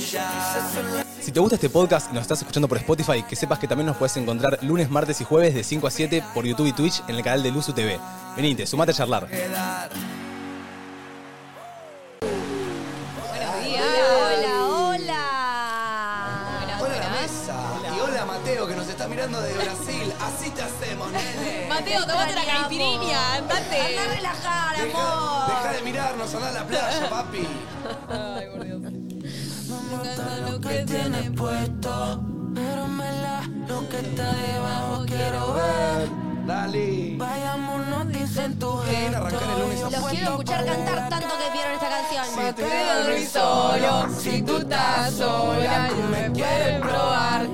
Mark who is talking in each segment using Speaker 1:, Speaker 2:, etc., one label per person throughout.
Speaker 1: Si te gusta este podcast y nos estás escuchando por Spotify, que sepas que también nos puedes encontrar lunes, martes y jueves de 5 a 7 por YouTube y Twitch en el canal de Luzu TV. Venite, sumate a charlar.
Speaker 2: Hola, hola.
Speaker 3: Hola la mesa. Y hola Mateo que nos está mirando desde Brasil. Así te hacemos, nene.
Speaker 2: Mateo, tomate la caipirinha, andate. Anda relajada,
Speaker 3: Deja, deja de mirarnos, anda a la playa, papi.
Speaker 2: lo que tiene puesto. Pero me la lo que está debajo quiero ver.
Speaker 3: Dale.
Speaker 2: Vayámonos, dicen tu
Speaker 3: Qué bien arrancar el lunes así.
Speaker 4: Los quiero escuchar cantar tanto que vieron esta canción.
Speaker 2: te voy a dormir solo, si tú estás sola y me quieres probar,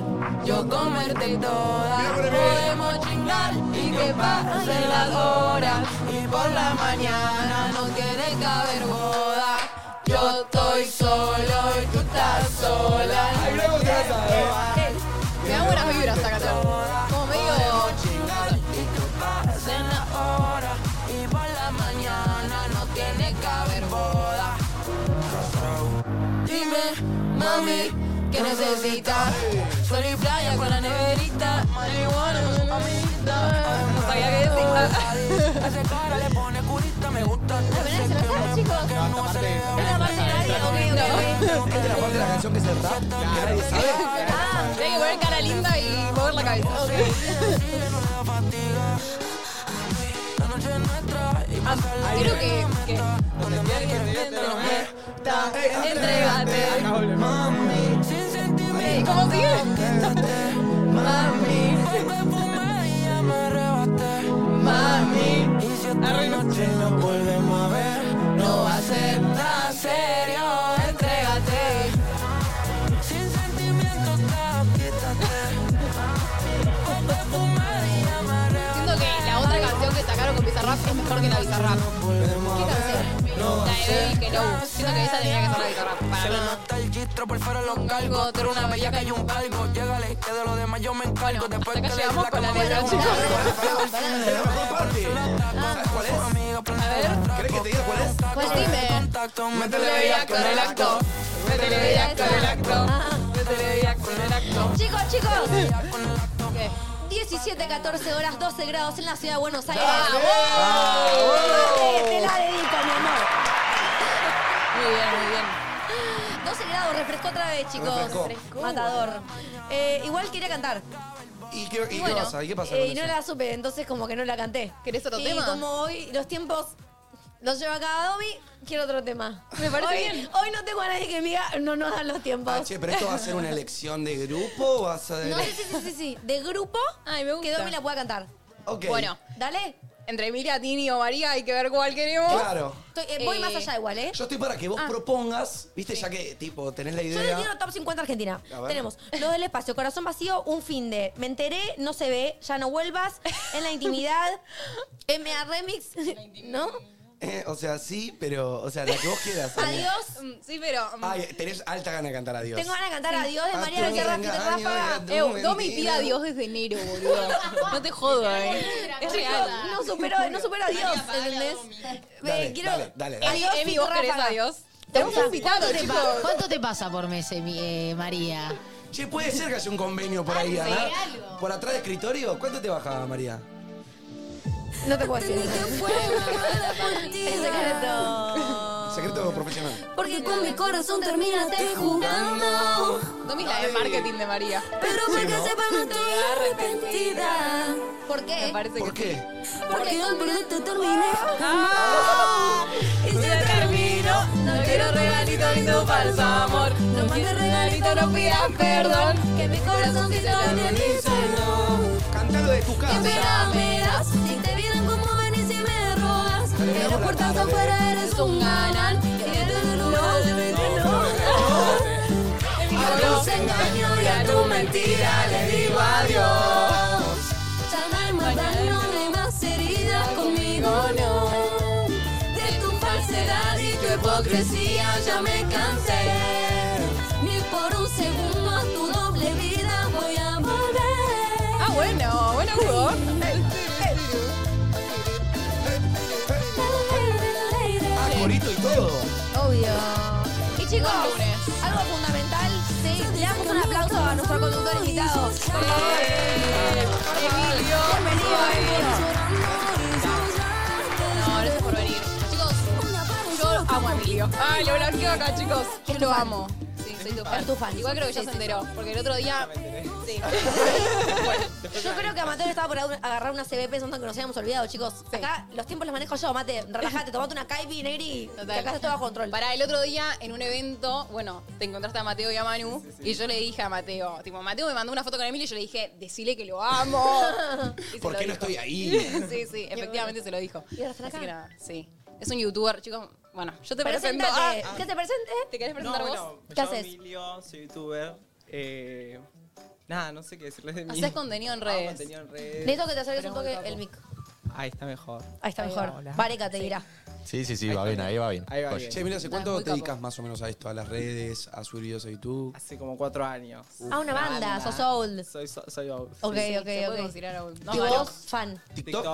Speaker 2: yo comerte toda, podemos chingar y que pasen las horas y por la mañana no tiene que haber boda. Yo estoy solo y tú estás sola. Eh,
Speaker 3: Ahí luego te vas a ver.
Speaker 2: Me da buenas vibras esta canción. Como medio. Pasen las horas y por la mañana no tiene que haber boda. Dime, mami, ¿qué necesitas? Sol y playa con la neverita. Marihuana, mamita. No sabía que decir. Hace cara, le pone curita, me gusta.
Speaker 4: ¿La verdad se lo saben, chicos?
Speaker 3: No, esta parte-
Speaker 4: Es la parte de nadie, ok, ok, ok.
Speaker 3: Esta es la parte de la canción que se rap. que nadie sabe.
Speaker 4: Ah,
Speaker 2: Tiene que poner cara linda y mover la cabeza. Ah, Creo que. que Entregate. Mami. ¿Cómo sigue? Mami. Mami. noche no volvemos a ver. No va a ser tan serio. Entrégate. Siento que la otra canción que sacaron con Bizarrap es mejor que la Bizarrap. ¿Qué canción? La de Baby Hello. Siento que esa tenía que ser la Bizarrap. Para mí.
Speaker 5: Está el gistro, por fuera los galgos. Tú eres una bellaca y un galgo. Llégale, que de lo demás yo me encargo. Después
Speaker 2: Acá
Speaker 5: que le
Speaker 2: llegamos
Speaker 5: la
Speaker 2: con la
Speaker 5: cama,
Speaker 2: letra,
Speaker 5: bailamos.
Speaker 2: chicos.
Speaker 3: Es la mejor parte. ¿Sabes cuál es?
Speaker 2: A ver.
Speaker 3: ¿Querés que te diga cuál es?
Speaker 4: Pues dime.
Speaker 5: Tacto,
Speaker 3: Métele
Speaker 5: métele bellaco en el acto.
Speaker 2: Métele bellaco en el acto. Métele bellaco en el acto.
Speaker 4: Chicos, chicos.
Speaker 2: ¿Qué?
Speaker 4: 17, 14 horas, 12 grados en la ciudad de Buenos Aires.
Speaker 3: ¡Bravo!
Speaker 4: Mate, Te la dedico, mi amor.
Speaker 2: Muy bien, muy bien.
Speaker 4: 12 grados, refrescó otra vez, chicos.
Speaker 3: Refrescó.
Speaker 4: Matador. Eh, igual quería cantar.
Speaker 3: ¿Y qué, y
Speaker 4: Y
Speaker 3: qué
Speaker 4: bueno,
Speaker 3: pasa? ¿Y qué pasa
Speaker 4: eh,
Speaker 3: con
Speaker 4: y no
Speaker 3: eso?
Speaker 4: la supe, entonces como que no la canté.
Speaker 2: ¿Querés otro
Speaker 4: y
Speaker 2: tema?
Speaker 4: como hoy los tiempos los lleva cada Domi, quiero otro tema.
Speaker 2: Me parece
Speaker 4: hoy,
Speaker 2: bien.
Speaker 4: Hoy no tengo a nadie que me diga, no nos dan los tiempos.
Speaker 3: Ah, che, pero esto va a ser una elección de grupo o vas a
Speaker 4: No, sí, sí, sí, sí, sí. De grupo
Speaker 2: Ay, me gusta.
Speaker 4: que Domi la pueda cantar.
Speaker 3: Ok.
Speaker 2: Bueno,
Speaker 4: Dale.
Speaker 2: entre Emilia, Tini o María hay que ver cuál queremos.
Speaker 3: Claro.
Speaker 4: Estoy- eh, voy
Speaker 2: Eh,
Speaker 4: más allá igual, ¿eh?
Speaker 3: Yo estoy para que vos propongas, viste, ya que tipo tenés la
Speaker 4: Yo les
Speaker 3: idea.
Speaker 4: tiro top 50 Argentina.
Speaker 3: A ver.
Speaker 4: Tenemos Los del Espacio, Corazón Vacío, Un Fin de. Me enteré, no se ve, ya no vuelvas. En la intimidad. MA Remix. ¿No?
Speaker 3: Eh, o sea, sí, pero, o sea, la que vos quieras. Amiga.
Speaker 4: Adiós.
Speaker 2: Mm, Sí, pero. mm,
Speaker 3: Ay, tenés alta gana de cantar adiós.
Speaker 4: Tengo ganas de cantar Adiós de
Speaker 3: Ah,
Speaker 4: María
Speaker 3: tú
Speaker 4: Becerra
Speaker 3: tenga
Speaker 4: Peter
Speaker 3: años,
Speaker 4: Rafa. Eh,
Speaker 3: ya tú.
Speaker 2: Eu, Domi pide a Dios desde enero, boludo. No te jodo, eh. Es real.
Speaker 4: No superó, no superó a Dios, ¿entendés?
Speaker 3: Dale,
Speaker 4: Eh, quiero-
Speaker 3: dale, dale, dale.
Speaker 2: Emi,
Speaker 4: Adiós,
Speaker 2: Emi,
Speaker 4: Fito
Speaker 2: vos querés
Speaker 4: Ráfaga.
Speaker 2: a Dios. Tenemos un invitado,
Speaker 6: ¿Cuánto te pa-
Speaker 2: chicos.
Speaker 6: ¿Cuánto te pasa por mes, eh, mi- eh, María?
Speaker 3: Che, puede ser que haya un convenio
Speaker 7: Ah,
Speaker 3: por ahí, Ana. Por atrás de escritorio, ¿cuánto te bajaba, María?
Speaker 4: No te puedo decir. Es secreto.
Speaker 7: Oh.
Speaker 3: Secreto profesional.
Speaker 4: Porque con mi corazón terminaste jugando.
Speaker 2: Domi es la de marketing de María.
Speaker 4: Pero para que sepan no estoy arrepentida. ¿Por
Speaker 2: Me
Speaker 4: qué?
Speaker 2: parece
Speaker 3: ¿Por
Speaker 2: que sí.
Speaker 3: qué?
Speaker 4: Porque al perderte terminé.
Speaker 2: Y se terminó. Ah. No quiero regalito lindo falso amor. No mandes regalito, no pidas perdón.
Speaker 4: Que mi corazón se organiza.
Speaker 3: Cantalo de tu casa.
Speaker 4: Espera, me das. Si te vieran como venís y me robas. Pero por tanto afuera eres un ganan. Que te lugar de A los engaños y a tu mentira le digo adiós. Ya no hay más daño, no hay más heridas conmigo, no. De tu falsedad y tu hipocresía ya me cansé. Ni por un segundo a tu doble vida voy a volver.
Speaker 2: Ah, bueno, bueno, Hugo.
Speaker 3: Ah, corito y todo.
Speaker 4: Obvio. Y chicos,
Speaker 2: Doble. Algo fundamental, sí. Le damos un aplauso a nuestro conductor invitado. Por favor. Emilio, bienvenido, Emilio. No, gracias por venir. Chicos, yo amo a Emilio. Ay, lo blanqueo acá, chicos. Yo lo amo. Sí, soy tu fan.
Speaker 4: Es tu fan.
Speaker 2: Igual creo que ya
Speaker 4: Sí,
Speaker 2: se
Speaker 4: sí, sí.
Speaker 2: enteró, porque el otro día...
Speaker 7: ¿eh?
Speaker 2: Sí.
Speaker 4: Yo creo que Amateur estaba por agarrar una CBP, son tan que nos habíamos olvidado, chicos. Acá los tiempos los manejo yo, mate. Relájate, tomate una caipi, negri. Que acá está todo bajo control.
Speaker 7: Para el otro día, en un evento, bueno, te encontraste a Mateo y a Manu, y yo le dije a Mateo, tipo, Mateo me mandó una foto con Emilio y yo le dije, decile que lo amo. Y se
Speaker 3: ¿Por
Speaker 7: lo
Speaker 3: qué no
Speaker 7: dijo.
Speaker 3: estoy ahí?
Speaker 7: sí, sí, efectivamente se lo dijo.
Speaker 4: Y ahora están
Speaker 7: Así
Speaker 4: acá.
Speaker 7: que nada, sí. Es un youtuber, chicos, bueno, yo te presento.
Speaker 4: Preséntate.
Speaker 7: Ah,
Speaker 4: ¿Qué te presente?
Speaker 7: ¿Te querés presentar vos?
Speaker 4: ¿Qué
Speaker 1: me llamo
Speaker 4: haces?
Speaker 1: Emilio, soy youtuber. Eh, nada, no sé qué decirles de mí.
Speaker 7: Haces contenido en redes.
Speaker 1: Hago contenido en redes.
Speaker 4: Necesito que te acerques un toque el mic.
Speaker 1: Ahí está mejor.
Speaker 4: Ahí está mejor. Vareca te dirá.
Speaker 8: Sí, sí, sí, va bien, ahí va bien.
Speaker 1: Ahí va
Speaker 8: Oye.
Speaker 1: bien.
Speaker 3: Che, mira, ¿hace cuánto
Speaker 7: muy
Speaker 3: te
Speaker 7: capo.
Speaker 3: dedicas más o menos a esto? ¿A las redes? ¿A subir videos a YouTube?
Speaker 1: Hace como cuatro años.
Speaker 4: Ah, una banda, sos old.
Speaker 1: Soy, so- soy out.
Speaker 4: Ok,
Speaker 7: Sí,
Speaker 4: ok,
Speaker 7: se puede
Speaker 4: ok.
Speaker 7: considerar a un-
Speaker 4: Y vos, fan.
Speaker 1: TikTok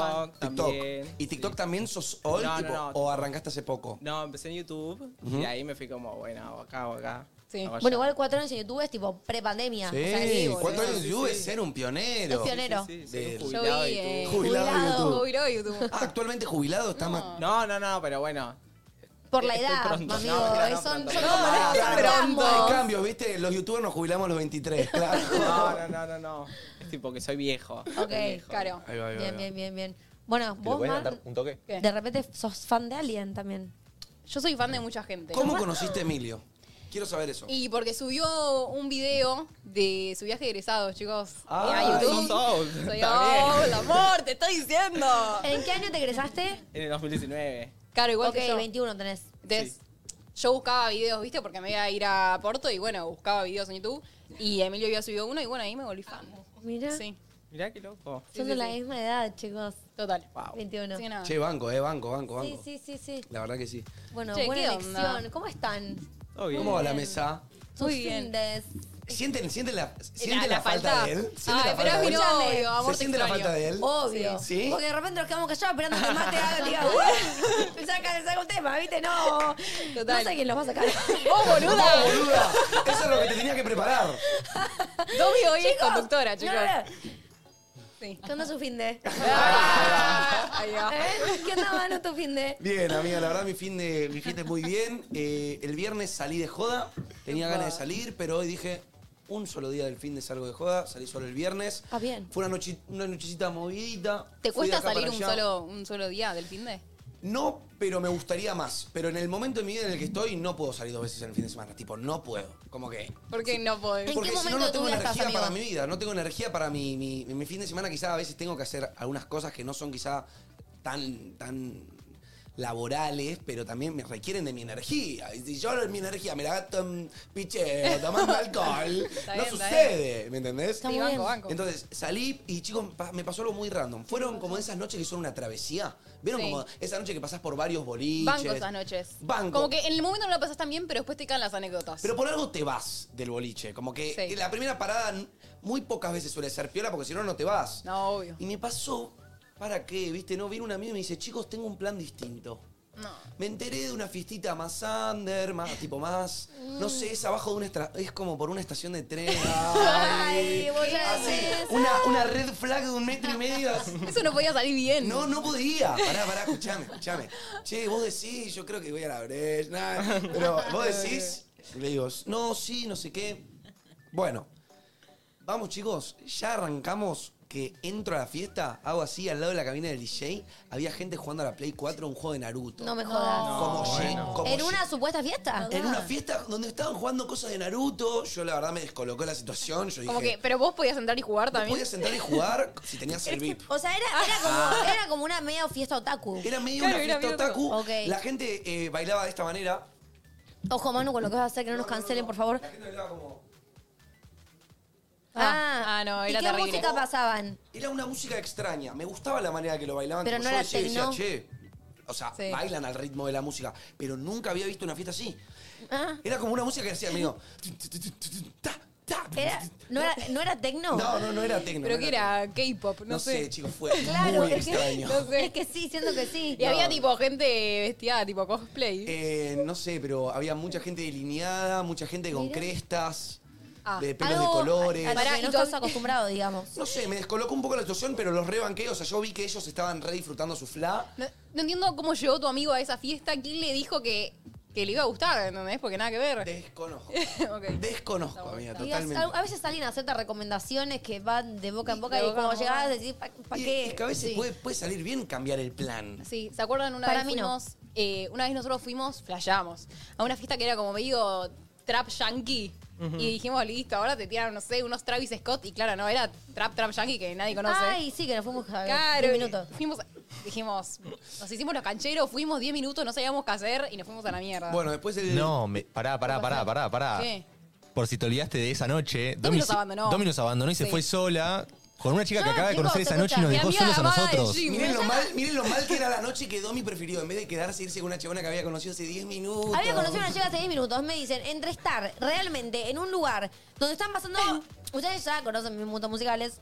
Speaker 1: también,
Speaker 3: ¿Y TikTok
Speaker 1: sí.
Speaker 3: también sos old
Speaker 1: No, no,
Speaker 3: tipo,
Speaker 1: no.
Speaker 3: o arrancaste hace poco?
Speaker 1: No, empecé en YouTube y ahí me fui como, bueno, hago acá, hago acá.
Speaker 7: Sí.
Speaker 1: hago allá.
Speaker 4: Bueno, igual cuatro años en YouTube es tipo pre-pandemia.
Speaker 3: Sí,
Speaker 7: Ah, sí, boludo.
Speaker 3: cuatro años de YouTube es ser un pionero.
Speaker 4: Es pionero.
Speaker 1: Sí, soy un
Speaker 3: Del-
Speaker 7: Yo
Speaker 1: jubilado
Speaker 7: vi,
Speaker 1: de
Speaker 7: eh,
Speaker 1: YouTube.
Speaker 3: Jubilado de
Speaker 4: Jubilado.
Speaker 3: YouTube.
Speaker 7: Jubiló de YouTube.
Speaker 3: Ah, actualmente jubilado está más.
Speaker 1: No, no, no, pero bueno.
Speaker 4: Por la
Speaker 1: Estoy
Speaker 4: edad,
Speaker 1: pronto.
Speaker 4: amigo.
Speaker 1: No, no, no,
Speaker 4: son
Speaker 1: pronto.
Speaker 4: son
Speaker 1: No,
Speaker 4: como
Speaker 3: Ah,
Speaker 4: nosotros
Speaker 3: claro, Hay
Speaker 4: cambios.
Speaker 3: cambios, ¿viste? Los youtubers nos jubilamos a los 23, claro.
Speaker 1: No, no, no, no, no. Es tipo que soy viejo.
Speaker 4: Ok,
Speaker 7: Claro.
Speaker 3: Ahí va, ahí va, ahí
Speaker 4: Bien,
Speaker 3: va.
Speaker 4: bien, bien, bien. Bueno,
Speaker 8: ¿Te lo
Speaker 4: vos,
Speaker 8: puedes
Speaker 4: Mar,
Speaker 8: levantar un toque?
Speaker 7: ¿Qué?
Speaker 4: de repente sos fan de Alien también.
Speaker 7: Yo soy fan de mucha gente.
Speaker 3: ¿Cómo conociste a Emilio? Quiero saber eso.
Speaker 7: Y porque subió un video de su viaje de egresados, chicos.
Speaker 1: Ah,
Speaker 7: a YouTube.
Speaker 1: sos old.
Speaker 7: Soy
Speaker 1: Está bien.
Speaker 7: old, Oh, amor, te estoy diciendo.
Speaker 4: ¿En qué año te egresaste?
Speaker 1: En el 2019.
Speaker 7: Claro, igual
Speaker 4: Ok,
Speaker 7: que yo.
Speaker 4: 21 tenés.
Speaker 7: Entonces, yo buscaba videos, ¿viste? Porque me iba a ir a Porto y bueno, buscaba videos en YouTube. Y Emilio había subido uno y bueno, ahí me volví fan.
Speaker 4: Mira,
Speaker 7: Sí,
Speaker 1: Mirá qué loco.
Speaker 4: Ah, son de la
Speaker 7: E.
Speaker 4: misma edad, chicos.
Speaker 7: total.
Speaker 1: Wow.
Speaker 4: 21.
Speaker 7: Así que nada.
Speaker 3: Che, banco, eh, banco, banco,
Speaker 4: Sí,
Speaker 3: banco.
Speaker 4: sí, sí, sí.
Speaker 3: La verdad que sí.
Speaker 4: Bueno,
Speaker 7: Che,
Speaker 4: buena
Speaker 7: ¿qué onda?
Speaker 4: elección. ¿Cómo están?
Speaker 1: Todo bien.
Speaker 3: ¿Cómo va la mesa?
Speaker 4: Sus
Speaker 7: bien.
Speaker 4: findes.
Speaker 3: ¿Sienten, sienten la,
Speaker 7: La-
Speaker 3: sienten
Speaker 7: la
Speaker 3: la, falta, de él? ¿Sienten
Speaker 7: Ay,
Speaker 3: la
Speaker 7: pero
Speaker 3: falta
Speaker 7: es
Speaker 3: de
Speaker 7: mi
Speaker 3: él?
Speaker 4: Escúchame.
Speaker 7: novio, amor,
Speaker 3: ¿Se
Speaker 7: te
Speaker 3: siente la
Speaker 7: extraño.
Speaker 3: falta de él?
Speaker 4: Obvio.
Speaker 3: Sí.
Speaker 4: Porque de repente nos quedamos callados esperando que Mate haga, diga, "Uy, me saca, me saca un tema, ¿viste? No.
Speaker 7: Total.
Speaker 4: No sé quién los va a sacar.
Speaker 7: ¡Vos, boluda!
Speaker 3: ¡Oh, boluda! Eso es lo que te tenía que preparar.
Speaker 7: Domi hoy es
Speaker 4: Chicos,
Speaker 7: conductora, chicos.
Speaker 4: no, no, no.
Speaker 7: Sí.
Speaker 4: ¿Qué onda su finde?
Speaker 3: Ah,
Speaker 7: Ahí va.
Speaker 4: ¿Eh? ¿Qué onda, mano, tu finde?
Speaker 3: Bien, amiga, la verdad mi fin de mi fin de muy bien. Eh, el viernes salí de joda, tenía ganas de salir, pero hoy dije un solo día del fin de salgo de joda, salí solo el viernes.
Speaker 4: Ah, bien.
Speaker 3: Fue una, noche, una nochecita movidita.
Speaker 7: ¿Te
Speaker 3: fui de
Speaker 7: cuesta
Speaker 3: acá
Speaker 7: salir
Speaker 3: para
Speaker 7: un
Speaker 3: allá.
Speaker 7: solo, un solo día del fin de?
Speaker 3: No, pero me gustaría más. Pero en el momento de mi vida en el que estoy, no puedo salir dos veces en el fin de semana. Tipo, no puedo. Como que.
Speaker 7: Porque no podés.
Speaker 4: ¿En
Speaker 3: Porque
Speaker 4: qué
Speaker 3: si no,
Speaker 4: momento
Speaker 3: no
Speaker 4: de tu
Speaker 3: tengo
Speaker 4: vida estás,
Speaker 3: energía para mi
Speaker 4: amigo?
Speaker 3: vida. No tengo energía para mi, mi, mi fin de semana. Quizá a veces tengo que hacer algunas cosas que no son quizá tan, tan laborales, pero también me requieren de mi energía. Y si yo mi energía me la gasto en picheo, tomando alcohol,
Speaker 7: Está
Speaker 3: no
Speaker 7: bien, está
Speaker 3: sucede. ¿Me entendés?
Speaker 4: Está muy
Speaker 7: banco,
Speaker 4: bien.
Speaker 7: banco.
Speaker 3: Entonces salí y chicos, pa- me pasó algo muy random. Fueron como esas noches que son una travesía. ¿Vieron
Speaker 7: Sí.
Speaker 3: como esa noche que pasás por varios boliches?
Speaker 7: Banco esas noches.
Speaker 3: Banco.
Speaker 7: Como que en el momento no la pasas tan bien, pero después te caen las anécdotas.
Speaker 3: Pero por algo te vas del boliche. Como que
Speaker 7: Sí.
Speaker 3: la primera parada n- muy pocas veces suele ser piola porque si no, no te vas.
Speaker 7: No, obvio.
Speaker 3: Y me pasó, ¿para qué? ¿Viste? No, vino un amigo y me dice, chicos, tengo un plan distinto.
Speaker 7: No.
Speaker 3: Me enteré de una fiestita más under, más tipo más. No sé, es abajo de una. estra- Es como por una estación de tren.
Speaker 4: Ay, vos ya
Speaker 3: Así,
Speaker 4: ves.
Speaker 3: una, una red flag de un metro y medio. así.
Speaker 7: Eso no podía salir bien.
Speaker 3: No, no podía. Pará, pará, escuchame, escuchame. Che, vos decís, yo creo que voy a la brecha. nah, Pero vos decís, y le digo, no, sí, no sé qué. Bueno, vamos chicos, ya arrancamos que entro a la fiesta, hago así al lado de la cabina del DJ, había gente jugando a la Play 4 un juego de Naruto.
Speaker 4: No me jodas.
Speaker 3: como ye- como
Speaker 4: ¿En
Speaker 3: ye-
Speaker 4: una supuesta fiesta?
Speaker 3: en una fiesta donde estaban jugando cosas de Naruto, yo la verdad me descolocó la situación, yo dije,
Speaker 7: Como que, pero vos podías entrar y jugar
Speaker 3: "No
Speaker 7: también.
Speaker 3: podías entrar y jugar si tenías el VIP.
Speaker 4: O sea, era, era, como, era como una media fiesta otaku.
Speaker 3: Era medio
Speaker 7: Claro,
Speaker 3: una
Speaker 7: era
Speaker 3: fiesta
Speaker 7: medio
Speaker 3: otaku.
Speaker 4: otaku. Ok.
Speaker 3: La gente eh, bailaba de esta manera.
Speaker 4: Ojo, Manu, con lo que vas a hacer, que no nos cancelen, por favor.
Speaker 3: La gente bailaba como.
Speaker 7: Ah, ah, no,
Speaker 4: ¿Y
Speaker 7: era
Speaker 4: qué
Speaker 7: terrible.
Speaker 4: música pasaban?
Speaker 3: Era una música extraña. Me gustaba la manera que lo bailaban.
Speaker 4: Pero
Speaker 3: tipo,
Speaker 4: no
Speaker 3: yo
Speaker 4: era
Speaker 3: decía, decía,
Speaker 4: tecno.
Speaker 3: che. O sea,
Speaker 7: Sí.
Speaker 3: bailan al ritmo de la música.
Speaker 4: ¿Ah?
Speaker 3: Pero nunca había visto una fiesta así. Era como una música que hacía, amigo.
Speaker 4: Era- ¿no, era, ¿No era tecno?
Speaker 3: No, no, no era tecno.
Speaker 7: Pero
Speaker 3: no
Speaker 7: que era K-pop, no,
Speaker 3: No sé, chicos, fue
Speaker 4: Claro,
Speaker 3: muy
Speaker 4: es que,
Speaker 3: extraño.
Speaker 7: No sé.
Speaker 4: es que sí, siento que sí.
Speaker 7: Y había tipo gente vestida, tipo cosplay.
Speaker 3: Eh, no sé, pero había mucha gente delineada, mucha gente con crestas,
Speaker 7: Ah,
Speaker 3: de pelos de
Speaker 4: Algo a- a
Speaker 3: colores.
Speaker 4: lo
Speaker 7: Pará,
Speaker 4: que
Speaker 7: y
Speaker 4: no
Speaker 7: con-
Speaker 4: estamos acostumbrados, digamos.
Speaker 3: No sé, me descolocó un poco la situación, pero los rebanqué. O sea, yo vi que ellos estaban re disfrutando su fla.
Speaker 7: No, no entiendo cómo llegó tu amigo a esa fiesta. ¿Quién le dijo que, que le iba a gustar? ¿Entendés? Porque nada que ver.
Speaker 3: Desconozco.
Speaker 7: Ok.
Speaker 3: Desconozco, amiga,
Speaker 4: Y a,
Speaker 3: totalmente.
Speaker 4: a veces alguien acepta recomendaciones que van de boca en boca
Speaker 7: De
Speaker 4: y
Speaker 7: boca
Speaker 4: cuando
Speaker 7: en boca.
Speaker 4: llegás decís, ¿para
Speaker 3: Y
Speaker 4: qué?
Speaker 3: Es que a veces
Speaker 4: Sí.
Speaker 3: puede, puede salir bien cambiar el plan.
Speaker 7: Sí, ¿se acuerdan una
Speaker 4: Para
Speaker 7: vez
Speaker 4: mí no.
Speaker 7: fuimos? eh, una vez nosotros fuimos, flasheamos, a una fiesta que era como medio trap yankee. Y dijimos, listo, ahora te tiran, no sé, unos Travis Scott. Y claro, no, era trap, trap yankee que nadie conoce.
Speaker 4: Ay, sí, que nos fuimos a
Speaker 7: Claro,
Speaker 4: un minuto.
Speaker 7: fuimos, dijimos, nos hicimos los cancheros, fuimos 10 minutos, no sabíamos qué hacer y nos fuimos a la mierda.
Speaker 3: Bueno, eh, ah, después el.
Speaker 8: No, me, pará, pará, pará, pará, pará.
Speaker 7: ¿Qué?
Speaker 8: Por si te olvidaste de esa noche,
Speaker 7: Domi nos
Speaker 8: se-
Speaker 7: abandonó.
Speaker 8: Domi nos abandonó y se
Speaker 7: Sí.
Speaker 8: fue sola con una chica que
Speaker 4: Ah,
Speaker 8: acaba de
Speaker 4: chicos,
Speaker 8: conocer esa noche y
Speaker 4: escuchá,
Speaker 8: nos
Speaker 7: mi
Speaker 8: dejó
Speaker 7: amiga
Speaker 8: solos a
Speaker 7: amada de
Speaker 8: nosotros.
Speaker 7: Jim.
Speaker 3: Miren lo, mal, miren lo mal que era la noche que Domi prefirió. En vez de quedarse, irse con una chabona que había conocido hace 10 minutos.
Speaker 4: Había conocido una chica hace 10 minutos. Me dicen, entre estar realmente en un lugar donde están pasando. Ustedes ya conocen mis mundos musicales.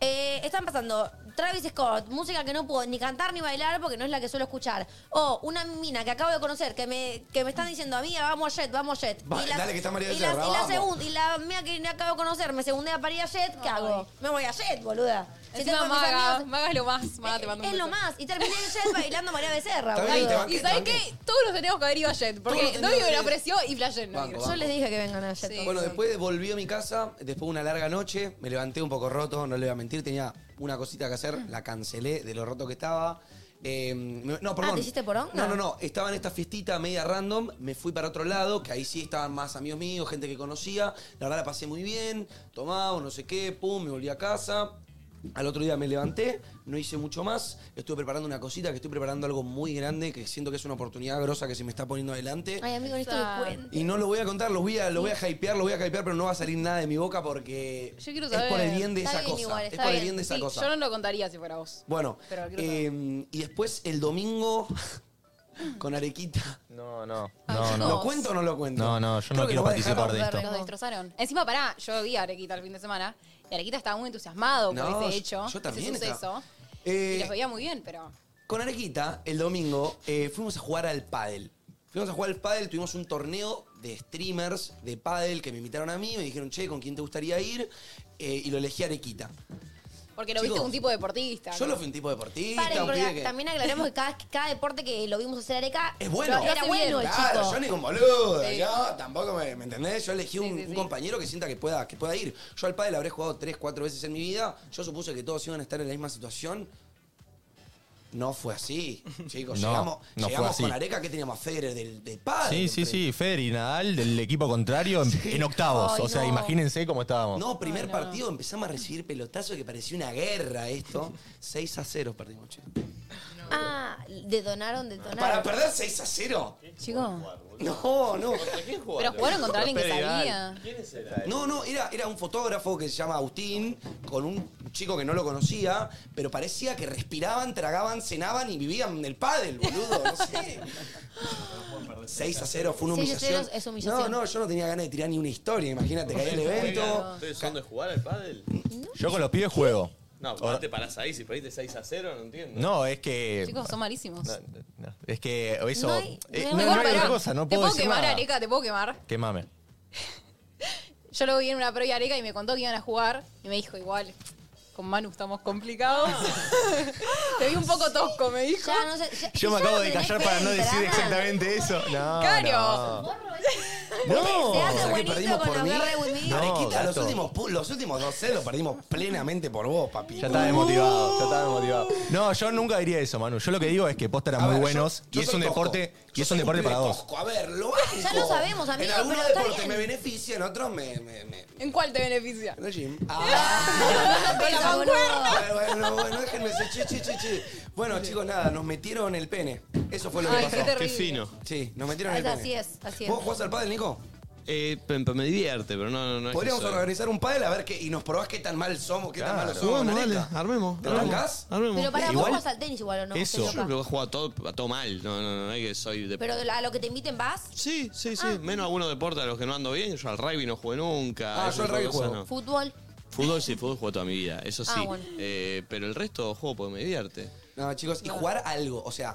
Speaker 4: eh, están pasando Travis Scott, música que no puedo ni cantar ni bailar porque no es la que suelo escuchar. O una mina que acabo de conocer que me, que me están diciendo, amiga, vamos a Jet, vamos a Jet.
Speaker 3: Va, dale, que está María
Speaker 4: y
Speaker 3: del
Speaker 4: la,
Speaker 3: Cerro,
Speaker 4: y la
Speaker 3: vamos.
Speaker 4: segunda, y la mía que no acabo de conocer, me segundea para ir a Jet, ¿qué hago? Me voy a Jet, boluda. Si
Speaker 7: Encima
Speaker 4: tengo a mis
Speaker 7: Maga,
Speaker 4: amigos-
Speaker 7: Maga es lo más, Maga te mando un
Speaker 4: es lo
Speaker 7: beso.
Speaker 4: más. Y terminé en Jet bailando María Becerra,
Speaker 3: Está bien,
Speaker 4: boludo.
Speaker 3: te va-
Speaker 7: Y
Speaker 3: Banquete,
Speaker 7: ¿sabés
Speaker 3: banquete.
Speaker 7: qué? Todos los teníamos que haber ido a Jet,
Speaker 3: Todos
Speaker 7: porque
Speaker 3: los
Speaker 7: Domi me lo
Speaker 3: teníamos que ir.
Speaker 7: apreció y Flash no
Speaker 3: Banco,
Speaker 7: iba.
Speaker 3: banco.
Speaker 4: Yo les dije que vengan a Jet.
Speaker 7: Sí.
Speaker 3: Bueno, después volví a mi casa, después de una larga noche, me levanté un poco roto, no le voy a mentir, tenía una cosita que hacer, la cancelé de lo roto que estaba. Eh, me- no, perdón.
Speaker 4: Ah, ¿te hiciste poronga?
Speaker 3: No, no, no. Estaba en esta fiestita media random, me fui para otro lado, que ahí sí estaban más amigos míos, gente que conocía. La verdad la pasé muy bien, tomaba, no sé qué, pum, me volví a casa. Al otro día me levanté, no hice mucho más, estuve preparando una cosita, que estoy preparando algo muy grande, que siento que es una oportunidad grosa que se me está poniendo adelante.
Speaker 4: Ay, amigo, esto
Speaker 7: Esa-
Speaker 4: me cuento.
Speaker 3: Y no lo voy a contar, lo voy a, lo voy a hypear, lo voy a hypear, pero no va a salir nada de mi boca porque
Speaker 7: Yo quiero
Speaker 3: es
Speaker 7: saber.
Speaker 3: por el bien de
Speaker 4: Está
Speaker 3: esa
Speaker 4: bien
Speaker 3: cosa.
Speaker 4: igual,
Speaker 3: es
Speaker 4: está
Speaker 3: por el
Speaker 4: bien.
Speaker 3: bien de esa
Speaker 7: Sí,
Speaker 3: cosa.
Speaker 7: Yo no lo contaría si fuera vos.
Speaker 3: Bueno,
Speaker 7: Pero lo quiero
Speaker 3: eh, y después el domingo con Arequita.
Speaker 8: No, no,
Speaker 7: Ay,
Speaker 8: no,
Speaker 7: no.
Speaker 8: no.
Speaker 3: ¿Lo cuento o no lo cuento?
Speaker 8: No, no, yo no
Speaker 3: Creo que
Speaker 8: quiero
Speaker 3: lo va a dejar
Speaker 8: participar de
Speaker 4: romper,
Speaker 8: esto.
Speaker 7: Nos destrozaron. Encima, pará, yo vi a Arequita el fin de semana y Arequita estaba muy entusiasmado
Speaker 3: No,
Speaker 7: por
Speaker 3: yo-
Speaker 7: ese hecho.
Speaker 3: yo también
Speaker 7: Ese
Speaker 3: estaba.
Speaker 7: suceso.
Speaker 3: Eh,
Speaker 7: y los veía muy bien, pero.
Speaker 3: Con Arequita, el domingo, eh, fuimos a jugar al pádel. Fuimos a jugar al pádel, tuvimos un torneo de streamers de pádel que me invitaron a mí, me dijeron, che, ¿con quién te gustaría ir? Eh, y lo elegí a Arequita.
Speaker 7: Porque lo viste
Speaker 3: Chicos,
Speaker 7: un tipo deportista.
Speaker 3: Yo
Speaker 7: ¿no?
Speaker 3: lo fui un tipo deportista,
Speaker 4: Paren,
Speaker 3: un
Speaker 4: porque
Speaker 3: pibe que-
Speaker 4: también aclaremos que cada, cada deporte que lo vimos hacer Areca
Speaker 3: Es bueno.
Speaker 4: era
Speaker 7: Hace
Speaker 4: bueno
Speaker 7: bien.
Speaker 4: el
Speaker 3: Claro,
Speaker 4: chico.
Speaker 3: yo ni un boludo,
Speaker 7: Sí.
Speaker 3: yo tampoco me, ¿me entendés? Yo elegí un,
Speaker 7: sí,
Speaker 3: un
Speaker 7: sí.
Speaker 3: compañero que sienta que pueda, que pueda ir. Yo al padre habré jugado tres, cuatro veces en mi vida. Yo supuse que todos iban a estar en la misma situación. No fue así, chicos.
Speaker 8: No,
Speaker 3: llegamos
Speaker 8: no fue
Speaker 3: llegamos
Speaker 8: así.
Speaker 3: con Areca que teníamos a Federer del, del padre.
Speaker 8: Sí, sí, sí, Federer y Nadal del equipo contrario en, en octavos.
Speaker 4: Ay,
Speaker 8: o sea,
Speaker 4: no.
Speaker 8: imagínense cómo estábamos.
Speaker 3: No, primer partido empezamos a recibir pelotazos que parecía una guerra esto. 6 a 0 perdimos, chicos.
Speaker 4: Ah, detonaron,
Speaker 3: ¿Para
Speaker 4: detonaron.
Speaker 3: perder 6 a 0?
Speaker 7: Chico.
Speaker 3: No, no.
Speaker 7: Pero jugaron contra alguien que sabía.
Speaker 3: No, no, era, era un fotógrafo que se llama Agustín, con un chico que no lo conocía, pero parecía que respiraban, tragaban, cenaban y vivían del pádel, boludo, no sé. 6 a 0 fue una
Speaker 4: Seis a
Speaker 3: humillación.
Speaker 4: cero es humillación.
Speaker 3: No, no, yo no tenía ganas de tirar ni una historia, imagínate, caí al evento.
Speaker 9: ¿Ustedes son de jugar al pádel?
Speaker 8: Yo con los pibes juego.
Speaker 9: No, pero no te parás ahí, si perdiste 6 a 0, no entiendo.
Speaker 8: No, es
Speaker 3: eh,
Speaker 8: que.
Speaker 7: Chicos, son malísimos.
Speaker 8: No, no, es que eso.
Speaker 4: No hay-
Speaker 8: eh, no,
Speaker 4: no hay-
Speaker 8: no
Speaker 7: Igual,
Speaker 8: hay otra
Speaker 7: pará,
Speaker 8: cosa, no
Speaker 7: Te
Speaker 8: puedo
Speaker 7: puedo
Speaker 8: decir
Speaker 7: quemar,
Speaker 8: nada.
Speaker 7: Areca, te puedo quemar.
Speaker 8: Quemame.
Speaker 7: Yo lo vi en una previa Areca y me contó que iban a jugar. Y me dijo, igual, con Manu estamos complicados. Te vi un poco tosco, me dijo.
Speaker 4: Ya no sé, ya-
Speaker 8: Yo
Speaker 4: ya
Speaker 8: me acabo
Speaker 4: no
Speaker 8: de
Speaker 4: tenés
Speaker 8: callar
Speaker 4: que
Speaker 8: para no decir
Speaker 4: entrar.
Speaker 8: exactamente eso. No,
Speaker 7: Claro.
Speaker 8: no.
Speaker 4: No. Se
Speaker 3: O sea,
Speaker 4: hace
Speaker 3: que
Speaker 4: buenísimo
Speaker 3: perdimos
Speaker 4: con
Speaker 3: por
Speaker 4: los
Speaker 3: mí.
Speaker 4: Garry with me.
Speaker 8: No,
Speaker 3: Arequita, los
Speaker 8: gato.
Speaker 3: últimos, pu- los últimos 2 los perdimos plenamente por vos, papi.
Speaker 8: Ya estaba desmotivado, ya estaba desmotivado. No, yo nunca diría eso, Manu. Yo lo que digo es que posta eran
Speaker 3: A
Speaker 8: muy
Speaker 3: ver,
Speaker 8: buenos
Speaker 3: yo- yo
Speaker 8: y es
Speaker 3: soy
Speaker 8: un
Speaker 3: tosco.
Speaker 8: deporte y
Speaker 3: Yo
Speaker 8: es un
Speaker 3: soy
Speaker 8: deporte
Speaker 3: pibe
Speaker 8: para dos.
Speaker 3: tosco, A ver, lo banco.
Speaker 4: Ya lo sabemos, amigo,
Speaker 3: En algunos
Speaker 4: pero está
Speaker 3: deportes
Speaker 4: bien.
Speaker 3: me beneficia, en otros me- me- me,
Speaker 7: ¿En cuál te beneficia?
Speaker 3: En el gym. Ah,
Speaker 4: Con la mancuerna.
Speaker 3: bueno, bueno, déjenme ser che, che, che, che. Bueno, chicos, nada, nos metieron el pene. Eso fue lo que
Speaker 7: Ay, qué
Speaker 3: pasó.
Speaker 7: terrible.
Speaker 9: Qué fino.
Speaker 3: Sí, nos metieron el pene.
Speaker 4: Así es, así es.
Speaker 3: ¿Vos jugás al pádel, Nico?
Speaker 9: Eh, pe- pe- me divierte, pero no, no, no es que
Speaker 3: Podríamos
Speaker 9: soy-
Speaker 3: organizar un pádel a ver qué. Y nos probás qué tan mal somos, qué tan
Speaker 9: Claro.
Speaker 3: malos somos.
Speaker 9: Jugamos,
Speaker 3: Maneta.
Speaker 9: dale, armemos.
Speaker 3: ¿Te
Speaker 9: armemos,
Speaker 3: arrancás?
Speaker 9: armemos.
Speaker 4: Pero para vos
Speaker 9: Igual,
Speaker 4: vas al tenis igual o no.
Speaker 9: Eso,
Speaker 4: Te
Speaker 9: yo
Speaker 4: toca.
Speaker 9: creo que juego a todo, a todo mal. No, no, no, no es que soy de.
Speaker 4: Pero a lo que te inviten vas. Ah,
Speaker 9: Sí, sí, sí. Menos algunos deportes a los que no ando bien. Yo al rugby no jugué nunca.
Speaker 4: Ah,
Speaker 9: ese
Speaker 4: yo al
Speaker 9: tipo de
Speaker 4: rugby
Speaker 9: cosas
Speaker 4: juego.
Speaker 9: no.
Speaker 4: Fútbol.
Speaker 9: Fútbol sí, fútbol juego toda mi vida, eso sí.
Speaker 4: Ah, bueno.
Speaker 9: Eh, pero el resto juego porque me divierte.
Speaker 3: No, chicos, y jugar algo, o sea.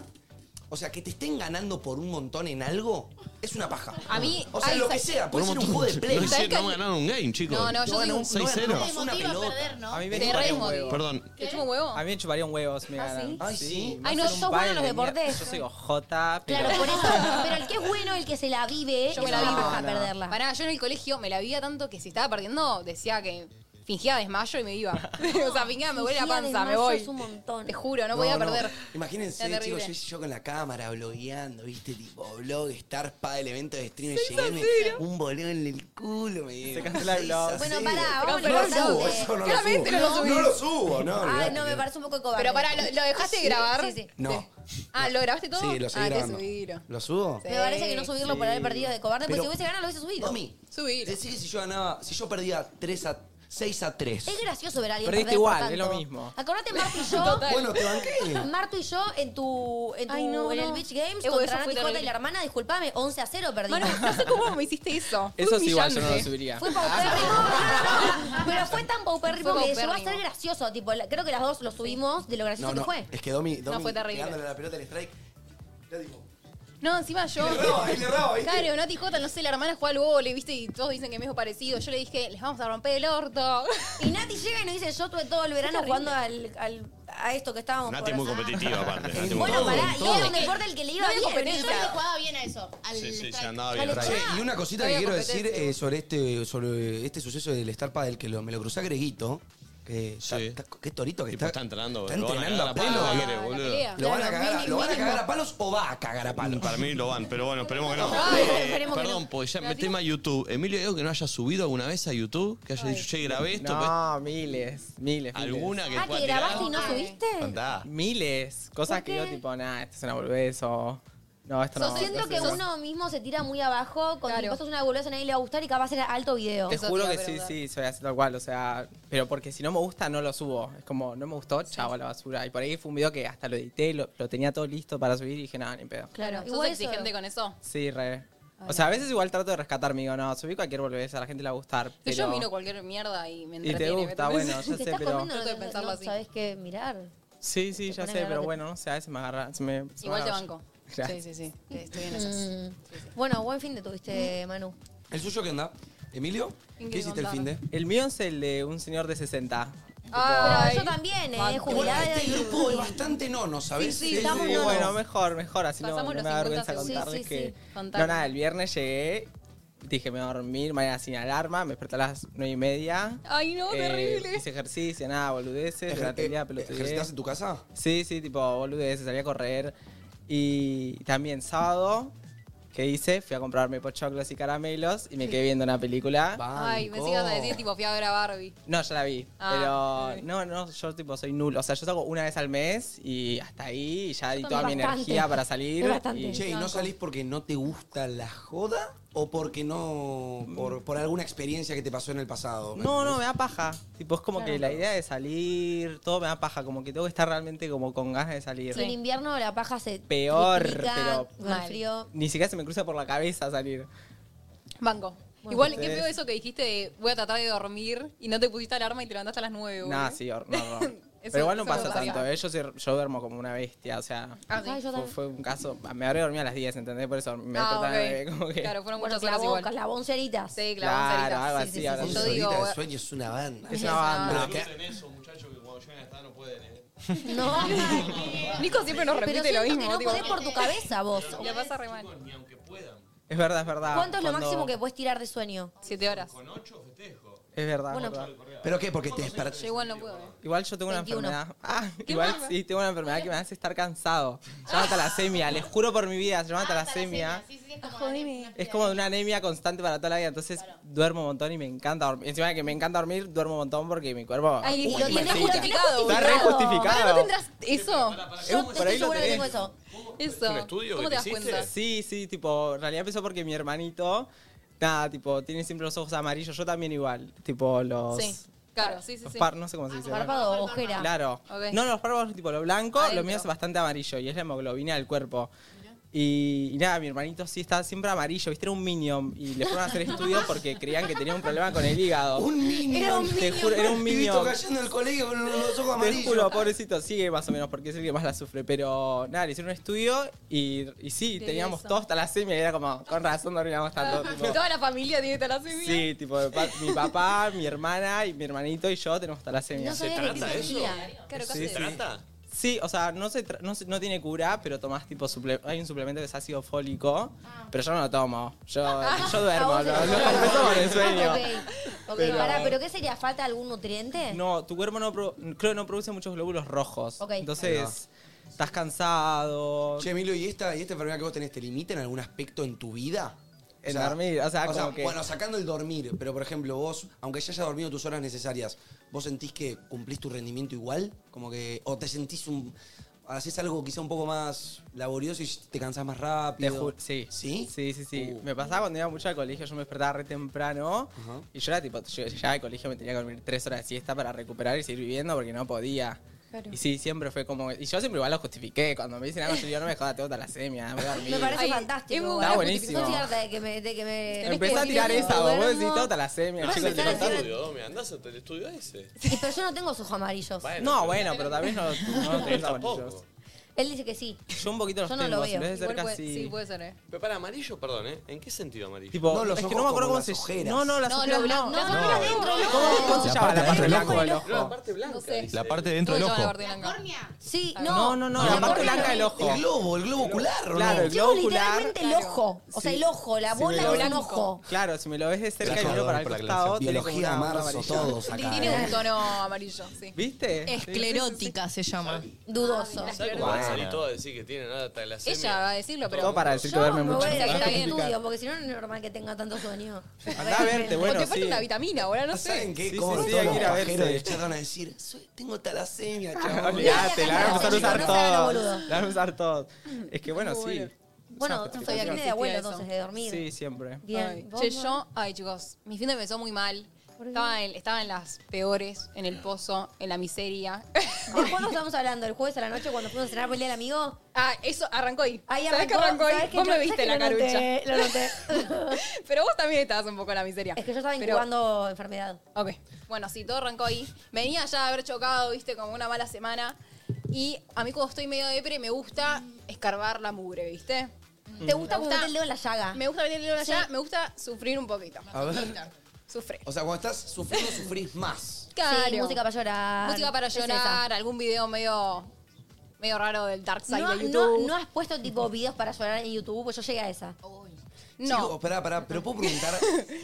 Speaker 3: O sea, que te estén ganando por un montón en algo es una paja.
Speaker 7: A mí-
Speaker 3: O sea,
Speaker 7: ay,
Speaker 3: lo que
Speaker 7: sa-
Speaker 3: sea, puede ser un
Speaker 9: montón.
Speaker 3: juego de play.
Speaker 9: No, hicieron- no ganaron Ah, un game, chicos.
Speaker 7: No, no, yo
Speaker 9: gané
Speaker 7: digo-
Speaker 9: un 6-0.
Speaker 7: no, no,
Speaker 3: una
Speaker 7: motiva
Speaker 3: pelota.
Speaker 7: perder, ¿no?
Speaker 1: A mí
Speaker 7: Te
Speaker 1: me chuparía un
Speaker 7: remotiva.
Speaker 1: huevo.
Speaker 9: Perdón.
Speaker 7: ¿Te chupa un huevo?
Speaker 1: A mí me chuparía un huevo si me ganan.
Speaker 7: Ay, ¿Ah, sí.
Speaker 1: me
Speaker 7: Ay, no,
Speaker 1: hacen un
Speaker 7: sos bueno en los
Speaker 1: baile, mira,
Speaker 4: deportes.
Speaker 1: Yo soy ojota, pero...
Speaker 4: Claro, por eso. Pero el que es bueno, el que se la vive,
Speaker 7: Yo
Speaker 4: es
Speaker 7: me la
Speaker 4: una
Speaker 7: vi
Speaker 4: paja
Speaker 7: no.
Speaker 4: perderla.
Speaker 7: Pará, yo en el colegio me la vivía tanto que si estaba perdiendo decía que fingía desmayo y me iba. o sea, fingía, me huele la
Speaker 4: Fingía
Speaker 7: panza, me
Speaker 4: desmayo
Speaker 7: voy.
Speaker 4: es un montón.
Speaker 7: Te juro, no, podía perder.
Speaker 3: Imagínense,
Speaker 7: Era
Speaker 3: chicos,
Speaker 7: terrible.
Speaker 3: yo, yo con la cámara, blogueando, viste, tipo blog, estar del evento de stream
Speaker 7: Seis a
Speaker 3: llegué,
Speaker 7: cero.
Speaker 3: me- un boleo en el culo, me Se
Speaker 1: cancela el blog.
Speaker 4: Bueno,
Speaker 3: para
Speaker 4: pará,
Speaker 3: no
Speaker 4: vos
Speaker 3: lo
Speaker 4: no lo
Speaker 3: subo,
Speaker 4: subes.
Speaker 3: eso no lo
Speaker 4: Claramente
Speaker 3: subo.
Speaker 4: no lo
Speaker 3: No
Speaker 4: subís.
Speaker 3: lo subo, no,
Speaker 4: Ay,
Speaker 3: olvidate
Speaker 4: no, me
Speaker 3: que-
Speaker 4: parece un poco cobarde.
Speaker 7: Pero pará, ¿lo, lo dejaste
Speaker 4: Sí,
Speaker 7: grabar?
Speaker 4: Sí, sí.
Speaker 3: No,
Speaker 7: Ah, ¿lo grabaste todo?
Speaker 3: sí, lo seguí
Speaker 7: ah,
Speaker 3: grabando.
Speaker 7: te subieron.
Speaker 3: ¿Lo subo?
Speaker 4: Me parece que no subirlo por haber
Speaker 3: sí.
Speaker 4: perdido de cobarde, porque
Speaker 3: Eh, Pero-
Speaker 4: si hubiese ganado lo hubiese subido.
Speaker 3: Tommy,
Speaker 7: Subir.
Speaker 3: decí que si yo ganaba, si yo perdía 3 a 6 a 3.
Speaker 4: Es gracioso ver a alguien
Speaker 3: Perdiste
Speaker 4: perder por
Speaker 3: igual, es lo
Speaker 4: tanto.
Speaker 3: mismo.
Speaker 4: Acordate, Martu y yo.
Speaker 3: Total. Bueno, te banqué.
Speaker 4: Martu y yo en tu. En, tu-
Speaker 7: Ay, no,
Speaker 4: en el
Speaker 7: no.
Speaker 4: Beach Games
Speaker 7: Evo, eso fue
Speaker 4: contra Nati Jota y
Speaker 7: terrible.
Speaker 4: la hermana, disculpame, 11 a 0 perdimos.
Speaker 7: No sé cómo me hiciste eso.
Speaker 1: Eso
Speaker 7: Fue
Speaker 1: sí, igual yo no lo
Speaker 7: humillante.
Speaker 1: subiría.
Speaker 4: Fue
Speaker 2: Ah,
Speaker 4: paupérrimo. No, no, no. Pero fue tan paupérrimo
Speaker 7: Fue
Speaker 4: que llegó a
Speaker 7: paupérrimo.
Speaker 4: ser gracioso. Tipo, la- creo que las dos lo subimos de lo gracioso
Speaker 3: No, no,
Speaker 4: que fue.
Speaker 3: es que Domi, Domi
Speaker 7: fue terrible.
Speaker 3: pegándole a la pelota el strike. Yo digo,
Speaker 7: No, encima yo.
Speaker 3: Y le roba, y le roba, ¿viste?
Speaker 7: Claro, Nati Jota, no sé, la hermana juega al vole, viste, y todos dicen que me es parecido. Yo le dije, les vamos a romper el orto.
Speaker 4: Y Nati llega y nos dice, yo tuve todo el verano
Speaker 7: terrible.
Speaker 4: jugando al, al- a esto que estábamos
Speaker 9: Nati es muy competitiva, aparte. Nati es muy
Speaker 4: Bueno, pará, y
Speaker 9: competitiva.
Speaker 4: era un deporte Ah, el que le iba
Speaker 6: No había
Speaker 4: bien.
Speaker 6: competencia. Yo le jugaba bien a eso. Al
Speaker 9: Sí, sí,
Speaker 6: strike.
Speaker 9: se andaba bien.
Speaker 3: Che, y una cosita que
Speaker 6: Había
Speaker 3: quiero decir
Speaker 6: competencia.
Speaker 3: eh, sobre este sobre este suceso del Star Padel, que lo- me lo crucé a Greguito. Que está- está- qué torito que
Speaker 9: Tipo,
Speaker 3: está.
Speaker 9: está entrenando,
Speaker 3: Está
Speaker 9: lo van a
Speaker 3: entrenando a
Speaker 9: cagar a
Speaker 3: pleno.
Speaker 9: palos, quiere, boludo.
Speaker 3: Lo van a cagar, a- lo van a cagar a palos o va a cagar a palos.
Speaker 9: Para mí lo van, pero bueno, esperemos que no.
Speaker 3: Ay,
Speaker 9: Eh,
Speaker 3: esperemos que
Speaker 9: perdón,
Speaker 3: no.
Speaker 9: porque ya me tema YouTube. Emilio, digo que no haya subido alguna vez a YouTube, que haya dicho, che, grabé esto.
Speaker 1: No, miles, miles.
Speaker 9: ¿Alguna que
Speaker 4: Ah,
Speaker 9: pueda
Speaker 4: que grabaste y no
Speaker 9: tirar?
Speaker 4: subiste.
Speaker 9: Andá.
Speaker 1: Miles. Cosas que yo tipo, nah, esto es una boludez o... No, esto
Speaker 4: Yo
Speaker 1: no.
Speaker 4: siento
Speaker 1: no
Speaker 4: que
Speaker 1: sé, no.
Speaker 4: uno mismo se tira muy abajo con
Speaker 7: Claro.
Speaker 4: cosas una burbuja a nadie le va a gustar y capaz era alto video.
Speaker 1: Te juro que sí, sí, soy así tal cual, o sea, pero porque si no me gusta no lo subo, es como, no me gustó, chavo, a la basura. Y por ahí fue un video que hasta lo edité, lo, lo tenía todo listo para subir y dije, nada, ni pedo.
Speaker 7: Claro, igual
Speaker 4: igual
Speaker 7: sos
Speaker 4: eso-
Speaker 7: exigente con eso.
Speaker 1: Sí, re. O sea, a veces igual trato de rescatarme, digo, no, subí cualquier boludez, a la gente le va a gustar,
Speaker 7: Que
Speaker 1: pero...
Speaker 7: yo miro cualquier mierda y me
Speaker 1: Y te
Speaker 7: entretiene. ¿me
Speaker 1: gusta,
Speaker 7: entendés?
Speaker 1: bueno, ya
Speaker 4: Te
Speaker 1: sé,
Speaker 4: estás
Speaker 1: pero-
Speaker 4: comiendo, no,
Speaker 7: Trato de pensarlo
Speaker 4: no
Speaker 7: así.
Speaker 4: sabes qué mirar.
Speaker 1: Sí, sí, ya
Speaker 4: pones a grabar
Speaker 1: sé,
Speaker 4: lo
Speaker 1: pero
Speaker 4: que-
Speaker 1: bueno, no sé, a veces me agarra... se me- se me
Speaker 7: Igual te
Speaker 1: agarra-
Speaker 7: banco. Sí,
Speaker 1: Gracias.
Speaker 7: sí, sí. Estoy en esas. Mm.
Speaker 4: Mm. Bueno, buen fin de tuviste, Manu.
Speaker 3: ¿El suyo qué onda? ¿Emilio?
Speaker 7: ¿Qué
Speaker 3: ¿Qué hiciste el fin de?
Speaker 1: El mío es el de un señor de 60.
Speaker 4: Pero yo también,
Speaker 7: Manu.
Speaker 4: eh,
Speaker 3: Igual
Speaker 4: jubilada.
Speaker 3: este grupo es bastante nono, ¿sabés?
Speaker 4: Sí, sí, estamos nonos.
Speaker 1: bueno, mejor, mejor, así no, no
Speaker 7: Pasamos
Speaker 1: me
Speaker 7: los
Speaker 1: da
Speaker 7: 50
Speaker 1: vergüenza
Speaker 7: segundos.
Speaker 1: contarles
Speaker 7: Sí, sí,
Speaker 1: que...
Speaker 7: sí. Contalo.
Speaker 1: No, nada, el viernes llegué, dije, me voy a dormir, mañana sin alarma, me desperté a las 9 y media.
Speaker 7: Ay, no,
Speaker 1: Eh,
Speaker 7: terrible.
Speaker 1: Hice ejercicio, nada, boludeces,
Speaker 3: Ejer-
Speaker 1: durante el día
Speaker 3: eh,
Speaker 1: pelotudeé.
Speaker 3: ¿Ejercitás en tu casa?
Speaker 1: Sí, sí, tipo boludeces, salí a correr. Y también sábado, ¿qué hice? Fui a comprarme pochoclos y caramelos y me quedé viendo una película.
Speaker 7: Ay, me sigas a decir, tipo, fui a ver a Barbie.
Speaker 1: No, ya la vi.
Speaker 7: Ah,
Speaker 1: pero no, no, yo tipo soy nulo. O sea, yo salgo una vez al mes y hasta ahí y ya di
Speaker 4: Yo
Speaker 1: toda mi
Speaker 4: también. Bastante.
Speaker 1: energía para salir.
Speaker 4: Es bastante.
Speaker 1: y-
Speaker 3: Che, ¿y no salís porque no te gusta la joda o porque no. por, por alguna experiencia que te pasó en el pasado?
Speaker 1: No, no, me da paja. Tipo, es como que la idea de salir, todo me da paja. Como que tengo que estar realmente como con ganas de salir.
Speaker 4: Sí, En invierno la paja se.
Speaker 1: Peor,
Speaker 4: triplica,
Speaker 1: pero-
Speaker 4: con el
Speaker 7: Mal.
Speaker 4: frío.
Speaker 1: Ni siquiera se me cruza por la cabeza salir.
Speaker 7: Banco. Igual, qué
Speaker 1: ustedes-
Speaker 7: feo eso que dijiste de voy a tratar de dormir y no te pusiste alarma y te levantaste a las 9, boludo.
Speaker 1: Nah, sí, hor- no, no.
Speaker 7: Eso-
Speaker 1: Pero igual no
Speaker 7: eso me
Speaker 1: pasa
Speaker 7: pasaría.
Speaker 1: tanto, ¿eh? Yo, soy- yo duermo como una bestia, o sea.
Speaker 7: Ah, sí.
Speaker 4: Ay, yo
Speaker 1: Fue,
Speaker 4: también.
Speaker 1: fue un caso. Me habré dormido a las 10, ¿entendés? Por eso me
Speaker 7: Ah,
Speaker 1: despertaba
Speaker 7: ok.
Speaker 1: a las 9, como que.
Speaker 7: Claro, fueron
Speaker 4: Bueno,
Speaker 7: muchas
Speaker 4: la
Speaker 7: horas
Speaker 4: boca,
Speaker 7: igual.
Speaker 4: la boncerita.
Speaker 7: Sí,
Speaker 1: Claro, algo
Speaker 7: claro,
Speaker 1: así, algo
Speaker 7: Yo
Speaker 1: así.
Speaker 7: digo,
Speaker 3: Solita de sueño es una banda.
Speaker 1: Es una banda.
Speaker 3: Pero que-
Speaker 9: eso, muchachos, que cuando llegan a estar no pueden.
Speaker 4: No,
Speaker 7: eh. Nico siempre nos
Speaker 4: pero
Speaker 7: repite
Speaker 4: siento
Speaker 7: lo
Speaker 4: que
Speaker 7: mismo.
Speaker 4: no
Speaker 7: tipo,
Speaker 4: podés por tu cabeza vos.
Speaker 7: La pasa re mal.
Speaker 9: Ni aunque puedan.
Speaker 1: Es verdad, es verdad.
Speaker 4: ¿Cuánto es lo
Speaker 1: Ah, Cuando-
Speaker 4: máximo que puedes tirar de sueño?
Speaker 7: Siete horas.
Speaker 9: Con ocho festejo.
Speaker 1: Es verdad, es
Speaker 4: Bueno,
Speaker 1: verdad.
Speaker 3: ¿Pero qué? Porque te despertás.
Speaker 7: Yo igual no puedo. ¿eh?
Speaker 1: Igual yo tengo una
Speaker 4: 21.
Speaker 1: enfermedad. Ah, igual sí, tengo una enfermedad que me hace estar cansado. Se llama talasemia, les juro por mi vida, se
Speaker 7: Ah,
Speaker 1: llama talasemia.
Speaker 6: Sí, sí, es como una-
Speaker 1: Es como de una anemia constante para toda la vida, entonces duermo un montón y me encanta dormir. Encima de que me encanta dormir, duermo un montón porque mi cuerpo...
Speaker 7: Ay,
Speaker 4: Uy,
Speaker 7: lo tendrás
Speaker 4: Martita.
Speaker 7: justificado.
Speaker 1: Está
Speaker 7: boludo.
Speaker 1: re justificado.
Speaker 7: Pará, ¿No tendrás eso?
Speaker 1: Es-
Speaker 4: Yo
Speaker 1: por
Speaker 4: estoy
Speaker 1: ahí lo
Speaker 4: segura que
Speaker 1: tenés.
Speaker 4: tengo eso.
Speaker 7: Eso.
Speaker 9: un estudio
Speaker 7: ¿Cómo te
Speaker 9: que
Speaker 7: das
Speaker 9: hiciste?
Speaker 7: cuenta?
Speaker 1: Sí, sí, tipo, en realidad empezó porque mi hermanito nada, tipo, tiene siempre los ojos amarillos. Yo también igual. Tipo, los.
Speaker 7: Sí, claro, sí, sí.
Speaker 1: Los
Speaker 7: sí. Ah,
Speaker 1: par, no sé cómo se dice.
Speaker 4: Párpado, ojera.
Speaker 1: Claro.
Speaker 7: Ok.
Speaker 1: No, los párpados, tipo, lo blanco, lo mío es bastante amarillo y es la hemoglobina del cuerpo. Y, y nada, mi hermanito sí estaba siempre amarillo, viste, era un minion. Y le fueron a hacer estudios porque creían que tenía un problema con el hígado.
Speaker 3: Un minion. Era un
Speaker 1: Te
Speaker 3: minion.
Speaker 1: juro, era un
Speaker 3: Pibito
Speaker 1: minion.
Speaker 3: cayendo al colegio con los ojos amarillos.
Speaker 1: Te juro, pobrecito, sigue más o menos porque es el que más la sufre. Pero nada, le hicieron un estudio y, y sí,
Speaker 7: Tenía
Speaker 1: teníamos
Speaker 7: eso.
Speaker 1: todos talasemia y era como, con razón no dormíamos tanto. tipo,
Speaker 7: Toda la familia tiene talasemia.
Speaker 1: Sí, tipo, mi pa- mi papá, mi hermana y mi hermanito y yo tenemos talasemia.
Speaker 7: No sabía ¿Se que trata existía. eso? Claro, ¿Se trata?
Speaker 1: Sí, o sea, no, se tra- no, se- no tiene cura, pero tomás tipo, suple- hay un suplemento que es ácido fólico, pero yo no lo tomo. Yo, yo duermo,
Speaker 4: Ah, vos
Speaker 1: no,
Speaker 4: te-
Speaker 1: no, me tomo en el sueño.
Speaker 4: Ok, ok,
Speaker 1: Pero-
Speaker 4: pará, pero ¿qué sería? ¿Falta de algún nutriente?
Speaker 1: No, tu cuerpo no pro- creo que no produce muchos glóbulos rojos.
Speaker 4: Ok.
Speaker 1: Entonces, estás cansado.
Speaker 3: Che, Emilio, ¿y esta, ¿y esta enfermedad que vos tenés te limita en algún aspecto en tu vida?
Speaker 1: En dormir, o sea, como que-
Speaker 3: Bueno, sacando el dormir, pero por ejemplo, vos, aunque ya hayas dormido tus horas necesarias, ¿vos sentís que cumplís tu rendimiento igual? Como que, o te sentís un... Haces algo quizá un poco más laborioso y te cansás más
Speaker 1: Te
Speaker 3: rápido.
Speaker 1: ju- sí. ¿Sí? Uh. Sí, sí, sí. Me pasaba cuando iba mucho al colegio, yo me despertaba re temprano y yo era tipo, yo llegaba al colegio me tenía que dormir tres horas de siesta para recuperar y seguir viviendo porque no podía.
Speaker 7: Claro.
Speaker 1: Y sí, siempre fue como. Y yo siempre igual lo justifiqué. Cuando me dicen algo, yo digo, no me jodas, tengo talasemia, voy a dormir.
Speaker 4: Me parece fantástico.
Speaker 7: es muy
Speaker 1: buena Está buenísimo.
Speaker 4: Estoy harta de que me... De que me
Speaker 1: Empezá a tirar esa, vos vos decís, tengo talasemia,
Speaker 4: Vas a
Speaker 1: chicos,
Speaker 4: empezar a
Speaker 1: te contás.
Speaker 9: estudio, me andás hasta el estudio ese.
Speaker 4: Sí, pero yo no tengo ojos amarillos.
Speaker 1: No, bueno, pero tal vez no, no
Speaker 9: Él
Speaker 1: tenés amarillos.
Speaker 4: Él dice que sí.
Speaker 1: Yo un poquito los
Speaker 4: Yo no
Speaker 1: tengo,
Speaker 4: lo
Speaker 1: si
Speaker 4: veo.
Speaker 1: en vez de ser
Speaker 4: Igual puede-
Speaker 1: casi.
Speaker 4: sí, puede
Speaker 7: ser, eh.
Speaker 9: Pero para amarillo, perdón, ¿eh? ¿En qué sentido amarillo?
Speaker 1: Tipo, es que no me acuerdo cómo se No, no, las
Speaker 7: No,
Speaker 1: ojeras
Speaker 7: lo blanco-
Speaker 1: no.
Speaker 7: las ojeras no, no.
Speaker 1: ¿Cómo, cómo se
Speaker 8: La
Speaker 1: llama
Speaker 8: parte
Speaker 1: la
Speaker 8: dentro
Speaker 1: parte
Speaker 8: del
Speaker 1: blanca del
Speaker 8: ojo.
Speaker 1: ojo?
Speaker 7: No sé.
Speaker 8: La parte de dentro del
Speaker 7: Todos
Speaker 8: ojo.
Speaker 7: llaman la parte blanca.
Speaker 4: Sí,
Speaker 1: No, no, no, la parte blanca del ojo.
Speaker 3: El globo, el globo ocular. ¿o
Speaker 1: Claro,
Speaker 3: no?
Speaker 1: el globo ocular.
Speaker 4: Literalmente el ojo. O sea, el ojo, la
Speaker 1: Si me
Speaker 4: bola
Speaker 1: lo-
Speaker 4: es un ojo.
Speaker 1: Claro, si me lo ves de cerca y
Speaker 3: Gracias,
Speaker 1: miro para el
Speaker 3: por la
Speaker 1: costado,
Speaker 3: aclaración.
Speaker 1: tiene como
Speaker 3: Biología,
Speaker 1: una- una
Speaker 3: marzo,
Speaker 1: amarilla.
Speaker 3: todos acá. eh.
Speaker 7: Tiene un tono amarillo, sí. Ah,
Speaker 1: ¿Viste?
Speaker 10: Esclerótica se llama.
Speaker 4: Dudoso.
Speaker 9: ¿Sabes cómo va a salir todo a decir que tiene nada de la
Speaker 7: Ella va a decirlo, pero.
Speaker 1: Todo para decir que
Speaker 4: Yo
Speaker 1: duerme
Speaker 4: me
Speaker 1: mucho.
Speaker 4: voy a ir a
Speaker 1: Está
Speaker 4: que
Speaker 1: complicado.
Speaker 4: estudio, porque si no, no es normal que tenga tanto sueño.
Speaker 1: Andá a verte,
Speaker 7: o
Speaker 1: bueno,
Speaker 7: te falta
Speaker 1: sí.
Speaker 7: una vitamina, ahora no sé.
Speaker 3: ¿Saben qué?
Speaker 1: Sí,
Speaker 3: Como
Speaker 1: sí, sí,
Speaker 3: todos
Speaker 1: hay que
Speaker 3: los
Speaker 1: ir a verse.
Speaker 3: pajeros del chat van a decir, "Soy- tengo talasemia, chaval.
Speaker 1: Olvídate, la van a empezar a usar
Speaker 3: Chicos, Ah, no se hagan los
Speaker 1: todos.
Speaker 3: boludos.
Speaker 1: La van a usar todos. Es que bueno,
Speaker 7: Muy
Speaker 1: sí.
Speaker 7: bueno.
Speaker 4: Bueno,
Speaker 1: Exacto.
Speaker 4: soy de abuelo, entonces, de dormir.
Speaker 1: Sí, siempre.
Speaker 4: Bien.
Speaker 7: Ay,
Speaker 4: ¿Vos,
Speaker 7: che,
Speaker 4: Mar?
Speaker 7: yo, ay chicos, mi fin de empezó muy mal. Estaba en, estaba en las peores, en el pozo, en la miseria.
Speaker 4: ¿De cuándo estamos hablando? ¿El jueves a la noche cuando fuimos a cenar por el día del amigo?
Speaker 7: Ah, eso arrancó ahí.
Speaker 4: Ahí
Speaker 7: ¿Sabés que arrancó ahí?
Speaker 4: ¿sabés que
Speaker 7: Vos
Speaker 4: yo-
Speaker 7: me
Speaker 4: ¿sabés
Speaker 7: viste
Speaker 4: que
Speaker 7: la
Speaker 4: lo
Speaker 7: carucha.
Speaker 4: noté? Lo noté.
Speaker 7: Pero vos también estabas un poco en la miseria.
Speaker 4: Es que yo estaba
Speaker 7: Pero-
Speaker 4: incubando enfermedad.
Speaker 7: Ok. Bueno, sí, todo arrancó ahí. Venía ya de haber chocado, viste, como una mala semana. Y a mí cuando estoy medio depre me gusta escarbar la mugre, ¿viste?
Speaker 4: Mm. ¿Te gusta como meter el dedo en la llaga?
Speaker 7: Me gusta meter el dedo en la llaga, me gusta sufrir un poquito.
Speaker 3: A ver.
Speaker 7: Sufre.
Speaker 3: O sea, cuando estás sufriendo, sufrís más.
Speaker 7: Claro.
Speaker 4: Sí, música para llorar.
Speaker 7: Música para
Speaker 4: Es esa.
Speaker 7: llorar, algún video medio, medio raro del Dark Side
Speaker 4: No,
Speaker 7: de
Speaker 4: no,
Speaker 7: YouTube.
Speaker 4: no has puesto tipo videos para llorar en YouTube, pues yo llegué a esa.
Speaker 7: No.
Speaker 3: Chicos, pará, pará, pero puedo preguntar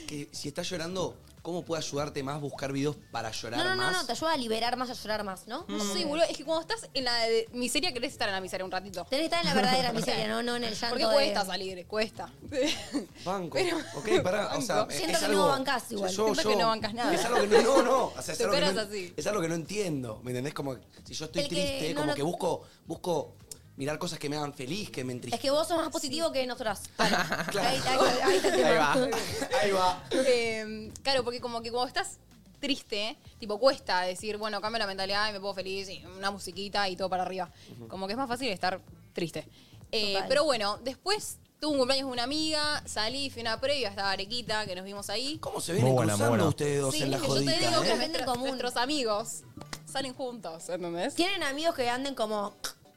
Speaker 3: que si estás llorando, ¿cómo puede ayudarte más buscar videos para llorar
Speaker 4: No, no, no,
Speaker 3: más?
Speaker 4: no, te ayuda a liberar más, a llorar más, ¿no?
Speaker 7: No sé, boludo, es que cuando estás en la de- miseria querés estar en la miseria un ratito.
Speaker 4: Tenés que estar en la verdadera miseria, no, no en el llanto
Speaker 7: Porque
Speaker 4: de-
Speaker 7: cuesta salir, cuesta.
Speaker 3: Banco. ok, pará, o sea,
Speaker 4: Banco.
Speaker 3: es-
Speaker 4: Siento
Speaker 3: es
Speaker 4: que
Speaker 3: algo,
Speaker 4: no bancás igual.
Speaker 7: Siento que no bancás nada.
Speaker 3: Es algo que no, no, no, o sea, es
Speaker 7: Tu
Speaker 3: algo que
Speaker 7: cara
Speaker 3: no,
Speaker 7: es así.
Speaker 3: es algo que no entiendo, ¿me entendés? Como si yo estoy
Speaker 4: El que
Speaker 3: triste,
Speaker 4: no
Speaker 3: como
Speaker 4: lo-
Speaker 3: que busco busco mirar cosas que me hagan feliz, que me
Speaker 4: Es
Speaker 3: entristezcan.
Speaker 4: que vos sos más positivo que nosotras. Ahí, ahí, ahí está el tema.
Speaker 3: Ahí va. Ahí va.
Speaker 7: Eh, claro, porque como que cuando estás triste, tipo cuesta decir, bueno, cambio la mentalidad y me pongo feliz, y una musiquita y todo para arriba. Como que es más fácil estar triste. Eh,
Speaker 4: Total.
Speaker 7: pero bueno, después tuve un cumpleaños de una amiga, salí, fui a una previa hasta Arequita, que nos vimos ahí.
Speaker 3: ¿Cómo se vienen
Speaker 8: Muy buena, muy
Speaker 3: cruzando
Speaker 8: buena.
Speaker 3: ustedes dos
Speaker 7: Sí,
Speaker 3: en la
Speaker 7: es que yo te
Speaker 3: jodita?
Speaker 7: digo que
Speaker 3: eh?
Speaker 7: nuestra- nuestros amigos salen juntos, ¿entendés?
Speaker 4: ¿Tienen amigos que anden como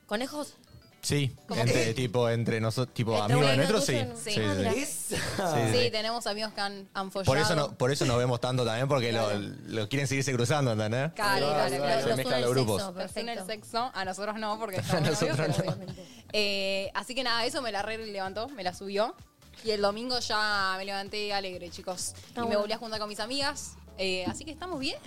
Speaker 4: conejos?
Speaker 8: Sí,
Speaker 4: ¿Cómo
Speaker 8: entre,
Speaker 4: que?
Speaker 8: tipo, entre nosotros, tipo,
Speaker 4: Entre
Speaker 8: amigos de
Speaker 4: uno y
Speaker 8: nuestros, sí.
Speaker 4: otro,
Speaker 8: Sí,
Speaker 7: sí. Ah,
Speaker 8: sí,
Speaker 7: mira.
Speaker 8: sí.
Speaker 7: Sí,
Speaker 8: Sí, sí.
Speaker 7: tenemos amigos que han, han follado.
Speaker 8: Por eso, no, por eso nos vemos tanto también, porque lo, lo quieren seguirse cruzando, ¿entendés?
Speaker 7: Claro, claro, claro.
Speaker 8: Se
Speaker 7: Los
Speaker 8: mezclan los grupos.
Speaker 7: Perfecto. el sexo, a nosotros no, porque
Speaker 8: A
Speaker 7: estamos novios,
Speaker 8: nosotros
Speaker 7: pero sí. Eh, así que nada, eso me la re levantó, me la subió. Y el domingo ya me levanté alegre, chicos. y me
Speaker 4: bueno.
Speaker 7: volví a juntar con mis amigas. eh, así que estamos bien.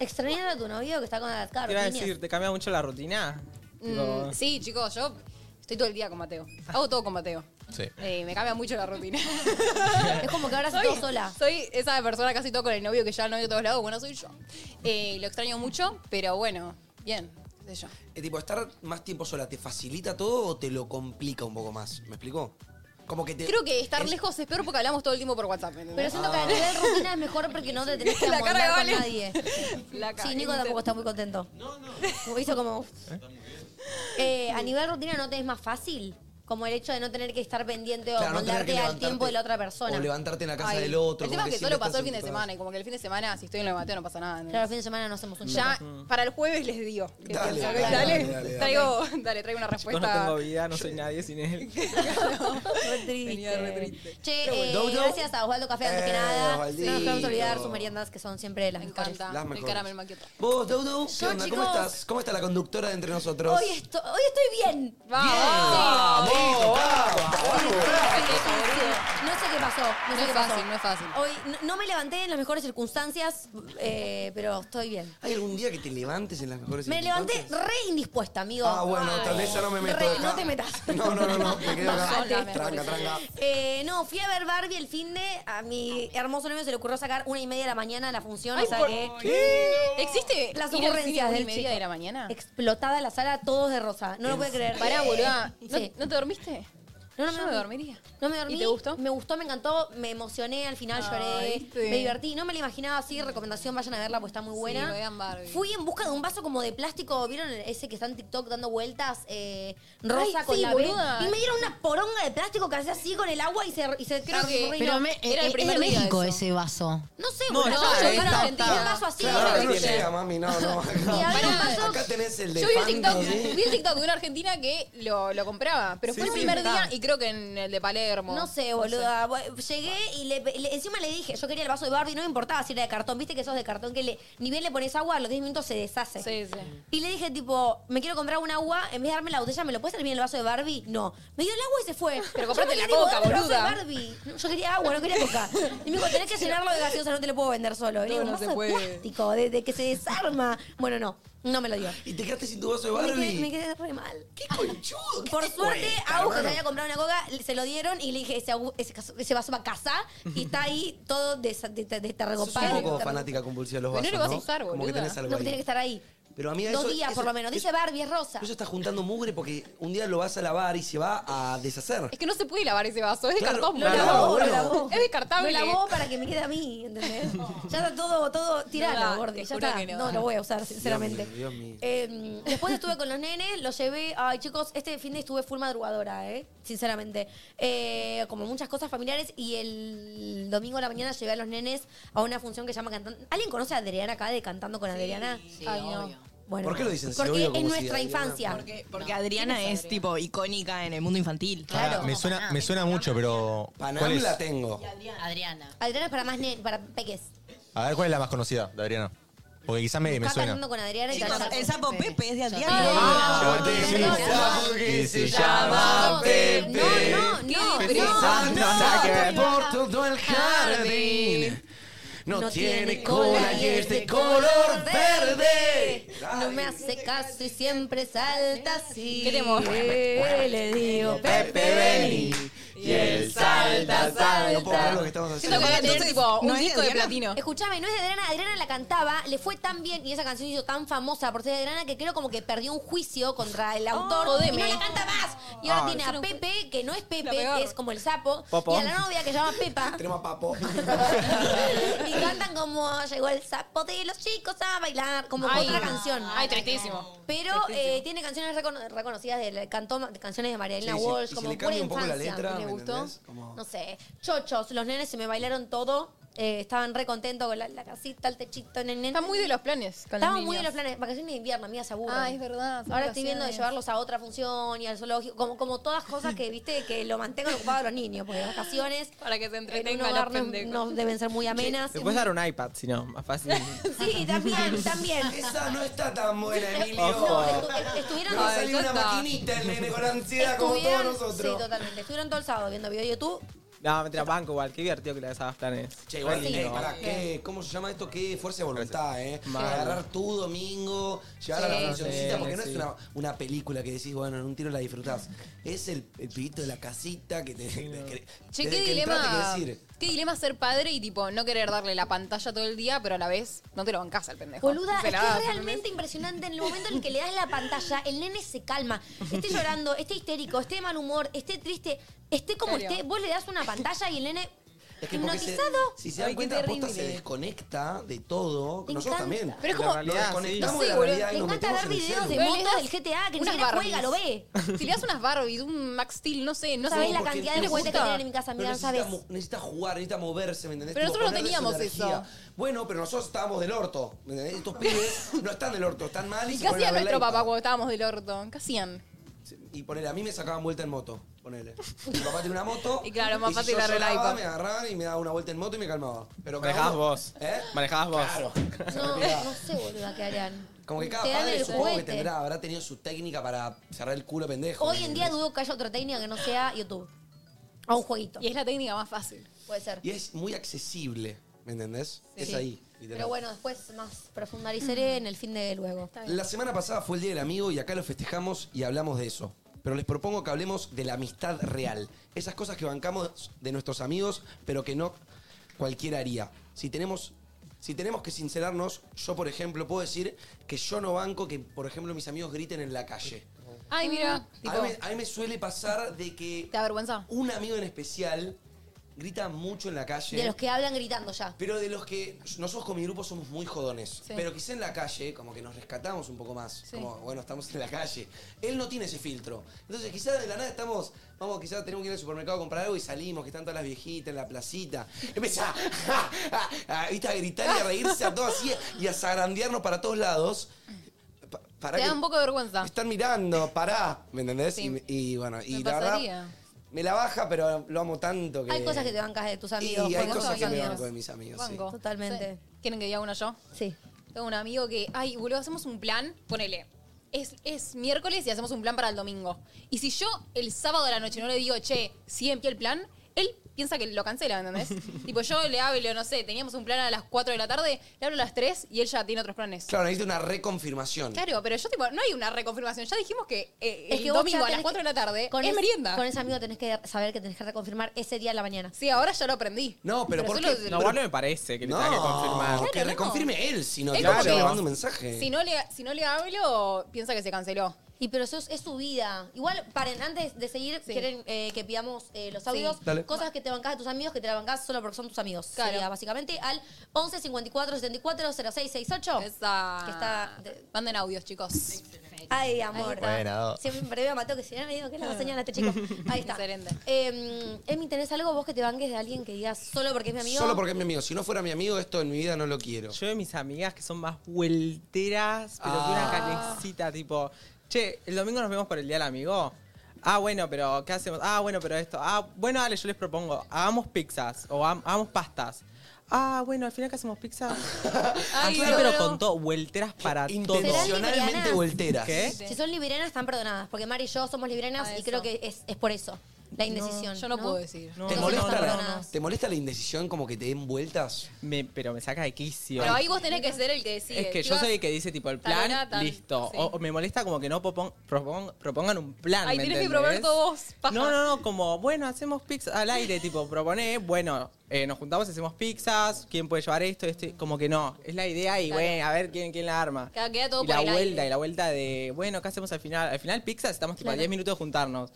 Speaker 4: ¿Extrañar a tu novio que está con las
Speaker 1: Te iba a
Speaker 4: cartas?
Speaker 1: decir, ¿te cambia mucho la rutina?
Speaker 7: Mm, sí, chicos, yo estoy todo el día con Mateo. Hago todo con Mateo.
Speaker 8: Sí.
Speaker 7: Eh, me cambia mucho la rutina.
Speaker 4: Es como que ahora
Speaker 7: Soy-
Speaker 4: soy todo sola.
Speaker 7: Soy esa persona casi todo con el novio que ya el novio de todos lados. Bueno, soy yo. Eh, lo extraño mucho, pero bueno, bien. qué sé yo.
Speaker 3: Eh, tipo, estar más tiempo sola, ¿te facilita todo o te lo complica un poco más? ¿Me explicó? Como que te.
Speaker 7: Creo que estar lejos es peor porque hablamos todo el tiempo por WhatsApp. ¿entendés? Ah.
Speaker 4: Pero siento que a nivel rutina es mejor porque no te tenés que
Speaker 7: La cara de
Speaker 4: amoldar con
Speaker 7: Valen.
Speaker 4: nadie.
Speaker 7: La cara.
Speaker 4: Sí, Nico tampoco está muy contento. No, no. Hizo como... Eh, a nivel rutina no te es más fácil. Como el hecho de no tener que estar pendiente o
Speaker 3: Claro, no tener
Speaker 4: amoldarte
Speaker 3: que
Speaker 4: al tiempo de la otra persona.
Speaker 3: o levantarte en la casa
Speaker 7: Ay,
Speaker 3: del otro.
Speaker 7: El tema
Speaker 3: como
Speaker 7: es que
Speaker 3: siempre
Speaker 7: solo pasó
Speaker 3: estás
Speaker 7: el fin de
Speaker 3: ocupado.
Speaker 7: semana y como que el fin de semana, si estoy en lo mateo, no pasa nada. ¿entendés?
Speaker 4: Claro, el fin de semana no hacemos un
Speaker 7: Ya,
Speaker 4: choto.
Speaker 7: para el jueves les digo. ¿Qué
Speaker 4: Mm. Dale,
Speaker 7: piensan?
Speaker 4: dale,
Speaker 7: Dale,
Speaker 4: dale, dale,
Speaker 7: traigo, dale, traigo una
Speaker 1: Yo no
Speaker 7: respuesta.
Speaker 1: tengo vida, no soy nadie sin él.
Speaker 4: Re triste.
Speaker 7: Pero
Speaker 4: Che, eh,
Speaker 1: bueno. Dodo.
Speaker 4: gracias a Osvaldo Café antes que
Speaker 1: Eh,
Speaker 4: nada.
Speaker 1: Osvaldito.
Speaker 4: No nos podemos olvidar sus meriendas que son siempre las mejores.
Speaker 3: Las mejores.
Speaker 7: maquioto.
Speaker 3: Vos, Dodo, ¿qué
Speaker 4: Yo,
Speaker 3: onda? ¿Cómo
Speaker 4: chicos,
Speaker 3: estás? ¿Cómo está la conductora de entre nosotros? Ah,
Speaker 4: Hoy, esto- hoy estoy bien.
Speaker 3: ¡Vamos!
Speaker 4: No sé qué pasó. No,
Speaker 7: No
Speaker 4: sé
Speaker 7: es
Speaker 4: qué pasó.
Speaker 7: fácil, no es fácil.
Speaker 4: Hoy no, no me levanté en las mejores circunstancias, eh, pero estoy bien.
Speaker 3: ¿Hay algún día que te levantes en las mejores
Speaker 4: Me levanté
Speaker 3: circunstancias?
Speaker 4: re indispuesta, amigo.
Speaker 3: Pues Ah, bueno, tal vez ya no me meto
Speaker 4: Re-
Speaker 3: acá.
Speaker 4: No te metas.
Speaker 3: No, no, no, no, me quedo acá.
Speaker 4: Bajate.
Speaker 3: Tranca, tranca.
Speaker 4: Eh, no, fui a ver Barbie el fin de. A mi hermoso novio se le ocurrió sacar una y media de la mañana la función.
Speaker 7: Ay,
Speaker 4: o sea
Speaker 7: por-
Speaker 4: que.
Speaker 7: ¿Existe
Speaker 4: Las
Speaker 7: ir al cine a
Speaker 4: ocurrencias
Speaker 7: una y
Speaker 4: del
Speaker 7: media
Speaker 4: chico.
Speaker 7: de la mañana?
Speaker 4: Explotada la sala, todos de rosa. No lo
Speaker 7: ¿En
Speaker 4: puedo
Speaker 7: serio?
Speaker 4: creer.
Speaker 7: Pará, boluda. ¿No-
Speaker 4: Sí.
Speaker 7: ¿No te dormiste?
Speaker 4: No, no,
Speaker 7: Yo
Speaker 4: no.
Speaker 7: me dormiría.
Speaker 4: No me dormí.
Speaker 7: ¿Y te gustó?
Speaker 4: Me gustó, me encantó, me emocioné, al final
Speaker 10: Ah,
Speaker 7: Ay,
Speaker 4: lloré,
Speaker 7: viste.
Speaker 4: me divertí. No me la imaginaba así, recomendación, vayan a verla porque está muy
Speaker 7: Sí,
Speaker 4: buena.
Speaker 7: vean Barbie.
Speaker 4: Fui en busca de un vaso como de plástico, ¿vieron ese que está en TikTok dando vueltas? Eh, rosa con
Speaker 7: sí,
Speaker 4: la
Speaker 7: boluda.
Speaker 4: B? Y me dieron una poronga de plástico que hacía así con el agua y se, y se
Speaker 7: Creo que-
Speaker 4: arruinó.
Speaker 10: Pero me- eh, eh, es de México ese vaso.
Speaker 4: No sé,
Speaker 10: No,
Speaker 4: boludo.
Speaker 10: no,
Speaker 4: yo
Speaker 10: está,
Speaker 4: llegué a
Speaker 10: está,
Speaker 4: Argentina,
Speaker 10: está.
Speaker 4: un vaso así.
Speaker 3: Claro, acá no
Speaker 4: ¿viste?
Speaker 3: llega, Ah, mami, no, no. Acá, acá tenés el de
Speaker 7: Yo vi un
Speaker 3: Fanta,
Speaker 7: TikTok,
Speaker 3: ¿sí?
Speaker 7: vi un TikTok de una argentina que lo, lo compraba, pero
Speaker 4: Sí,
Speaker 7: fue el
Speaker 4: sí.
Speaker 7: primer día
Speaker 4: Ah.
Speaker 7: y creo que en el de Palermo.
Speaker 4: No sé, boluda. Bu- Llegué y le, le- encima le dije, yo quería el vaso de Barbie, no me importaba si era de cartón. Viste que sos de cartón que le, ni bien le pones agua, a los 10 minutos se deshace.
Speaker 7: Sí, sí.
Speaker 4: Y le dije, tipo, me quiero comprar un agua, en vez de darme la botella, ¿me lo puedes servir en el vaso de Barbie? No. Me dio el agua y se fue.
Speaker 7: Pero
Speaker 4: Yo
Speaker 7: comprate
Speaker 4: me
Speaker 7: la
Speaker 4: quedé, tipo,
Speaker 7: coca,
Speaker 4: "Dame el vaso de
Speaker 7: boluda".
Speaker 4: Barbie. No, Yo quería agua, no quería coca. Y me dijo, tenés que llenarlo de gaseosa, no te lo puedo vender solo. Y le
Speaker 7: No,
Speaker 4: digo,
Speaker 7: no
Speaker 4: "Un
Speaker 7: se
Speaker 4: vaso de
Speaker 7: puede".
Speaker 4: plástico, de, de que se desarma. Bueno, no, no me lo dio.
Speaker 3: Y te quedaste sin tu vaso de
Speaker 4: Me quedé, me
Speaker 3: Barbie.
Speaker 4: quedé re mal.
Speaker 3: ¡Qué conchudo!
Speaker 4: Por
Speaker 3: te
Speaker 4: suerte,
Speaker 3: cuesta,
Speaker 4: Agus, que se
Speaker 3: hermano?
Speaker 4: había comprado una coca, se lo dieron y le dije, ese, Agus- ese caso- ese vaso va a casa y está ahí todo de, de, de, de
Speaker 3: Sos
Speaker 4: tarregopar.
Speaker 3: un poco fanática compulsiva de los
Speaker 4: Pero no lo
Speaker 3: vasos, ¿no?
Speaker 4: vas a usar,
Speaker 3: Como que
Speaker 4: boluda.
Speaker 3: tenés algo
Speaker 4: No, tiene que
Speaker 3: ahí.
Speaker 4: estar ahí.
Speaker 3: Pero a mí
Speaker 4: Dos días, por lo menos. Dice Barbie, es rosa.
Speaker 3: Eso está juntando mugre porque un día lo vas a lavar y se va a deshacer.
Speaker 7: Es que no se puede lavar ese vaso, es de
Speaker 3: Claro,
Speaker 7: cartón.
Speaker 3: lo
Speaker 7: boluda.
Speaker 3: lavó, lo lavó.
Speaker 7: Es
Speaker 4: Lo
Speaker 7: descartable.
Speaker 4: lavó para que me quede a mí, ¿entendés? ya está todo, todo
Speaker 7: No da,
Speaker 4: tirado, Gordi.
Speaker 7: te
Speaker 4: Ya
Speaker 7: juro
Speaker 4: está.
Speaker 7: que no
Speaker 4: No.
Speaker 7: da.
Speaker 4: lo voy a usar, sinceramente.
Speaker 3: Dios mío, Dios mío.
Speaker 4: Eh, después estuve con los nenes, los llevé. Ay, chicos, este fin de estuve full madrugadora, ¿eh? Sinceramente. Eh, como muchas cosas familiares. Y el domingo a la mañana llevé a los nenes a una función que se llama Cantando. ¿Alguien conoce a Adriana acá de Cantando con Adriana?
Speaker 10: sí, Ay, no. obvio.
Speaker 4: Bueno,
Speaker 3: ¿Por qué lo dicen?
Speaker 4: Porque
Speaker 3: Sí, obvio,
Speaker 4: es
Speaker 3: como si
Speaker 4: nuestra
Speaker 3: Adriana-
Speaker 4: infancia.
Speaker 10: Porque, porque Adriana es tipo icónica en el mundo infantil.
Speaker 8: Pará, me, suena, me suena mucho, pero.
Speaker 3: Panam
Speaker 8: ¿Cuál es?
Speaker 3: la tengo.
Speaker 10: Adriana.
Speaker 4: Adriana es para más nenes, para peques.
Speaker 8: A ver, ¿cuál es la más conocida de Adriana? Porque quizás me, me
Speaker 4: Acá
Speaker 8: suena.
Speaker 4: Cantando con Adriana y
Speaker 10: Chicos,
Speaker 4: Cantando
Speaker 10: el
Speaker 4: con
Speaker 10: sapo Pepe pues, es de
Speaker 8: Ah,
Speaker 10: Adriana.
Speaker 8: yo te hice un sapo que se llama
Speaker 3: Pepe.
Speaker 4: No, no, no.
Speaker 3: Santa por todo el jardín. No, tiene cola y es de color verde.
Speaker 4: No me hace caso y siempre salta así.
Speaker 7: ¿Qué temor?
Speaker 4: Eh, Le digo,
Speaker 3: Pepe Beni. Y él salta, salta. No puedo creer lo que estamos
Speaker 7: Siento
Speaker 3: haciendo.
Speaker 7: que voy a tener
Speaker 10: Entonces,
Speaker 7: tipo
Speaker 10: ¿no
Speaker 7: un
Speaker 10: es
Speaker 7: disco de
Speaker 10: Adriana?
Speaker 7: platino.
Speaker 4: Escuchame, no es de Adriana, Adriana la cantaba, le fue tan bien y esa canción hizo tan famosa por ser de Adriana que creo como que perdió un juicio contra el autor y no
Speaker 7: Oh, jodeme.
Speaker 4: la canta más. Y
Speaker 3: Ah,
Speaker 4: ahora
Speaker 1: Ay.
Speaker 4: tiene a Pepe, que no es
Speaker 7: La
Speaker 4: Pepe,
Speaker 7: peor.
Speaker 4: que es como el sapo,
Speaker 1: Popo.
Speaker 4: y a la novia que se llama Pepa.
Speaker 3: Tenemos a Papo.
Speaker 4: y cantan como llegó el sapo de los chicos a bailar, como
Speaker 7: Ay.
Speaker 4: otra canción.
Speaker 7: Ay, tristísimo.
Speaker 4: Pero eh, tiene canciones recono- reconocidas, de, la- cantó ma- canciones de María Elena
Speaker 3: Sí, sí.
Speaker 4: Walsh,
Speaker 3: Y si
Speaker 4: como
Speaker 3: le
Speaker 4: pura
Speaker 3: cambia un poco la
Speaker 4: infancia.
Speaker 3: letra,
Speaker 4: ¿Le
Speaker 3: ¿me
Speaker 4: gustó?
Speaker 3: entendés? Como-
Speaker 4: No sé. Chochos, los nenes se me bailaron todo. eh, estaban re contentos con la, la casita, el techito, nene.
Speaker 7: Está muy de los planes. con los
Speaker 4: Estábamos muy
Speaker 7: niños.
Speaker 4: en los planes. Vacaciones de invierno, amigas, se aburren.
Speaker 7: Ah, es verdad, son
Speaker 4: Ahora estoy viendo de
Speaker 7: vacaciones.
Speaker 4: llevarlos a otra función y al zoológico. Como, como todas cosas que, viste, que lo mantengan ocupado a los niños. Porque vacaciones
Speaker 7: Para que se
Speaker 4: en un
Speaker 7: entretengan
Speaker 4: hogar
Speaker 7: los
Speaker 4: no,
Speaker 7: pendejos.
Speaker 4: no deben ser muy amenas.
Speaker 1: Te puedes dar un iPad, si no, más fácil.
Speaker 4: Sí, también, también.
Speaker 3: Esa no está tan buena,
Speaker 4: No,
Speaker 1: eh.
Speaker 3: Emilio.
Speaker 4: estu- est- estuvieron...
Speaker 3: No salió
Speaker 7: ya
Speaker 3: una
Speaker 7: está.
Speaker 3: maquinita el nene con ansiedad como todos
Speaker 4: Estuvieron- Sí,
Speaker 3: nosotros.
Speaker 4: totalmente. Estuvieron todo el sábado viendo video de YouTube.
Speaker 1: No, mentira, banco igual. Qué divertido que le hagas planes.
Speaker 3: Che, igual,
Speaker 1: Re
Speaker 3: eh,
Speaker 1: lindo.
Speaker 3: pará, ¿qué, ¿cómo se llama esto? Qué fuerza de voluntad, ¿eh?
Speaker 1: Mal.
Speaker 3: Agarrar tu domingo, llevar a
Speaker 1: Sí,
Speaker 3: la funcioncita,
Speaker 1: sí,
Speaker 3: porque no
Speaker 1: sí.
Speaker 3: es una, una película que decís, bueno, en un tiro la disfrutás. Es el, el pibito de la casita que te. que-
Speaker 7: Che,
Speaker 3: desde
Speaker 7: qué
Speaker 3: que
Speaker 7: dilema.
Speaker 3: entraste que decir,
Speaker 7: Qué dilema ser padre y tipo no querer darle la pantalla todo el día, pero a la vez no te lo bancas al pendejo.
Speaker 4: Boluda,
Speaker 7: Se
Speaker 4: es
Speaker 7: la
Speaker 4: que
Speaker 7: das,
Speaker 4: es realmente impresionante. En el momento en el que le das la pantalla, el nene se calma. Esté llorando, esté histérico, esté de mal humor, esté triste, esté como
Speaker 7: Claro.
Speaker 4: esté. Vos le das una pantalla y el nene
Speaker 3: Es que porque se-
Speaker 4: hipnotizado.
Speaker 3: si se dan cuenta, la posta se desconecta de todo.
Speaker 4: Me encanta.
Speaker 3: nosotros también.
Speaker 4: Pero es
Speaker 3: La
Speaker 4: como-
Speaker 3: realidad,
Speaker 4: No sé,
Speaker 3: desconectamos de la
Speaker 4: boludo,
Speaker 3: realidad
Speaker 4: me
Speaker 3: y nos
Speaker 4: encanta
Speaker 3: metemos en
Speaker 4: ver
Speaker 3: el
Speaker 4: videos
Speaker 3: celu.
Speaker 4: de
Speaker 7: Pero
Speaker 4: motos
Speaker 7: le das
Speaker 4: del GTA que ni
Speaker 7: unas
Speaker 4: siquiera
Speaker 7: Barbies.
Speaker 4: juega, lo ve.
Speaker 7: Si le das unas Barbies, un Max Steel, no sé, no
Speaker 4: No sabés
Speaker 7: sé.
Speaker 4: la cantidad de
Speaker 7: ¿les
Speaker 4: juguetes que
Speaker 7: gusta?
Speaker 4: tienen en mi casa,
Speaker 3: Pero
Speaker 4: mira, no
Speaker 3: necesita,
Speaker 4: sabes.
Speaker 3: mo- necesita jugar, necesita moverse, ¿me entendés?
Speaker 7: Pero nosotros no
Speaker 3: ponerle su
Speaker 7: teníamos
Speaker 3: energía.
Speaker 7: eso.
Speaker 3: Bueno, pero nosotros estábamos del orto. ¿me entendés? Estos pibes no están del orto, están mal y,
Speaker 7: ¿Y
Speaker 3: se
Speaker 7: qué
Speaker 3: ponen a
Speaker 7: hacía
Speaker 3: ver
Speaker 7: nuestro
Speaker 3: la
Speaker 7: papá cuando estábamos del orto? ¿Qué hacían?
Speaker 3: Y ponele, a mí me sacaban vuelta en moto. Ponele. Mi papá tiene una moto.
Speaker 7: Y claro, más
Speaker 3: y
Speaker 7: fácil
Speaker 3: si yo
Speaker 7: darle la
Speaker 3: lloraba,
Speaker 7: iPad.
Speaker 3: Me agarraban y me daban una vuelta en moto y me calmaba. Pero cada
Speaker 1: Manejabas
Speaker 3: uno-
Speaker 1: vos.
Speaker 3: ¿Eh?
Speaker 1: Manejabas vos.
Speaker 3: Claro.
Speaker 4: No, no sé, boluda, qué harán.
Speaker 3: Como que cada
Speaker 4: Te dan
Speaker 3: padre
Speaker 4: el
Speaker 3: supongo que
Speaker 4: juguete.
Speaker 3: tendrá, habrá tenido su técnica para cerrar el culo pendejo.
Speaker 4: Hoy en día dudo que haya otra técnica que no sea YouTube. O un jueguito.
Speaker 7: Y es la técnica más fácil.
Speaker 4: Puede ser.
Speaker 3: Y es muy accesible, ¿me entendés?
Speaker 4: Sí.
Speaker 3: Es ahí, literal.
Speaker 4: Pero bueno, después más profundizaré en el fin de luego.
Speaker 3: La semana pasada fue el Día del Amigo y acá lo festejamos y hablamos de eso. Pero les propongo que hablemos de la amistad real. Esas cosas que bancamos de nuestros amigos, pero que no cualquiera haría. Si tenemos, si tenemos que sincerarnos, yo, por ejemplo, puedo decir que yo no banco que, por ejemplo, mis amigos griten en la calle.
Speaker 7: Ay, mira.
Speaker 3: A mí, me- a mí me suele pasar de que
Speaker 7: ¿Te avergüenza?
Speaker 3: un amigo en especial grita mucho en la calle.
Speaker 4: De los que hablan gritando ya.
Speaker 3: Pero de los que nosotros con mi grupo somos muy jodones.
Speaker 4: Sí.
Speaker 3: Pero quizá en la calle, como que nos rescatamos un poco más.
Speaker 4: Sí.
Speaker 3: Como, bueno, estamos en la calle. Él no tiene ese filtro. Entonces, quizá de la nada estamos, vamos, quizá tenemos que ir al supermercado a comprar algo y salimos, que están todas las viejitas en la placita. Empieza a, a- a- viste, a gritar y a reírse a todos así y a zarandearnos para todos lados. Pa- pará
Speaker 7: Te
Speaker 3: que
Speaker 7: da un poco de vergüenza.
Speaker 3: me están mirando, pará. ¿Me entendés?
Speaker 7: Sí.
Speaker 3: Y, y bueno, y
Speaker 7: Me
Speaker 3: la verdad,
Speaker 7: pasaría.
Speaker 3: me la baja, pero lo amo tanto que.
Speaker 4: Hay cosas que te bancas de tus amigos.
Speaker 3: Y hay
Speaker 4: Juan,
Speaker 3: cosas
Speaker 4: tus
Speaker 3: que me
Speaker 4: amigos.
Speaker 3: banco de mis amigos, sí.
Speaker 7: Banco.
Speaker 4: Totalmente.
Speaker 7: Sí. ¿Quieren que diga uno yo?
Speaker 4: Sí.
Speaker 7: Tengo un amigo que, ay, boludo, hacemos un plan, ponele. Es, es miércoles y hacemos un plan para el domingo. Y si yo el sábado de la noche no le digo, che, siempre el plan, él piensa que lo cancela, ¿entendés? tipo, yo le hablo, no sé, teníamos un plan a las 4 de la tarde, le hablo a las 3 y él ya tiene otros planes.
Speaker 3: Claro, necesito una reconfirmación.
Speaker 7: Claro, pero yo, tipo, no hay una reconfirmación. Ya dijimos que eh, el
Speaker 4: que vos
Speaker 7: domingo
Speaker 4: ya
Speaker 7: a las
Speaker 4: tenés
Speaker 7: 4 de la tarde
Speaker 4: Con
Speaker 7: es
Speaker 4: ese-
Speaker 7: merienda.
Speaker 4: Con ese amigo tenés que saber que tenés que reconfirmar ese día de la mañana.
Speaker 7: Sí, ahora ya lo aprendí.
Speaker 3: No, pero, ¿por
Speaker 7: solo-
Speaker 3: qué?
Speaker 1: No, igual no me parece que le tenga que confirmar.
Speaker 3: que reconfirme él, si no,
Speaker 7: Es
Speaker 3: te
Speaker 7: como
Speaker 3: claro.
Speaker 7: que-
Speaker 3: mando un mensaje.
Speaker 7: Si no, le, si no le hablo, piensa que se canceló.
Speaker 4: Y pero eso es, es su vida. Igual, paren, antes de seguir, quieren eh, que pidamos eh, los audios.
Speaker 7: Sí. Dale.
Speaker 4: Cosas que te bancás de tus amigos, que te la bancás solo porque son tus amigos.
Speaker 7: Claro.
Speaker 4: Sería básicamente al 11 54 74 06 68.
Speaker 7: Esa.
Speaker 4: Que está...
Speaker 7: Manden audios, chicos.
Speaker 4: Ay, amor.
Speaker 8: Ahí está. Bueno.
Speaker 4: Siempre veo a Mateo que si no me digo que es la señal a este chico. Ahí está. Eh, Emi, ¿tenés algo vos que te banques de alguien que digas solo porque es mi amigo?
Speaker 3: Solo porque es mi amigo. Si no fuera mi amigo, esto en mi vida no lo quiero.
Speaker 1: Yo de mis amigas que son más vuelteras, pero que
Speaker 3: Ah.
Speaker 1: una canecita, tipo, che, el domingo nos vemos por el día del amigo. Ah, bueno, pero ¿qué hacemos? Ah, bueno, pero esto. Ah, bueno, dale, yo les propongo, hagamos pizzas o ha- hagamos pastas. Ah, bueno, al final que hacemos pizzas.
Speaker 4: Ay,
Speaker 1: claro, pero
Speaker 4: boludo.
Speaker 1: con todo, vuelteras para todo.
Speaker 4: Intencionalmente
Speaker 3: volteras.
Speaker 1: ¿Qué?
Speaker 4: Si son librianas, están perdonadas. Porque Mari y yo somos librianas y creo que es, es por eso. La indecisión.
Speaker 7: yo Ah, no puedo decir.
Speaker 3: ¿Te,
Speaker 4: Entonces
Speaker 3: molesta
Speaker 4: están
Speaker 3: la,
Speaker 4: perdonadas.
Speaker 3: ¿Te molesta la indecisión como que te den vueltas?
Speaker 1: pero me saca de quicio.
Speaker 7: Pero ahí vos tenés que ser el que decide.
Speaker 1: Es que yo
Speaker 7: Chicos,
Speaker 1: soy el que dice tipo el
Speaker 7: tal
Speaker 1: plan,
Speaker 7: hora, tal-
Speaker 1: listo.
Speaker 7: sí.
Speaker 1: O, o me molesta como que no propon- propon- propongan un plan.
Speaker 7: Ay,
Speaker 1: ¿me
Speaker 7: tenés que
Speaker 1: entendés?
Speaker 7: proponer todo vos, paja.
Speaker 1: No, no, no, como, bueno, hacemos pizzas al aire, tipo, proponé, bueno, eh, nos juntamos, hacemos pizzas, quién puede llevar esto, esto, y- como que no. Es la idea y
Speaker 7: Claro.
Speaker 1: bueno, a ver quién, quién la arma.
Speaker 7: Queda, queda todo
Speaker 1: y
Speaker 7: por
Speaker 1: la
Speaker 7: el
Speaker 1: vuelta,
Speaker 7: aire.
Speaker 1: y la vuelta de, bueno, ¿qué hacemos al final? Al final pizzas, estamos tipo a
Speaker 4: Claro.
Speaker 1: 10 minutos de juntarnos.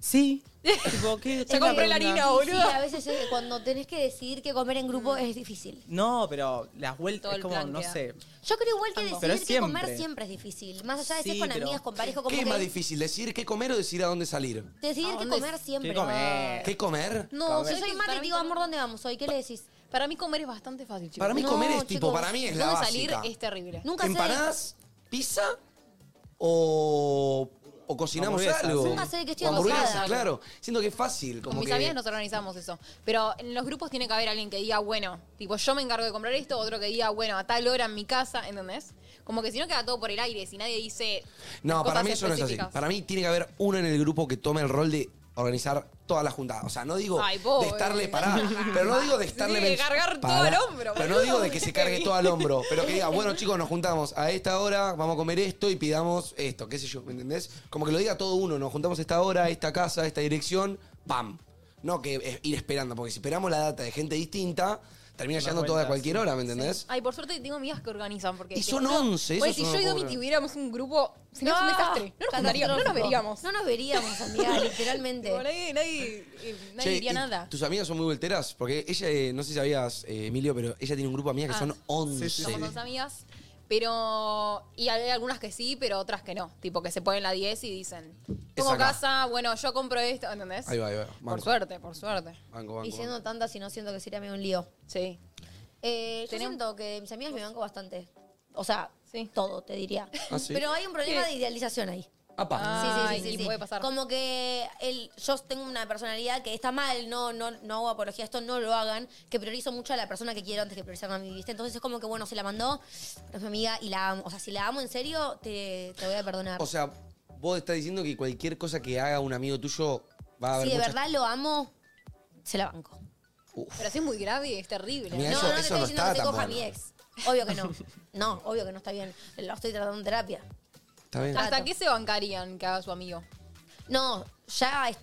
Speaker 1: Sí. tipo, ¿qué- qué es
Speaker 4: compré la
Speaker 1: pregunta?
Speaker 4: harina, boludo. Mm. Sí, a veces eh, cuando tenés que decidir qué comer en grupo es difícil.
Speaker 1: No, pero las vueltas,
Speaker 4: Todo
Speaker 1: es
Speaker 4: el
Speaker 1: como,
Speaker 4: plan
Speaker 1: no
Speaker 4: queda.
Speaker 1: sé.
Speaker 4: Yo creo igual que
Speaker 1: Pero
Speaker 4: decidir
Speaker 1: es
Speaker 4: qué comer
Speaker 1: siempre.
Speaker 4: siempre es difícil. Más allá de si es
Speaker 1: Sí,
Speaker 4: con
Speaker 1: pero-
Speaker 4: amigas, con pareja, como
Speaker 3: ¿Qué es más
Speaker 4: que
Speaker 3: difícil, decir qué comer o decidir a dónde salir?
Speaker 4: decidir
Speaker 7: ¿A
Speaker 4: qué
Speaker 7: dónde-
Speaker 4: comer siempre.
Speaker 3: ¿Qué comer?
Speaker 4: No, yo soy
Speaker 7: Para
Speaker 4: Mati,
Speaker 7: mí
Speaker 4: digo, amor, ¿dónde vamos hoy? ¿Qué le decís?
Speaker 7: Para mí comer es bastante fácil, chicos.
Speaker 3: Para mí
Speaker 7: No,
Speaker 3: comer es tipo,
Speaker 7: chicos,
Speaker 3: para mí es la
Speaker 7: dónde salir
Speaker 3: básica.
Speaker 7: es terrible.
Speaker 3: ¿Empanadas? ¿Pizza? ¿O, o cocinamos
Speaker 1: Hamburguesas,
Speaker 3: algo?
Speaker 1: sí.
Speaker 7: Nunca sé de qué estoy
Speaker 3: O hamburguesas,
Speaker 7: acosada.
Speaker 3: claro. Siento que es fácil. Como
Speaker 7: Con mis
Speaker 3: que...
Speaker 7: amigas nos organizamos eso. Pero en los grupos tiene que haber alguien que diga, bueno, tipo, yo me encargo de comprar esto, otro que diga, bueno, a tal hora en mi casa, ¿entendés? Como que si no queda todo por el aire, si nadie dice.
Speaker 3: No,
Speaker 7: cosas
Speaker 3: para mí eso no es así.
Speaker 7: específicas.
Speaker 3: Para mí tiene que haber uno en el grupo que tome el rol de organizar toda la juntada. O sea, no digo
Speaker 7: Ay, pobre.
Speaker 3: de estarle parada, pero no digo de estarle...
Speaker 7: Tiene que
Speaker 3: men-
Speaker 7: cargar todo
Speaker 3: pará.
Speaker 7: el hombro,
Speaker 3: Pero no
Speaker 7: boludo.
Speaker 3: digo de que se cargue todo al hombro, pero que diga, bueno chicos, nos juntamos a esta hora, vamos a comer esto y pidamos esto, qué sé yo, ¿me entendés? Como que lo diga todo uno, nos juntamos a esta hora, a esta casa, a esta dirección, ¡pam! No que eh, ir esperando, porque si esperamos la data de gente distinta, termina llegando toda a
Speaker 7: vuelta,
Speaker 3: cualquier hora, ¿me entendés?
Speaker 7: Ay, por suerte tengo amigas que organizan. Porque,
Speaker 3: Y
Speaker 7: digo,
Speaker 3: son
Speaker 7: no,
Speaker 3: 11, eso
Speaker 7: oye,
Speaker 3: es
Speaker 7: si
Speaker 3: una
Speaker 7: yo y Domi
Speaker 3: locura.
Speaker 7: tuviéramos un grupo, seríamos un desastre. No nos juntaríamos, no nos
Speaker 4: catastrófico.
Speaker 7: veríamos.
Speaker 4: No nos veríamos, amiga, literalmente.
Speaker 7: Tipo, nadie, nadie, eh, nadie
Speaker 3: Che,
Speaker 7: diría
Speaker 3: ¿y
Speaker 7: nada.
Speaker 3: Tus amigas son muy volteras, porque ella, eh, no sé si sabías, eh, Emilio, pero ella tiene un grupo de amigas
Speaker 7: Ah,
Speaker 3: que son 11.
Speaker 7: Somos dos amigas, pero. Y hay algunas que sí, pero otras que no. Tipo que se ponen la 10 y dicen: Pongo
Speaker 3: acá.
Speaker 7: casa, bueno, yo compro esto, ¿entendés?
Speaker 3: Ahí va, ahí va.
Speaker 7: Por
Speaker 3: Banco.
Speaker 7: suerte, por suerte.
Speaker 3: Banco, banco,
Speaker 4: Y siendo tantas y no siento que sería medio un lío.
Speaker 7: Sí.
Speaker 4: Eh, yo
Speaker 7: Tenemos-
Speaker 4: siento que mis amigas me banco bastante. O sea, todo, te diría.
Speaker 3: Ah, ¿sí?
Speaker 4: Pero hay un problema
Speaker 7: Sí.
Speaker 4: de idealización ahí.
Speaker 3: banco. Apa.
Speaker 4: sí, sí, sí, sí. Como que el, yo tengo una personalidad que está mal, no, no, no hago apología a esto, no lo hagan, que priorizo mucho a la persona que quiero antes que priorizarme a mí, ¿viste? Entonces es como que, bueno, se la mandó, pero es mi amiga y la amo. O sea, si la amo en serio, te, te voy a perdonar.
Speaker 3: O sea, vos estás diciendo que cualquier cosa que haga un amigo tuyo va a haber
Speaker 4: si de
Speaker 3: muchas-
Speaker 4: verdad lo amo, se la banco.
Speaker 7: Pero así es muy grave, es terrible.
Speaker 3: Amiga,
Speaker 4: no,
Speaker 3: eso-
Speaker 4: no te
Speaker 3: eso
Speaker 4: estoy
Speaker 3: no
Speaker 4: diciendo
Speaker 3: está
Speaker 4: que se
Speaker 3: tan
Speaker 4: coja a mi
Speaker 3: bueno.
Speaker 4: ex. Obvio que no. No, obvio que no está bien. Lo estoy tratando en terapia.
Speaker 3: Está bien.
Speaker 7: ¿Hasta qué se bancarían que haga su amigo?
Speaker 4: No, ya es-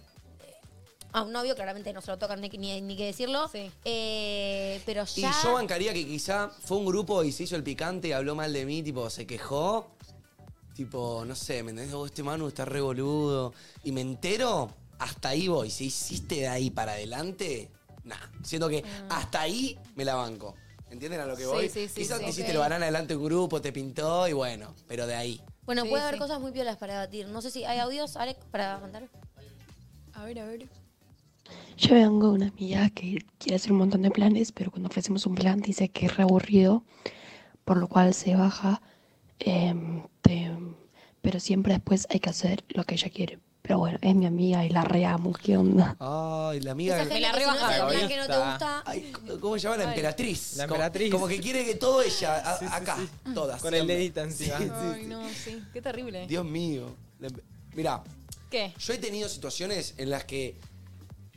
Speaker 4: a un novio claramente no se lo tocan ni, ni, ni que decirlo. Eh, pero
Speaker 3: Y
Speaker 4: ya.
Speaker 3: yo bancaría que quizá fue un grupo y se hizo el picante y habló mal de mí, tipo, se quejó. Tipo, no sé, ¿me entendés? Vos, este Manu está re boludo. Y me entero, hasta ahí voy. Si hiciste de ahí para adelante, nah. Siento que hasta ahí me la banco. ¿Entienden a lo que
Speaker 4: Mm. Sí,
Speaker 3: voy?
Speaker 4: sí, sí,
Speaker 3: Quizás
Speaker 4: sí.
Speaker 3: te hiciste
Speaker 4: Ok.
Speaker 3: lo banana adelante un grupo, te pintó y bueno, pero de ahí.
Speaker 4: Bueno,
Speaker 7: Sí,
Speaker 4: puede haber
Speaker 7: sí.
Speaker 4: cosas muy piolas para debatir. No sé si hay audios, Alec, para contar.
Speaker 7: A ver, a ver.
Speaker 11: Yo vengo de una amiga que quiere hacer un montón de planes, pero cuando ofrecemos un plan dice que es re aburrido, por lo cual se baja. em, te- pero siempre después hay que hacer lo que ella quiere. Pero bueno, es mi amiga y la reamo, ¿qué onda?
Speaker 1: Ah,
Speaker 3: Ay, la amiga
Speaker 4: Esa
Speaker 3: que-
Speaker 4: gente que si no hace el plan que no te gusta.
Speaker 3: Ay, ¿Cómo se llama? La
Speaker 4: Ay.
Speaker 3: emperatriz.
Speaker 1: La
Speaker 3: Como-
Speaker 1: emperatriz.
Speaker 3: Como, que quiere que todo ella, a- acá, todas.
Speaker 1: Con el
Speaker 3: siempre.
Speaker 1: dedito encima.
Speaker 3: Sí, sí,
Speaker 7: Ay,
Speaker 3: sí.
Speaker 7: no, sí. Qué terrible.
Speaker 3: Dios mío. Mira,
Speaker 7: ¿Qué?
Speaker 3: yo he tenido situaciones en las que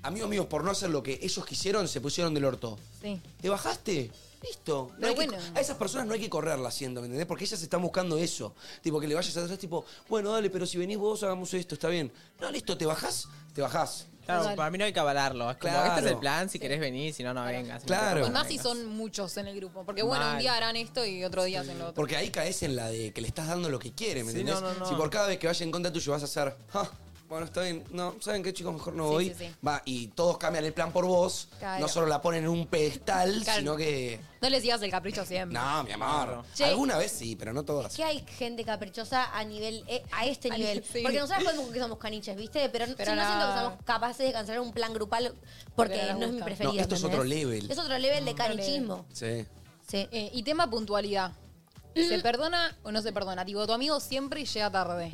Speaker 3: amigos míos, por no hacer lo que ellos quisieron, se pusieron del orto.
Speaker 7: Sí.
Speaker 3: ¿Te bajaste? Listo. No
Speaker 7: Pero
Speaker 3: hay que-
Speaker 7: bueno.
Speaker 3: a esas personas no hay que correrlas siendo, ¿me entendés? Porque ellas están buscando eso. Tipo, que le vayas atrás, tipo, bueno, dale, pero si venís vos, hagamos esto, está bien. No, listo, te bajás, te bajás.
Speaker 1: Claro, para mí no hay que avalarlo. Es como,
Speaker 3: Claro.
Speaker 1: este es el plan, si querés venir, si no, no vengas. Si no te
Speaker 3: Claro.
Speaker 1: copa,
Speaker 7: Y
Speaker 1: no
Speaker 7: más si
Speaker 1: vengas.
Speaker 7: son muchos en el grupo. Porque bueno, un
Speaker 3: Mal.
Speaker 7: día harán esto y otro día hacen lo otro.
Speaker 3: Porque ahí caes en la de que le estás dando lo que quiere, ¿me
Speaker 1: Sí,
Speaker 3: entendés?
Speaker 1: no, no, no.
Speaker 3: Si por cada vez que vaya en contra tuyo vas a hacer, "Ja, bueno, está bien, no, ¿saben qué chicos? Mejor no
Speaker 7: Sí,
Speaker 3: voy.
Speaker 7: sí, sí.
Speaker 3: Va, y todos cambian el plan por vos.
Speaker 7: Claro.
Speaker 3: No solo la ponen en un pedestal,
Speaker 7: Claro.
Speaker 3: sino que.
Speaker 7: No les digas el capricho siempre.
Speaker 3: No, mi amor.
Speaker 4: Che.
Speaker 3: Alguna vez sí, pero no todas.
Speaker 4: Que hay gente caprichosa a nivel eh, a este
Speaker 7: A
Speaker 4: nivel.
Speaker 7: nivel- sí.
Speaker 4: Porque nosotros podemos que somos caniches, ¿viste? Pero,
Speaker 7: Pero
Speaker 4: yo no siento
Speaker 7: nada.
Speaker 4: que somos capaces de cancelar un plan grupal porque
Speaker 7: Pero no nos
Speaker 4: no es mi
Speaker 7: gusta.
Speaker 4: preferido.
Speaker 3: No, esto es
Speaker 4: ¿entendés?
Speaker 3: otro level.
Speaker 4: Es otro level de
Speaker 7: Otro level.
Speaker 4: canichismo.
Speaker 3: Sí.
Speaker 4: Sí.
Speaker 7: Eh, y tema puntualidad.
Speaker 4: Mm.
Speaker 7: ¿Se perdona o no se perdona? Tipo, tu amigo siempre llega tarde.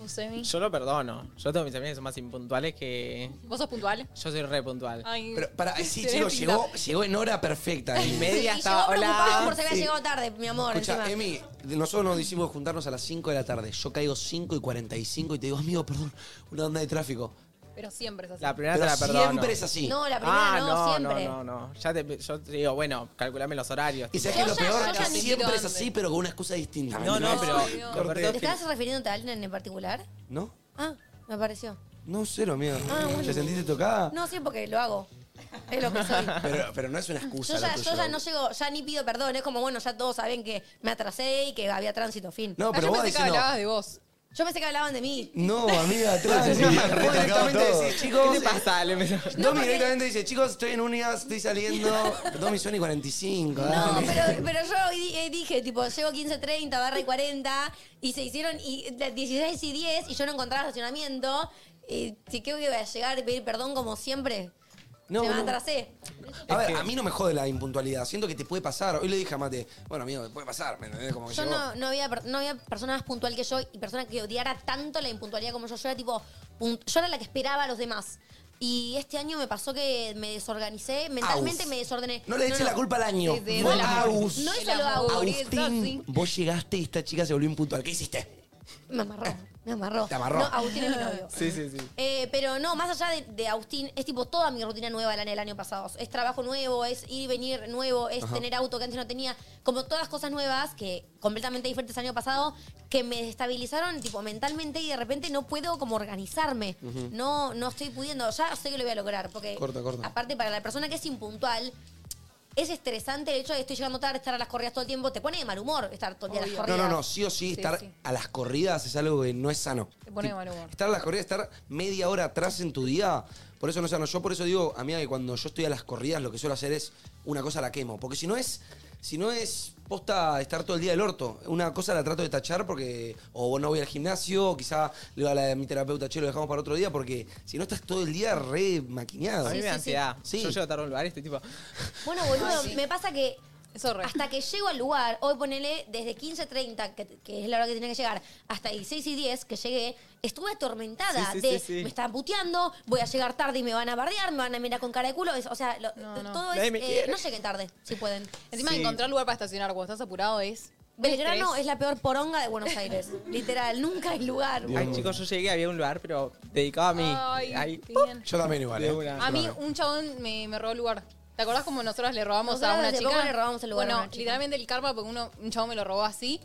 Speaker 7: Un semi.
Speaker 1: Yo lo perdono. Yo tengo mis amigos que son más impuntuales que.
Speaker 7: ¿Vos sos puntual?
Speaker 1: Yo soy re puntual.
Speaker 7: Ay,
Speaker 3: Pero para, eh, sí,
Speaker 1: Te
Speaker 3: chicos,
Speaker 1: ves
Speaker 3: llegó, llegó en hora perfecta.
Speaker 1: Y media
Speaker 4: Y
Speaker 1: estaba.
Speaker 4: llegó preocupado
Speaker 1: Hola.
Speaker 4: por si había
Speaker 3: Sí.
Speaker 4: llegado tarde, mi amor.
Speaker 3: Escucha, eh,
Speaker 4: encima.
Speaker 3: Emi, nosotros nos decimos juntarnos a las 5 de la tarde. Yo caigo 5 y 45 y te digo, amigo, perdón, una onda de tráfico.
Speaker 7: Pero siempre es así.
Speaker 1: La primera
Speaker 3: Pero
Speaker 1: te la perdono.
Speaker 3: siempre es así. No,
Speaker 4: la primera
Speaker 1: Ah,
Speaker 4: no, siempre.
Speaker 1: No, no, no. Ya te, yo te digo, bueno, calculame los horarios.
Speaker 3: Y sabes
Speaker 1: tipo.
Speaker 3: que lo
Speaker 4: ya
Speaker 3: peor que
Speaker 4: me
Speaker 3: siempre
Speaker 4: invito
Speaker 3: es así, pero con una excusa distinta.
Speaker 1: No, no, pero-
Speaker 3: Corte.
Speaker 1: lo peor
Speaker 4: ¿Te estabas refiriéndote a alguien en particular?
Speaker 3: ¿No?
Speaker 4: Ah, me pareció.
Speaker 3: No, cero, amigo.
Speaker 4: Ah, bueno.
Speaker 3: ¿Te sentiste tocada?
Speaker 4: No, sí, porque lo hago. Es lo que soy.
Speaker 3: Pero, pero no es una excusa.
Speaker 4: Yo ya,
Speaker 3: lo
Speaker 4: yo
Speaker 3: tuyo.
Speaker 4: ya no llego, ya ni pido perdón. Es como, bueno, ya todos saben que me atrasé y que había tránsito, fin.
Speaker 3: No, Ah, pero yo vos pensé que decís no. hablabas
Speaker 7: de vos.
Speaker 4: Yo pensé que hablaban de mí.
Speaker 3: No, amiga, atrás. Sí, vos directamente decís, chicos.
Speaker 4: eh,
Speaker 1: ¿Qué te pasa? Le empezó-
Speaker 3: Domi directamente dice, chicos, estoy en unidad, estoy saliendo. Domi suena y 45.
Speaker 4: No,
Speaker 3: dale.
Speaker 4: pero, pero yo hoy di- eh, dije, tipo, llego 15.30 barra y 40 y se hicieron y, de 16 y 10 y yo no encontraba estacionamiento. Y si creo que voy a llegar y pedir perdón como siempre.
Speaker 3: No,
Speaker 4: Se me
Speaker 3: no.
Speaker 4: atrasé.
Speaker 3: A ver, a mí no me jode la impuntualidad. Siento que te puede pasar. Hoy le dije a Mate, bueno, amigo, me puede pasar. ¿Me entendés? Como que
Speaker 4: Yo
Speaker 3: llegó.
Speaker 4: no, no había, per- no había persona más puntual que yo y persona que odiara tanto la impuntualidad como yo. Yo era tipo, pun- yo era la que esperaba a los demás. Y este año me pasó que me desorganicé, mentalmente
Speaker 3: Aus.
Speaker 4: me desordené.
Speaker 3: No le eché la culpa al año.
Speaker 4: Desde
Speaker 3: Fue
Speaker 4: el amor.
Speaker 3: Agus.
Speaker 4: No es solo Agus.
Speaker 3: Agustín, vos llegaste y esta chica se volvió impuntual. ¿Qué hiciste?
Speaker 4: Me amarró. Me amarró.
Speaker 3: Te amarró.
Speaker 4: No, Agustín es mi novio.
Speaker 1: Sí, sí, sí.
Speaker 4: Eh, pero no, más allá de, de Agustín, es tipo toda mi rutina nueva la del año pasado. Es trabajo nuevo, es ir y venir nuevo, es
Speaker 12: Ajá.
Speaker 4: tener auto que antes no tenía. Como todas cosas nuevas que completamente diferentes al año pasado, que me destabilizaron tipo mentalmente y de repente no puedo como organizarme.
Speaker 12: Ujú.
Speaker 4: No, no estoy pudiendo. Ya sé que lo voy a lograr. Porque
Speaker 12: Corta, corta.
Speaker 4: aparte para la persona que es impuntual. Es estresante el hecho de que estoy llegando tarde, estar a las corridas todo el tiempo. Te pone de mal humor estar todo el día a las
Speaker 3: No,
Speaker 4: corridas.
Speaker 3: no, no, sí o sí, estar a las corridas es algo que no es sano.
Speaker 4: Te pone de mal humor.
Speaker 3: Estar a las corridas, estar media hora atrás en tu día, por eso no es sano. Yo por eso digo, amiga, que cuando yo estoy a las corridas lo que suelo hacer es una cosa la quemo. Porque si no es, si no es posta estar todo el día del orto, una cosa la trato de tachar porque o no voy al gimnasio, o quizá le digo a la- mi terapeuta, che, lo dejamos para otro día, porque si no estás todo el día re maquineado.
Speaker 1: A mí me da ansiedad.
Speaker 3: Sí.
Speaker 1: Yo llego tarde al lugar y estoy tipo.
Speaker 4: Bueno, boludo, me pasa que hasta que llego al lugar, hoy ponele desde 15.30, que, que es la hora que tiene que llegar, hasta 16 y 10 que llegué, estuve atormentada
Speaker 12: Sí, sí,
Speaker 4: de
Speaker 12: sí, sí.
Speaker 4: me están puteando, voy a llegar tarde y me van a bardear, me van a mirar con cara de culo. es- o sea, lo- todo es.
Speaker 7: Nadie me
Speaker 4: eh,
Speaker 7: quiere.
Speaker 4: no lleguen tarde, si pueden.
Speaker 7: Encima de encontrar lugar para estacionar cuando estás apurado es.
Speaker 4: Belgrano es la peor poronga de Buenos Aires. Literal, nunca hay lugar.
Speaker 1: Ay, chicos, yo llegué, había un lugar, pero dedicado a mí.
Speaker 7: Ay,
Speaker 1: Ahí,
Speaker 7: qué
Speaker 1: ¡pum!
Speaker 7: bien.
Speaker 3: Yo también igual,
Speaker 1: De
Speaker 3: ¿eh?
Speaker 1: una.
Speaker 7: A mí un chabón me, me robó el lugar. ¿Te acordás como nosotros le robamos
Speaker 4: Nosotras
Speaker 7: a una
Speaker 4: hace
Speaker 7: chica?
Speaker 4: poco le robamos el lugar a
Speaker 7: bueno,
Speaker 4: una chica.
Speaker 7: literalmente el karma porque uno, un chabón me lo robó así.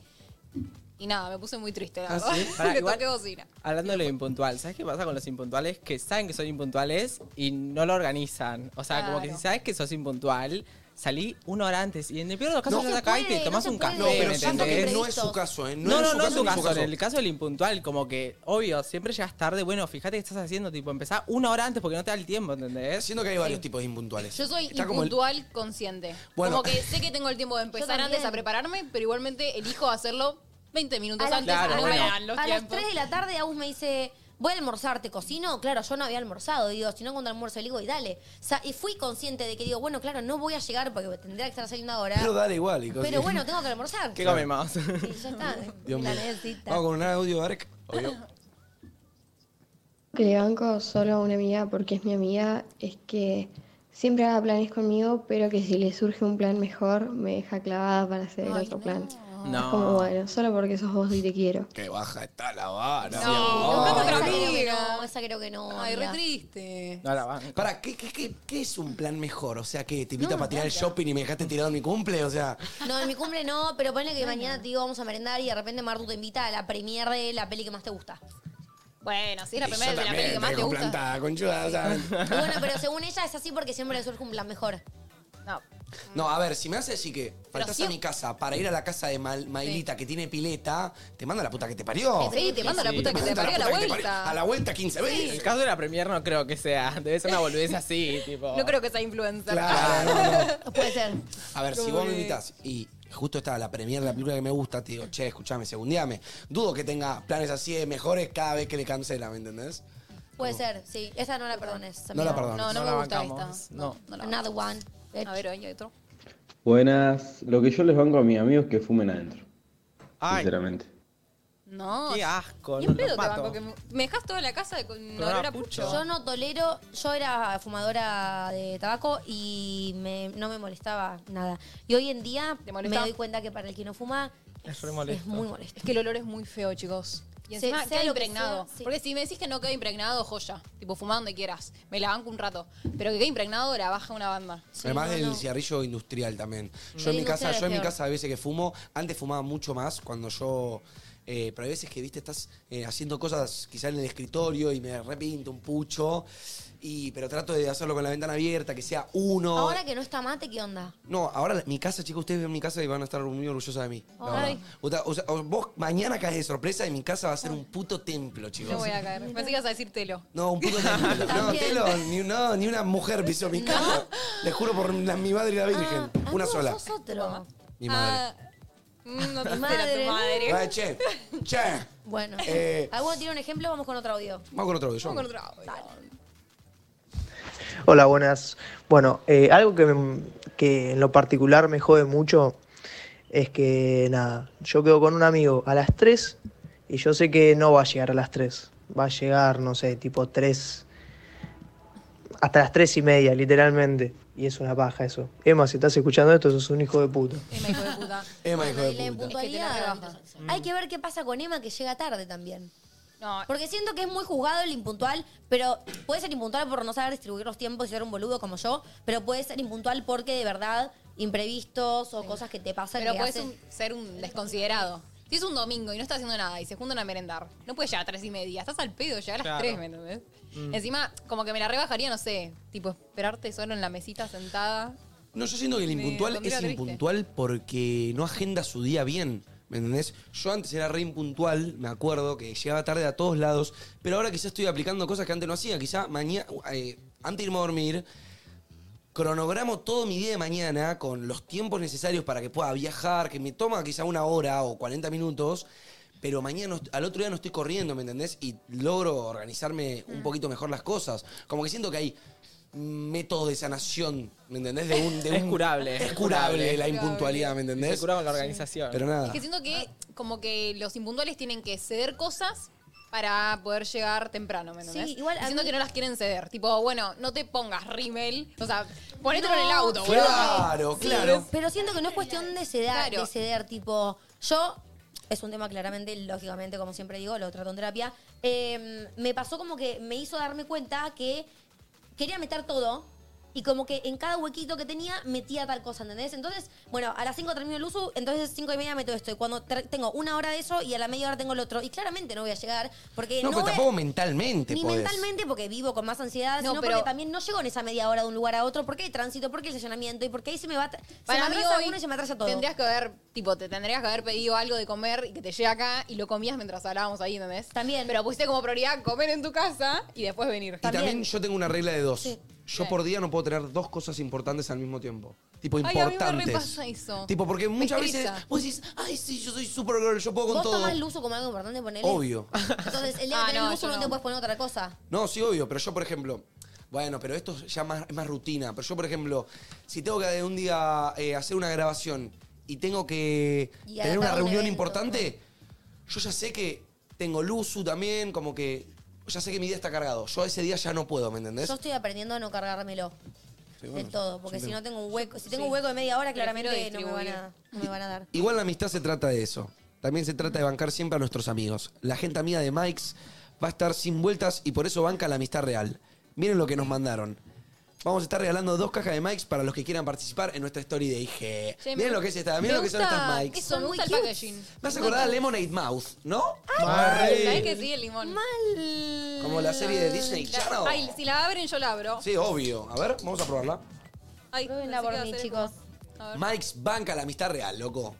Speaker 7: Y nada, me puse muy triste, la
Speaker 1: Ah,
Speaker 7: verdad.
Speaker 1: ¿sí? Pará,
Speaker 7: Le
Speaker 1: igual-
Speaker 7: toqué bocina.
Speaker 1: Hablando de lo impuntual, ¿sabes qué pasa con los impuntuales? Que saben que son impuntuales y no lo organizan. O sea, como que
Speaker 7: Claro.
Speaker 1: si sabes que sos impuntual, salí una hora antes y en el peor de los casos ya
Speaker 3: No se
Speaker 1: te acabás y
Speaker 3: puede,
Speaker 1: te tomas
Speaker 3: no se
Speaker 1: un
Speaker 3: puede.
Speaker 1: café.
Speaker 3: No, pero
Speaker 1: ¿me
Speaker 3: siento que
Speaker 1: entendés?
Speaker 3: no es su caso, ¿eh? No
Speaker 1: No,
Speaker 3: es
Speaker 1: no,
Speaker 3: su
Speaker 1: no es
Speaker 3: caso,
Speaker 1: su
Speaker 3: no es su
Speaker 1: caso. En
Speaker 3: caso.
Speaker 1: el caso del impuntual, como que, obvio, siempre llegas tarde. Bueno, fíjate que estás haciendo, tipo, empezar una hora antes porque no te da el tiempo, ¿entendés?
Speaker 3: Siento que hay varios tipos de impuntuales.
Speaker 7: Yo soy
Speaker 1: Está como el-
Speaker 7: impuntual consciente.
Speaker 1: Bueno.
Speaker 7: Como que sé que tengo el tiempo de empezar
Speaker 4: también.
Speaker 7: antes a prepararme, pero igualmente elijo hacerlo 20 minutos
Speaker 4: A las-
Speaker 7: Pues antes.
Speaker 1: Claro,
Speaker 7: no me
Speaker 1: bueno.
Speaker 7: dan los
Speaker 4: a las
Speaker 7: tiempos.
Speaker 4: 3 de la tarde Agus me dice, voy a almorzar, ¿te cocino? Claro, yo no había almorzado, digo, si no cuando almuerzo, le digo, y dale. O sea, y fui consciente de que digo, bueno, claro, no voy a llegar porque tendría que estar saliendo ahora.
Speaker 3: Pero dale igual. y cosas.
Speaker 4: Pero bueno, tengo que almorzar.
Speaker 1: ¿Qué comemos?
Speaker 4: Y ya está.
Speaker 3: Dios
Speaker 4: la
Speaker 3: mío.
Speaker 4: necesita.
Speaker 3: Vamos con un audio, Arek. Obvio.
Speaker 11: que le banco solo a una amiga porque es mi amiga es que siempre haga planes conmigo, pero que si le surge un plan mejor me deja clavada para hacer el otro plan. Es
Speaker 3: No.
Speaker 11: como bueno, solo porque sos vos y te quiero.
Speaker 3: Qué baja está la vara.
Speaker 4: No,
Speaker 3: Ay.
Speaker 4: esa creo que no, esa creo que no.
Speaker 7: Ay, re
Speaker 4: amiga.
Speaker 7: triste.
Speaker 3: Pará, ¿qué, qué, qué, qué es un plan mejor? O sea, que te invito para tirar el shopping y me dejaste tirado en mi cumple, o sea.
Speaker 4: No, en mi cumple no, pero ponle que mañana te digo, vamos a merendar y de repente Martu te invita a la premiere de la peli que más te gusta.
Speaker 7: Bueno, si es la
Speaker 3: yo
Speaker 7: primera de la
Speaker 3: también
Speaker 7: peli que más te
Speaker 3: dejo
Speaker 7: gusta.
Speaker 3: plantada, conchuda, o sea.
Speaker 4: Y bueno, pero según ella es así porque siempre le surge un plan mejor.
Speaker 7: No.
Speaker 3: No, a ver, si me haces así que faltás
Speaker 4: sí-
Speaker 3: a mi casa para ir a la casa de Mal- Mailita que tiene pileta, te manda la puta que te parió.
Speaker 7: Sí, te mando la puta que te
Speaker 3: manda
Speaker 7: parió a la
Speaker 3: puta que te
Speaker 7: vuelta.
Speaker 3: A la vuelta 15 veces.
Speaker 1: El caso de la Premier no creo que sea. Debe ser una boludez así, tipo.
Speaker 7: No creo que sea influencer.
Speaker 3: Claro, no, no.
Speaker 4: Puede ser.
Speaker 3: A ver, si
Speaker 7: Como
Speaker 3: vos me
Speaker 7: que-
Speaker 3: invitas y justo está la premiere de la película que me gusta, te digo, che, escuchame, segundiame. Dudo que tenga planes así de mejores cada vez que le cancela, ¿me entendés?
Speaker 4: Puede ser, sí. Esa no la perdones.
Speaker 3: Oh. No la
Speaker 4: amiga.
Speaker 3: perdones.
Speaker 7: No, no,
Speaker 3: No
Speaker 7: me
Speaker 3: la
Speaker 7: gusta
Speaker 3: bancamos,
Speaker 7: esta.
Speaker 1: No.
Speaker 7: no la
Speaker 4: Another one.
Speaker 7: A ver, hoy hay otro.
Speaker 13: Buenas. Lo que yo les banco a mis amigos es que fumen adentro.
Speaker 1: Ay.
Speaker 13: Sinceramente.
Speaker 7: No.
Speaker 1: Qué asco.
Speaker 7: Ni
Speaker 1: no,
Speaker 7: en pedo
Speaker 1: los
Speaker 7: te
Speaker 1: mato.
Speaker 7: banco. Que me, me dejás toda la casa de- con
Speaker 1: Con
Speaker 7: olor a
Speaker 1: apucho.
Speaker 7: pucho.
Speaker 4: Yo no tolero, yo era fumadora de tabaco y me- no me molestaba nada. Y hoy en día me
Speaker 7: molesta?
Speaker 4: doy cuenta que para el que no fuma,
Speaker 1: Es re molesto.
Speaker 4: Es muy molesto.
Speaker 7: Es que el olor es muy feo, chicos. Y encima
Speaker 4: Se- sea
Speaker 7: queda
Speaker 4: lo que
Speaker 7: impregnado.
Speaker 4: sea, sí.
Speaker 7: Porque si me decís que no queda impregnado, joya. Tipo, fumá donde quieras. Me la banco un rato. Pero que quede impregnado, la baja una banda.
Speaker 3: Además
Speaker 7: no,
Speaker 3: del
Speaker 7: no.
Speaker 3: cigarrillo industrial también. Yo
Speaker 7: El
Speaker 3: en mi casa,
Speaker 7: industrial es
Speaker 3: yo en mi
Speaker 7: peor.
Speaker 3: casa a veces que fumo, antes fumaba mucho más cuando yo. eh, pero hay veces que, viste, estás eh, haciendo cosas quizá en el escritorio y me repinto un pucho. Y, pero trato de hacerlo con la ventana abierta, que sea uno.
Speaker 4: Ahora que no está mate, ¿qué onda?
Speaker 3: No, ahora la- mi casa, chicos, ustedes ven mi casa y van a estar muy orgullosas de mí. la
Speaker 4: Ay.
Speaker 3: verdad. O ta- o sea, o vos mañana caes de sorpresa y mi casa va a ser un puto templo, chicos.
Speaker 7: No voy a caer. Pensé que ibas a decir telo.
Speaker 3: No, un puto templo. no, telo, ni, no, ni una mujer pisó mi casa. Les juro por la- mi madre y la virgen.
Speaker 4: ah,
Speaker 3: una sola.
Speaker 4: otro.
Speaker 3: Mi madre.
Speaker 7: Mm, No
Speaker 4: te madre. tu madre.
Speaker 3: Ay, che, che.
Speaker 4: Bueno,
Speaker 3: Eh.
Speaker 4: ¿alguno tiene un ejemplo? Vamos con otro audio.
Speaker 3: Vamos con otro audio.
Speaker 4: Vamos
Speaker 3: yo.
Speaker 4: con otro audio.
Speaker 14: Hola, buenas. Bueno, eh, algo que, me- que en lo particular me jode mucho es que, nada, yo quedo con un amigo a las 3 y yo sé que no va a llegar a las 3. Va a llegar, no sé, tipo 3, hasta las 3 y media, literalmente. Y es una paja eso. Emma, si estás escuchando esto, sos un hijo de puta.
Speaker 7: hijo de puta.
Speaker 3: Emma, hijo de
Speaker 4: La
Speaker 3: puta.
Speaker 4: impuntualidad. Hay que ver qué pasa con Emma que llega tarde también. Porque siento que es muy juzgado el impuntual, pero puede ser impuntual por no saber distribuir los tiempos y ser un boludo como yo, pero puede ser impuntual porque de verdad imprevistos o cosas que te pasan
Speaker 7: Pero
Speaker 4: que
Speaker 7: puedes
Speaker 4: hacen-
Speaker 7: un- ser un desconsiderado. Si es un domingo y no estás haciendo nada y se juntan a merendar, no puedes llegar a tres y media. Estás al pedo, llegar a las
Speaker 4: Claro.
Speaker 7: tres, ¿me entendés?
Speaker 3: Mm.
Speaker 7: Encima, como que me la rebajaría, no sé, tipo esperarte solo en la mesita sentada.
Speaker 3: No, yo siento que el
Speaker 7: Me
Speaker 3: impuntual
Speaker 7: pondría
Speaker 3: es
Speaker 7: triste.
Speaker 3: impuntual porque no agenda su día bien. ¿Me entendés? Yo antes era re impuntual, me acuerdo, que llegaba tarde a todos lados, pero ahora quizá estoy aplicando cosas que antes no hacía. Quizá mañana, antes de irme a dormir, cronogramo todo mi día de mañana con los tiempos necesarios para que pueda viajar, que me toma quizá una hora o 40 minutos, pero mañana, no est- al otro día no estoy corriendo, ¿me entendés? Y logro organizarme
Speaker 1: Mm.
Speaker 3: un poquito mejor las cosas. Como que siento que hay métodos de sanación, ¿me entendés? De un, de
Speaker 1: Es
Speaker 3: un-
Speaker 1: curable,
Speaker 3: Es
Speaker 1: es
Speaker 3: curable
Speaker 1: curable.
Speaker 3: la impuntualidad, ¿me entendés?
Speaker 1: Se cura con la organización.
Speaker 3: Pero nada.
Speaker 7: Es que siento que como que los impuntuales tienen que ceder cosas para poder llegar temprano, ¿me entendés?
Speaker 4: Sí, igual a
Speaker 7: Y siento
Speaker 4: mí-
Speaker 7: que no las quieren ceder. Tipo, bueno, no te pongas rímel. O sea, ponételo en el
Speaker 4: No,
Speaker 7: auto,
Speaker 4: claro.
Speaker 3: Claro,
Speaker 4: Sí,
Speaker 3: claro.
Speaker 4: Pero siento que no es cuestión de ceder,
Speaker 7: Claro.
Speaker 4: de ceder, tipo, yo, es un tema claramente, lógicamente, como siempre digo, lo trato en terapia, eh, me pasó como que me hizo darme cuenta que quería meter todo. Y como que en cada huequito que tenía metía tal cosa, ¿entendés? Entonces, bueno, a las 5 termino el uso, entonces 5 y media meto esto. Y cuando tra- tengo una hora de eso y a la media hora tengo el otro. Y claramente no voy a llegar porque no,
Speaker 3: No, pero
Speaker 4: voy a-
Speaker 3: tampoco mentalmente
Speaker 4: ni
Speaker 3: podés.
Speaker 4: mentalmente porque vivo con más ansiedad,
Speaker 7: No,
Speaker 4: sino
Speaker 7: pero-
Speaker 4: porque también no llego en esa media hora de un lugar a otro porque hay tránsito, porque hay estacionamiento y porque ahí se me va
Speaker 7: Para
Speaker 4: se me
Speaker 7: mí
Speaker 4: atrasa
Speaker 7: hoy
Speaker 4: uno y se me atrasa todo.
Speaker 7: Tendrías que haber, tipo, te tendrías que haber pedido algo de comer y que te llegue acá y lo comías mientras hablábamos ahí, ¿entendés? También. Pero pusiste como prioridad comer en tu casa y después venir.
Speaker 3: Y también yo tengo una regla de dos. Yo
Speaker 7: Sí.
Speaker 3: por día no puedo tener dos cosas importantes al mismo tiempo. Tipo,
Speaker 7: Ay, a mí me
Speaker 3: importantes.
Speaker 7: repasa eso.
Speaker 3: tipo, porque
Speaker 7: Me
Speaker 3: muchas veces
Speaker 7: estresa.
Speaker 3: vos decís, ay, sí, yo soy supergirl, yo puedo con
Speaker 4: Vos
Speaker 3: todo.
Speaker 4: tomás el uso como algo importante ponerle.
Speaker 3: Obvio.
Speaker 4: Entonces, el día de
Speaker 7: Ah,
Speaker 4: tener
Speaker 7: no,
Speaker 4: el uso
Speaker 7: yo
Speaker 4: no.
Speaker 7: no.
Speaker 4: te puedes poner otra cosa.
Speaker 3: No, sí, obvio, pero yo, por ejemplo, bueno, pero esto ya más, es más rutina. Pero yo, por ejemplo, si tengo que de un día eh, hacer una grabación y tengo que
Speaker 4: Y
Speaker 3: tener
Speaker 4: adaptar
Speaker 3: una
Speaker 4: un
Speaker 3: reunión
Speaker 4: evento,
Speaker 3: importante, yo ya sé que tengo Luzu también, como que ya sé que mi día está cargado. Yo ese día ya no puedo, ¿me entendés?
Speaker 4: Yo estoy aprendiendo a no cargármelo
Speaker 3: Sí, bueno,
Speaker 4: del todo, porque
Speaker 3: es un
Speaker 4: si
Speaker 3: tema.
Speaker 4: no tengo un hueco, si tengo
Speaker 7: sí.
Speaker 4: un hueco de media hora,
Speaker 7: Prefiero
Speaker 4: claramente no me, van a,
Speaker 7: distribuir.
Speaker 4: no me van a dar.
Speaker 3: Igual la amistad se trata de eso. También se trata de bancar siempre a nuestros amigos. La gente amiga de Mike's va a estar sin vueltas y por eso banca la amistad real. Miren lo que nos mandaron. Vamos a estar regalando dos cajas de Mike's para los que quieran participar en nuestra story de IG.
Speaker 7: Che,
Speaker 3: miren
Speaker 7: me-
Speaker 3: lo que es esta,
Speaker 7: me
Speaker 3: miren lo que son
Speaker 7: gusta-
Speaker 3: estas Mike's.
Speaker 7: Eso, me gusta el packaging.
Speaker 3: Me hace acordar a Lemonade Mouth, ¿no?
Speaker 7: Ay, ¿Sabés
Speaker 3: Barry.
Speaker 7: que sí, el limón?
Speaker 4: Mal.
Speaker 3: Como la serie de Disney Channel.
Speaker 7: Ay, si la abren, yo la abro.
Speaker 3: Sí, obvio. A ver, vamos a probarla.
Speaker 7: Ay, pensé que
Speaker 4: Pruébenla por
Speaker 7: iba a
Speaker 4: mí,
Speaker 7: ser
Speaker 4: chicos.
Speaker 7: como- A ver.
Speaker 3: Mike's banca la amistad real, loco.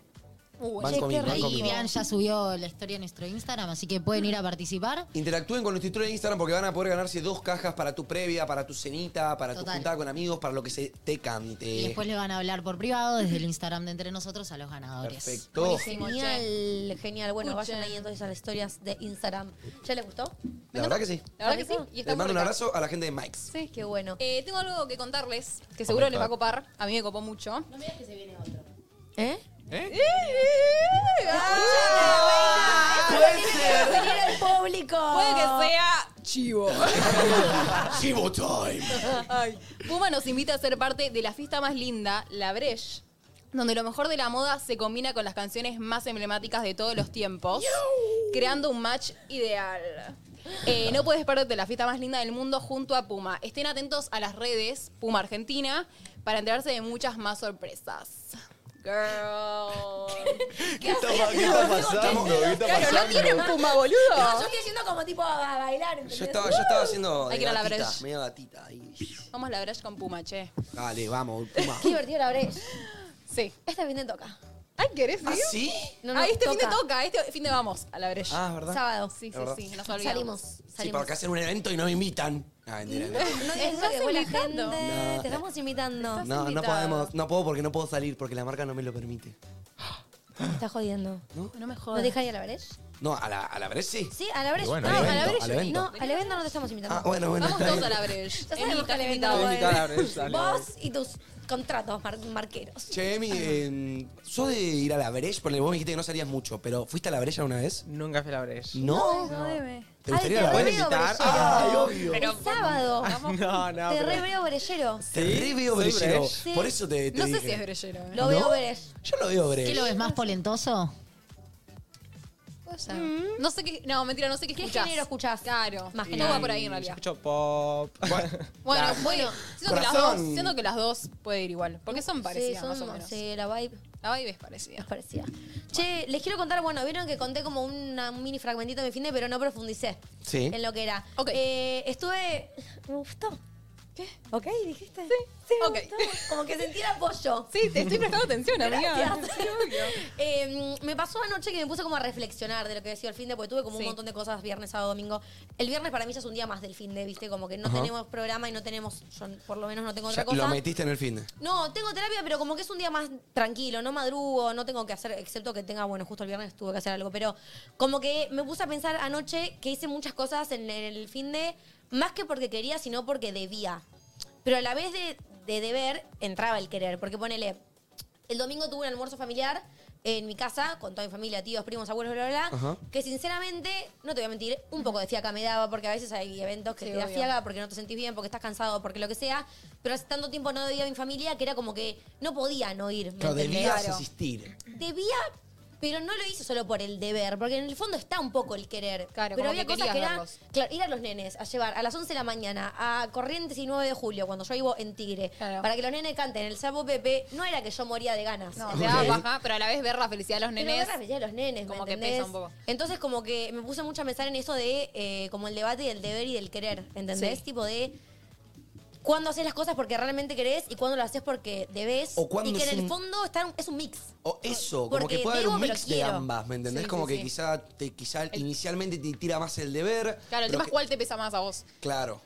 Speaker 6: Uy,
Speaker 3: Van
Speaker 6: che,
Speaker 3: conmigo,
Speaker 6: qué
Speaker 3: van
Speaker 6: rico.
Speaker 3: conmigo.
Speaker 6: Y Bian ya subió la historia en nuestro Instagram, así que pueden ir a participar.
Speaker 3: Interactúen con nuestro historia de Instagram porque van a poder ganarse dos cajas para tu previa, para tu cenita, para tu
Speaker 6: Total.
Speaker 3: juntada con amigos, para lo que se te cante.
Speaker 6: Y después le van a hablar por privado desde el Instagram de Entre Nosotros a los ganadores.
Speaker 3: Perfecto.
Speaker 4: Genial, genial. Bueno,
Speaker 7: Escuchen.
Speaker 4: vayan ahí entonces a las historias de Instagram. ¿Ya les gustó?
Speaker 3: La verdad que sí.
Speaker 7: La verdad que sí. Y está
Speaker 3: Les mando
Speaker 7: muy
Speaker 3: un
Speaker 7: rica.
Speaker 3: abrazo a la gente de Mike's.
Speaker 4: Sí, qué bueno.
Speaker 7: Eh, tengo algo que contarles que
Speaker 3: Oh
Speaker 7: seguro
Speaker 3: my
Speaker 7: les va a
Speaker 3: God.
Speaker 7: copar. A mí me copó mucho. No
Speaker 6: que se viene otro.
Speaker 4: ¿Eh?
Speaker 8: ¿Eh?
Speaker 7: ¡Eh!
Speaker 4: Ah, Puede ser. Venir al público.
Speaker 7: ¡Ah! Puede que sea chivo.
Speaker 3: Chivo time.
Speaker 7: Ay. Puma nos invita a ser parte de la fiesta más linda, la Breche, donde lo mejor de la moda se combina con las canciones más emblemáticas de todos los tiempos, creando un match ideal. Eh, no puedes perderte la fiesta más linda del mundo junto a Puma. Estén atentos a las redes Puma Argentina para enterarse de muchas más sorpresas. Girl.
Speaker 8: ¿Qué está, pa- qué está pasando? ¿Qué está
Speaker 7: Claro, no
Speaker 8: pasando?
Speaker 7: tienen Puma, boludo.
Speaker 4: No, yo estoy yendo como tipo a bailar. ¿entendés?
Speaker 3: Yo estaba, yo estaba haciendo.
Speaker 7: Hay
Speaker 3: de
Speaker 7: que ir a la
Speaker 3: gatita,
Speaker 7: Breche.
Speaker 3: medio gatita ahí.
Speaker 7: Vamos a la Breche con Puma, che.
Speaker 3: Dale, vamos, Puma.
Speaker 4: Qué divertido la brecha.
Speaker 7: Sí.
Speaker 4: Esta fin de toca.
Speaker 7: Ay, ¿querés ir?
Speaker 3: ¿Ah, sí?
Speaker 4: No, no,
Speaker 7: ah, este fin
Speaker 4: toca.
Speaker 7: de toca, este fin de vamos a la brecha.
Speaker 3: Ah, es verdad.
Speaker 4: Sábado.
Speaker 7: Sí,
Speaker 3: Es
Speaker 7: sí,
Speaker 3: verdad.
Speaker 7: sí, nos olvidamos.
Speaker 4: Salimos.
Speaker 3: Sí,
Speaker 4: Salimos.
Speaker 3: porque hacen un evento y no me invitan. Ah, mentira,
Speaker 4: No
Speaker 3: no.
Speaker 4: digas eso
Speaker 7: Estás
Speaker 4: que fue la gente.
Speaker 7: invitando.
Speaker 3: No.
Speaker 4: Te estamos invitando.
Speaker 3: No, no
Speaker 7: invitado.
Speaker 3: podemos, no puedo porque no puedo salir, porque la marca no me lo permite.
Speaker 4: Me estás jodiendo.
Speaker 3: ¿No?
Speaker 7: No me
Speaker 4: ¿No
Speaker 7: jodas.
Speaker 4: te dejaría la brecha?
Speaker 3: No, a la, a la Breche sí.
Speaker 4: Sí, a la brecha.
Speaker 3: bueno,
Speaker 4: no,
Speaker 3: al
Speaker 4: a la
Speaker 3: evento,
Speaker 4: brecha.
Speaker 3: al evento.
Speaker 4: No, al evento no te estamos invitando.
Speaker 3: Ah, bueno, bueno.
Speaker 7: Vamos
Speaker 3: está
Speaker 7: todos a
Speaker 3: bien.
Speaker 7: la brecha.
Speaker 4: Ya sabemos que al evento
Speaker 1: Estoy
Speaker 4: vos-
Speaker 1: invitada a la brecha, dale,
Speaker 4: Vos y tus contratos mar- marqueros.
Speaker 3: Che, Emi, eh, ¿sos de ir a la Breche? Porque vos me dijiste que no salías mucho, pero ¿fuiste a la Breche alguna vez?
Speaker 1: Nunca fui a la brecha.
Speaker 3: ¿No?
Speaker 4: No debe. Ah,
Speaker 3: ¿Te gustaría Ah, ir a la
Speaker 1: ¿Pueden
Speaker 3: Breche?
Speaker 1: invitar?
Speaker 3: Ay, obvio.
Speaker 4: El sábado.
Speaker 1: No, no.
Speaker 4: Te
Speaker 1: pero-
Speaker 4: re veo brechero.
Speaker 3: Te re veo
Speaker 1: soy
Speaker 3: brechero.
Speaker 4: Breche.
Speaker 3: Por eso te, te
Speaker 7: No
Speaker 3: dije.
Speaker 7: sé si es brellero. eh.
Speaker 4: Lo
Speaker 3: ¿No?
Speaker 4: veo brech.
Speaker 3: Yo lo veo
Speaker 6: ¿Qué
Speaker 3: Breche.
Speaker 6: lo ves más polentoso?
Speaker 7: cosa. Mm. No sé qué. No, mentira, no sé qué escuchás. ¿Qué
Speaker 4: género
Speaker 7: escuchás? Claro. Más
Speaker 1: Y
Speaker 7: Todo va por ahí en realidad.
Speaker 1: Yo escucho pop.
Speaker 7: Bueno,
Speaker 1: Claro.
Speaker 7: bueno. Siento que, las dos,
Speaker 1: Corazón.
Speaker 7: siento que las dos puede ir igual. Porque son parecidas,
Speaker 4: Sí, son-
Speaker 7: más o menos.
Speaker 4: sí, la vibe.
Speaker 7: La vibe es parecida. Es
Speaker 4: parecida. Che, les quiero contar, bueno, vieron que conté como una- un mini fragmentito de mi fin de, pero no profundicé
Speaker 3: Sí.
Speaker 4: en lo que era. Eh, estuve. Me gustó. ¿Qué? ¿Ok? ¿Dijiste? Sí, sí, me gustó. Como que sentí el apoyo.
Speaker 7: Sí, te estoy prestando atención, amiga.
Speaker 4: Gracias. Eh, me pasó anoche que me puse como a reflexionar de lo que decía el fin de, porque tuve como
Speaker 7: Sí.
Speaker 4: un montón de cosas viernes, sábado, domingo. El viernes para mí ya es un día más del fin de, ¿viste? Como que no
Speaker 3: Ajá.
Speaker 4: tenemos programa y no tenemos, yo por lo menos no tengo
Speaker 3: Ya
Speaker 4: otra cosa.
Speaker 3: lo metiste en el fin de.
Speaker 4: No, tengo terapia, pero como que es un día más tranquilo, no madrugo, no tengo que hacer, excepto que tenga, bueno, justo el viernes tuve que hacer algo, pero como que me puse a pensar anoche que hice muchas cosas en el fin de, más que porque quería, sino porque debía. Pero a la vez de, de deber, entraba el querer, porque ponele, el domingo tuve un almuerzo familiar en mi casa, con toda mi familia, tíos, primos, abuelos, bla, bla, bla,
Speaker 2: Ajá.
Speaker 4: que sinceramente, no te voy a mentir, un poco de fiaca me daba, porque a veces hay eventos que
Speaker 2: Sí,
Speaker 4: te da
Speaker 2: obvio.
Speaker 4: fiaca porque no te sentís bien, porque estás cansado, porque lo que sea, pero hace tanto tiempo no veía a mi familia que era como que no podía no ir. ¿me
Speaker 3: Claro,
Speaker 4: entendés?
Speaker 3: debías
Speaker 4: Claro.
Speaker 3: asistir.
Speaker 4: Debía, pero no lo hice solo por el deber, porque en el fondo está un poco el querer.
Speaker 7: Claro,
Speaker 4: pero
Speaker 7: como
Speaker 4: había
Speaker 7: que
Speaker 4: cosas que
Speaker 7: querías
Speaker 4: era
Speaker 7: verlos.
Speaker 4: claro, ir a los nenes a llevar a las 11 de la mañana a Corrientes y 9 de julio, cuando yo vivo en Tigre, para que los nenes canten el Sabo Pepe, no era que yo moría de ganas.
Speaker 7: No, te da baja, pero a la vez ver la felicidad de los
Speaker 4: Pero
Speaker 7: nenes.
Speaker 4: ver la felicidad de los nenes,
Speaker 7: como
Speaker 4: ¿me
Speaker 7: que
Speaker 4: entendés?
Speaker 7: pesa un poco.
Speaker 4: Entonces como que me puse mucho a pensar en eso de eh, como el debate del deber y del querer, ¿entendés?
Speaker 7: Sí.
Speaker 4: Tipo de cuándo haces las cosas porque realmente querés y cuándo lo haces porque debes.
Speaker 3: O cuándo
Speaker 4: y que
Speaker 3: es
Speaker 4: en el
Speaker 3: un-
Speaker 4: fondo está un- es un mix.
Speaker 3: O eso, como
Speaker 4: Porque
Speaker 3: que puede haber un
Speaker 4: debo, pero
Speaker 3: mix de
Speaker 4: quiero.
Speaker 3: ambas, ¿me entendés?
Speaker 4: Sí,
Speaker 3: como
Speaker 4: sí,
Speaker 3: que
Speaker 4: sí.
Speaker 3: quizá, te, quizá inicialmente te tira más el deber.
Speaker 7: Claro, el
Speaker 3: pero
Speaker 7: tema es
Speaker 3: que-
Speaker 7: cuál te pesa más a vos.
Speaker 3: Claro.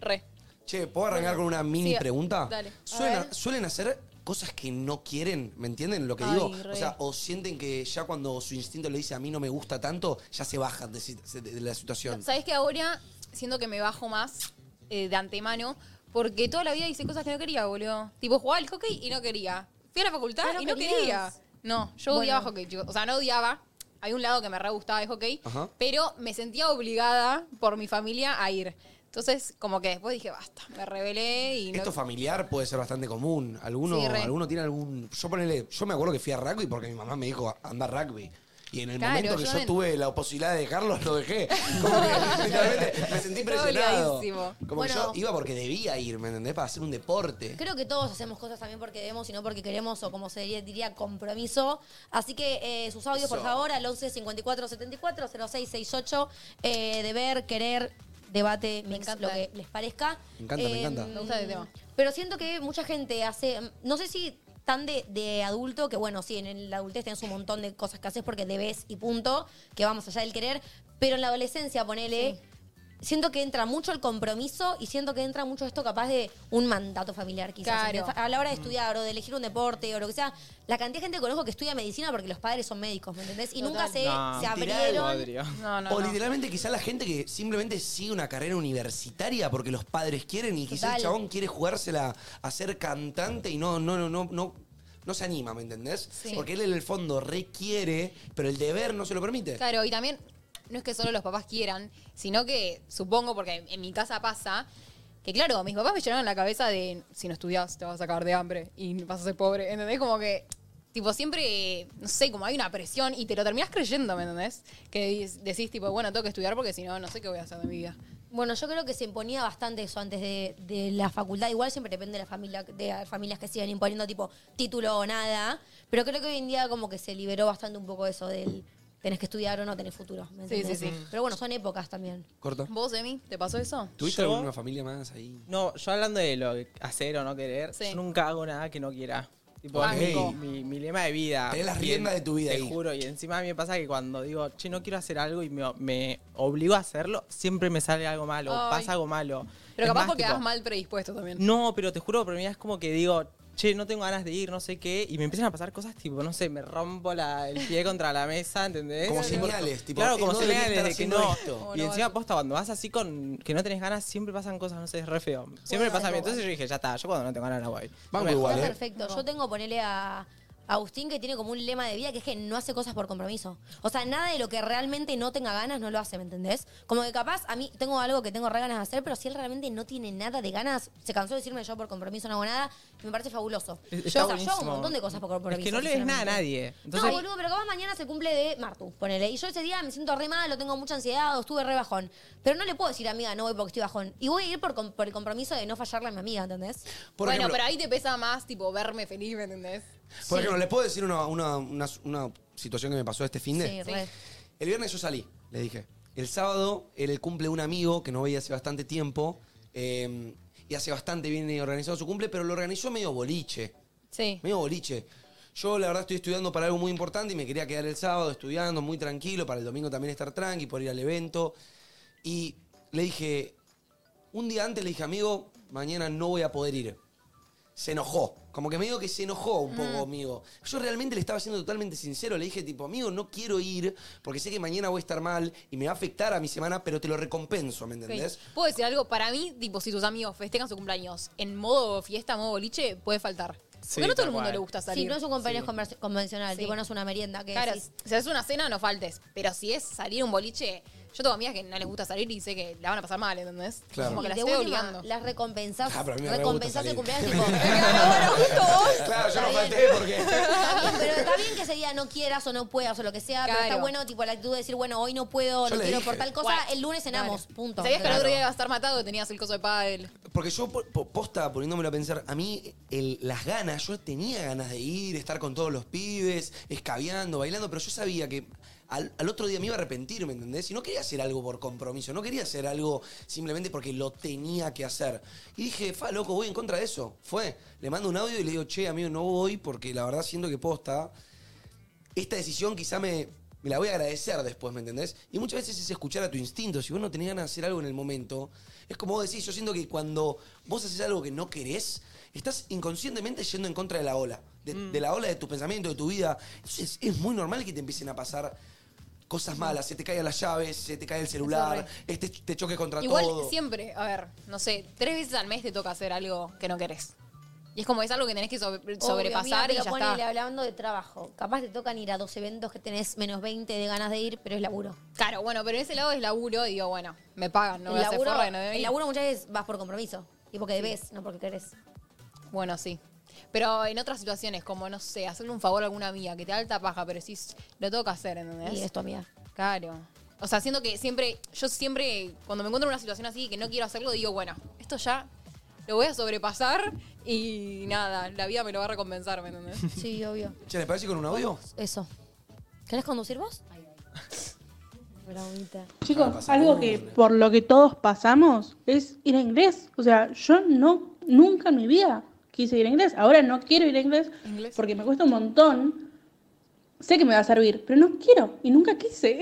Speaker 7: Re.
Speaker 3: Che, ¿puedo arrancar con una mini
Speaker 7: Sí,
Speaker 3: pregunta?
Speaker 7: dale. A
Speaker 3: Suena-
Speaker 7: ver.
Speaker 3: suelen hacer cosas que no quieren, ¿me entienden lo que
Speaker 7: Ay,
Speaker 3: digo?
Speaker 7: re.
Speaker 3: O sea, o sienten que ya cuando su instinto le dice a mí no me gusta tanto, ya se bajan de, si- de- de la situación.
Speaker 7: Sabes que ahora siento que me bajo más eh, de antemano porque toda la vida hice cosas que no quería, boludo. Tipo, jugaba al hockey y no quería. Fui a la facultad
Speaker 4: Ah, no
Speaker 7: y no
Speaker 4: querías.
Speaker 7: quería. No, yo
Speaker 4: Bueno.
Speaker 7: odiaba hockey, chicos. O sea, no odiaba. Hay un lado que me re gustaba de hockey,
Speaker 2: Ajá.
Speaker 7: pero me sentía obligada por mi familia a ir. Entonces, como que después dije, basta, me rebelé y no.
Speaker 3: Esto familiar puede ser bastante común. Alguno,
Speaker 7: Sí, re.
Speaker 3: alguno tiene algún. Yo ponele, yo me acuerdo que fui a rugby porque mi mamá me dijo anda a rugby. Y en el
Speaker 7: Claro,
Speaker 3: momento que
Speaker 7: yo
Speaker 3: yo,
Speaker 7: en-
Speaker 3: tuve la posibilidad de dejarlo, lo dejé. Como que, literalmente, me sentí presionado.
Speaker 4: Obligadísimo.
Speaker 3: Como
Speaker 4: Bueno.
Speaker 3: que yo iba porque debía ir, ¿me entendés? Para hacer un deporte.
Speaker 4: Creo que todos hacemos cosas también porque debemos y no porque queremos o como se diría, diría, compromiso. Así que eh, sus audios, por
Speaker 3: Eso.
Speaker 4: favor, al 11 54 74 06 68. eh, deber, querer, debate, mix, lo que les parezca.
Speaker 3: Me encanta, me
Speaker 4: Eh,
Speaker 3: encanta.
Speaker 7: Me gusta este tema.
Speaker 4: Pero siento que mucha gente hace, em, no sé si tan de, de adulto, que bueno, sí, en la adultez tenés un montón de cosas que haces porque debes y punto, que vamos allá del querer, pero en la adolescencia, ponele, siento que entra mucho el compromiso y siento que entra mucho esto capaz de un mandato familiar quizás.
Speaker 7: Claro.
Speaker 4: A la hora de estudiar o de elegir un deporte o lo que sea, la cantidad de gente que conozco que estudia medicina porque los padres son médicos, ¿me entendés? Y nunca se,
Speaker 3: No.
Speaker 4: se
Speaker 3: Literal. Podría.
Speaker 4: abrieron.
Speaker 3: o literalmente quizá la gente que simplemente sigue una carrera universitaria porque los padres quieren y quizá
Speaker 4: Total.
Speaker 3: el chabón quiere jugársela a ser cantante y no, no, no, no, no, no se anima, ¿me entendés?
Speaker 7: Sí.
Speaker 3: Porque él en el fondo requiere, pero el deber no se lo permite.
Speaker 7: Claro, y también no es que solo los papás quieran, sino que supongo, porque en- en mi casa pasa, que claro, mis papás me llenaron la cabeza de si no estudias te vas a cagar de hambre y vas a ser pobre, ¿entendés? Como que, tipo, siempre, no sé, como hay una presión y te lo terminás creyendo, ¿me entendés? Que di- decís, tipo, bueno, tengo que estudiar porque si no, no sé qué voy a hacer de mi vida.
Speaker 4: Bueno, yo creo que se imponía bastante eso antes de, de la facultad. Igual siempre depende de la familia, de las familias que siguen imponiendo tipo título o nada. Pero creo que hoy en día como que se liberó bastante un poco eso del tenés que estudiar o no tenés futuro. ¿me
Speaker 7: Sí,
Speaker 4: entendés?
Speaker 7: sí, sí.
Speaker 4: Pero bueno, son épocas también.
Speaker 3: Corta.
Speaker 7: ¿Vos, Emi, te pasó eso?
Speaker 3: ¿Tuviste
Speaker 1: Yo-
Speaker 3: alguna familia más ahí?
Speaker 1: No, yo hablando de lo que hacer o no querer,
Speaker 7: Sí.
Speaker 1: yo nunca hago nada que no quiera. Tipo,
Speaker 3: Ok.
Speaker 1: es mi, mi- mi lema de vida.
Speaker 3: Tenés las
Speaker 1: Y
Speaker 3: riendas
Speaker 1: en-
Speaker 3: de tu vida
Speaker 1: Te
Speaker 3: ahí.
Speaker 1: juro. Y encima a mí me pasa que cuando digo, che, no quiero hacer algo y me, me obligo a hacerlo, siempre me sale algo malo,
Speaker 7: Ay.
Speaker 1: pasa algo malo.
Speaker 7: Pero
Speaker 1: Es
Speaker 7: capaz
Speaker 1: más,
Speaker 7: porque
Speaker 1: tipo,
Speaker 7: vas mal predispuesto también.
Speaker 1: No, pero te juro, por mí es como que digo, che, no tengo ganas de ir, no sé qué, y me empiezan a pasar cosas tipo, no sé, me rompo la- el pie contra la mesa, ¿entendés?
Speaker 3: Como señales, tipo,
Speaker 1: Claro,
Speaker 3: eh,
Speaker 1: como
Speaker 3: no debería
Speaker 1: señales de
Speaker 3: estar
Speaker 1: que
Speaker 3: haciendo
Speaker 1: no.
Speaker 3: esto.
Speaker 1: Y
Speaker 3: Bueno,
Speaker 1: encima, posta, cuando vas así con que no tenés ganas, siempre pasan cosas, no sé, es re feo. Siempre me pasa a mí. Entonces yo dije, ya está, yo cuando no tengo ganas no voy. No
Speaker 3: Banco
Speaker 1: me
Speaker 3: igual, eh.
Speaker 1: jodas.
Speaker 4: Está perfecto. Yo tengo, ponele a, Agustín que tiene como un lema de vida que es que no hace cosas por compromiso. O sea, nada de lo que realmente no tenga ganas no lo hace, ¿me entendés? Como que capaz a mí tengo algo que tengo re ganas de hacer, pero si él realmente no tiene nada de ganas, se cansó de decirme yo por compromiso no hago nada, y me parece fabuloso.
Speaker 1: Es-
Speaker 4: Yo,
Speaker 1: está
Speaker 4: o sea, yo hago un
Speaker 1: buenísimo.
Speaker 4: montón de cosas por compromiso.
Speaker 1: Es que no le des nada a
Speaker 4: sinceramente.
Speaker 1: nadie. Entonces,
Speaker 4: no, boludo, pero capaz mañana se cumple de Martu, ponele. Y yo ese día me siento re mal, lo tengo mucha ansiedad, o estuve re bajón. Pero no le puedo decir, amiga, no voy porque estoy bajón. Y voy a ir por, com- por el compromiso de no fallarle a mi amiga, ¿entendés?
Speaker 3: Por
Speaker 7: bueno,
Speaker 3: ejemplo-
Speaker 7: pero ahí te pesa más, tipo, verme feliz, ¿me entendés?
Speaker 3: Por ejemplo, les puedo decir una, una- una- una situación que me pasó este fin de.
Speaker 7: Sí, re.
Speaker 3: El viernes yo salí, le dije. El sábado era el cumple de un amigo que no veía hace bastante tiempo. eh, y hace bastante viene organizado su cumple, pero lo organizó medio boliche.
Speaker 7: Sí.
Speaker 3: Medio boliche. Yo, la verdad, estoy estudiando para algo muy importante y me quería quedar el sábado estudiando, muy tranquilo, para el domingo también estar tranqui, por ir al evento. Y le dije, un día antes le dije, amigo, mañana no voy a poder ir. Se enojó. Como que me dijo que se enojó un poco, amigo. Yo realmente le estaba siendo totalmente sincero. Le dije, tipo, amigo, no quiero ir porque sé que mañana voy a estar mal y me va a afectar a mi semana, pero te lo recompenso, ¿me entendés?
Speaker 7: Ok. Puedo decir algo, para mí, tipo, si tus amigos festejan su cumpleaños en modo fiesta, modo boliche, puede faltar.
Speaker 4: Sí,
Speaker 7: Porque no todo
Speaker 4: tal
Speaker 7: el mundo
Speaker 4: cual.
Speaker 7: le gusta salir.
Speaker 4: Sí, no es un cumpleaños conver- convencional, tipo, no es una merienda que
Speaker 7: Claro,
Speaker 4: decís.
Speaker 7: si es una cena, no faltes. Pero si es salir a un boliche, yo tengo amigas que no les gusta salir y sé que la van a pasar mal, ¿entendés?
Speaker 3: Claro.
Speaker 7: Como que
Speaker 3: Y
Speaker 7: las
Speaker 4: de
Speaker 7: estoy
Speaker 4: última,
Speaker 7: obligando.
Speaker 4: Las recompensas.
Speaker 3: Ah, pero a mí me re gusta
Speaker 4: recompensas
Speaker 3: salir.
Speaker 4: el cumpleaños, tipo.
Speaker 3: Claro, yo no
Speaker 4: Está
Speaker 3: falté porque...
Speaker 4: Está bien, pero está bien que ese día no quieras o no puedas o lo que sea, pero está
Speaker 7: Claro.
Speaker 4: bueno, tipo, la actitud de decir, bueno, hoy no puedo,
Speaker 3: Yo
Speaker 4: no
Speaker 3: le
Speaker 4: quiero
Speaker 3: dije.
Speaker 4: por tal cosa,
Speaker 7: Guay.
Speaker 4: el lunes cenamos, punto.
Speaker 7: Sabías que el
Speaker 4: Claro.
Speaker 7: otro día iba a estar matado, tenías el coso de pádel.
Speaker 3: Porque yo, po- po- posta, poniéndomelo a pensar, a mí el- las ganas, yo tenía ganas de ir, estar con todos los pibes, escabeando, bailando, pero yo sabía que al, al otro día me iba a arrepentir, ¿me entendés? Y no quería hacer algo por compromiso, no quería hacer algo simplemente porque lo tenía que hacer. Y dije, fa, loco, voy en contra de eso. Fue, le mando un audio y le digo, che, amigo, no voy porque la verdad siento que posta, esta decisión quizá me, me la voy a agradecer después, ¿me entendés? Y muchas veces es escuchar a tu instinto. Si vos no tenés ganas de hacer algo en el momento, es como vos decís, yo siento que cuando vos haces algo que no querés, estás inconscientemente yendo en contra de la ola, de, de la ola de tu pensamiento, de tu vida. Entonces es muy normal que te empiecen a pasar cosas malas, se te caigan las llaves, se te cae el celular, este, te choques contra
Speaker 7: Igual
Speaker 3: todo.
Speaker 7: siempre, a ver, no sé, tres veces al mes te toca hacer algo que no querés. Y es como es algo que tenés que sobre-
Speaker 4: amiga,
Speaker 7: sobrepasar
Speaker 4: pero
Speaker 7: y ya
Speaker 4: ponele,
Speaker 7: está.
Speaker 4: hablando de trabajo, capaz te tocan ir a dos eventos que tenés menos 20 de ganas de ir, pero es laburo.
Speaker 7: Claro, bueno, pero en ese lado es laburo y digo, bueno, me pagan, no voy
Speaker 4: el,
Speaker 7: a hacer
Speaker 4: laburo,
Speaker 7: forra de no voy a
Speaker 4: el
Speaker 7: ir.
Speaker 4: laburo muchas veces vas por compromiso y porque debes, no porque querés.
Speaker 7: Bueno, sí. Pero en otras situaciones, como, no sé, hacerle un favor a alguna amiga que te da alta paja, pero decís, lo tengo que hacer, ¿entendés?
Speaker 4: Y es tu amiga.
Speaker 7: Claro. O sea, siento que siempre, yo siempre, cuando me encuentro en una situación así que no quiero hacerlo, digo, bueno, esto ya lo voy a sobrepasar y nada, la vida me lo va a recompensar, ¿me entendés?
Speaker 4: Sí, obvio.
Speaker 3: Che, ¿le parece con un audio?
Speaker 4: Eso. ¿Querés conducir vos? Bravita.
Speaker 12: Chicos, algo que por lo que todos pasamos es ir a inglés. O sea, yo no, nunca en mi vida quise ir a inglés. Ahora no quiero ir a inglés, porque me cuesta un montón. Sé que me va a servir, pero no quiero y nunca quise.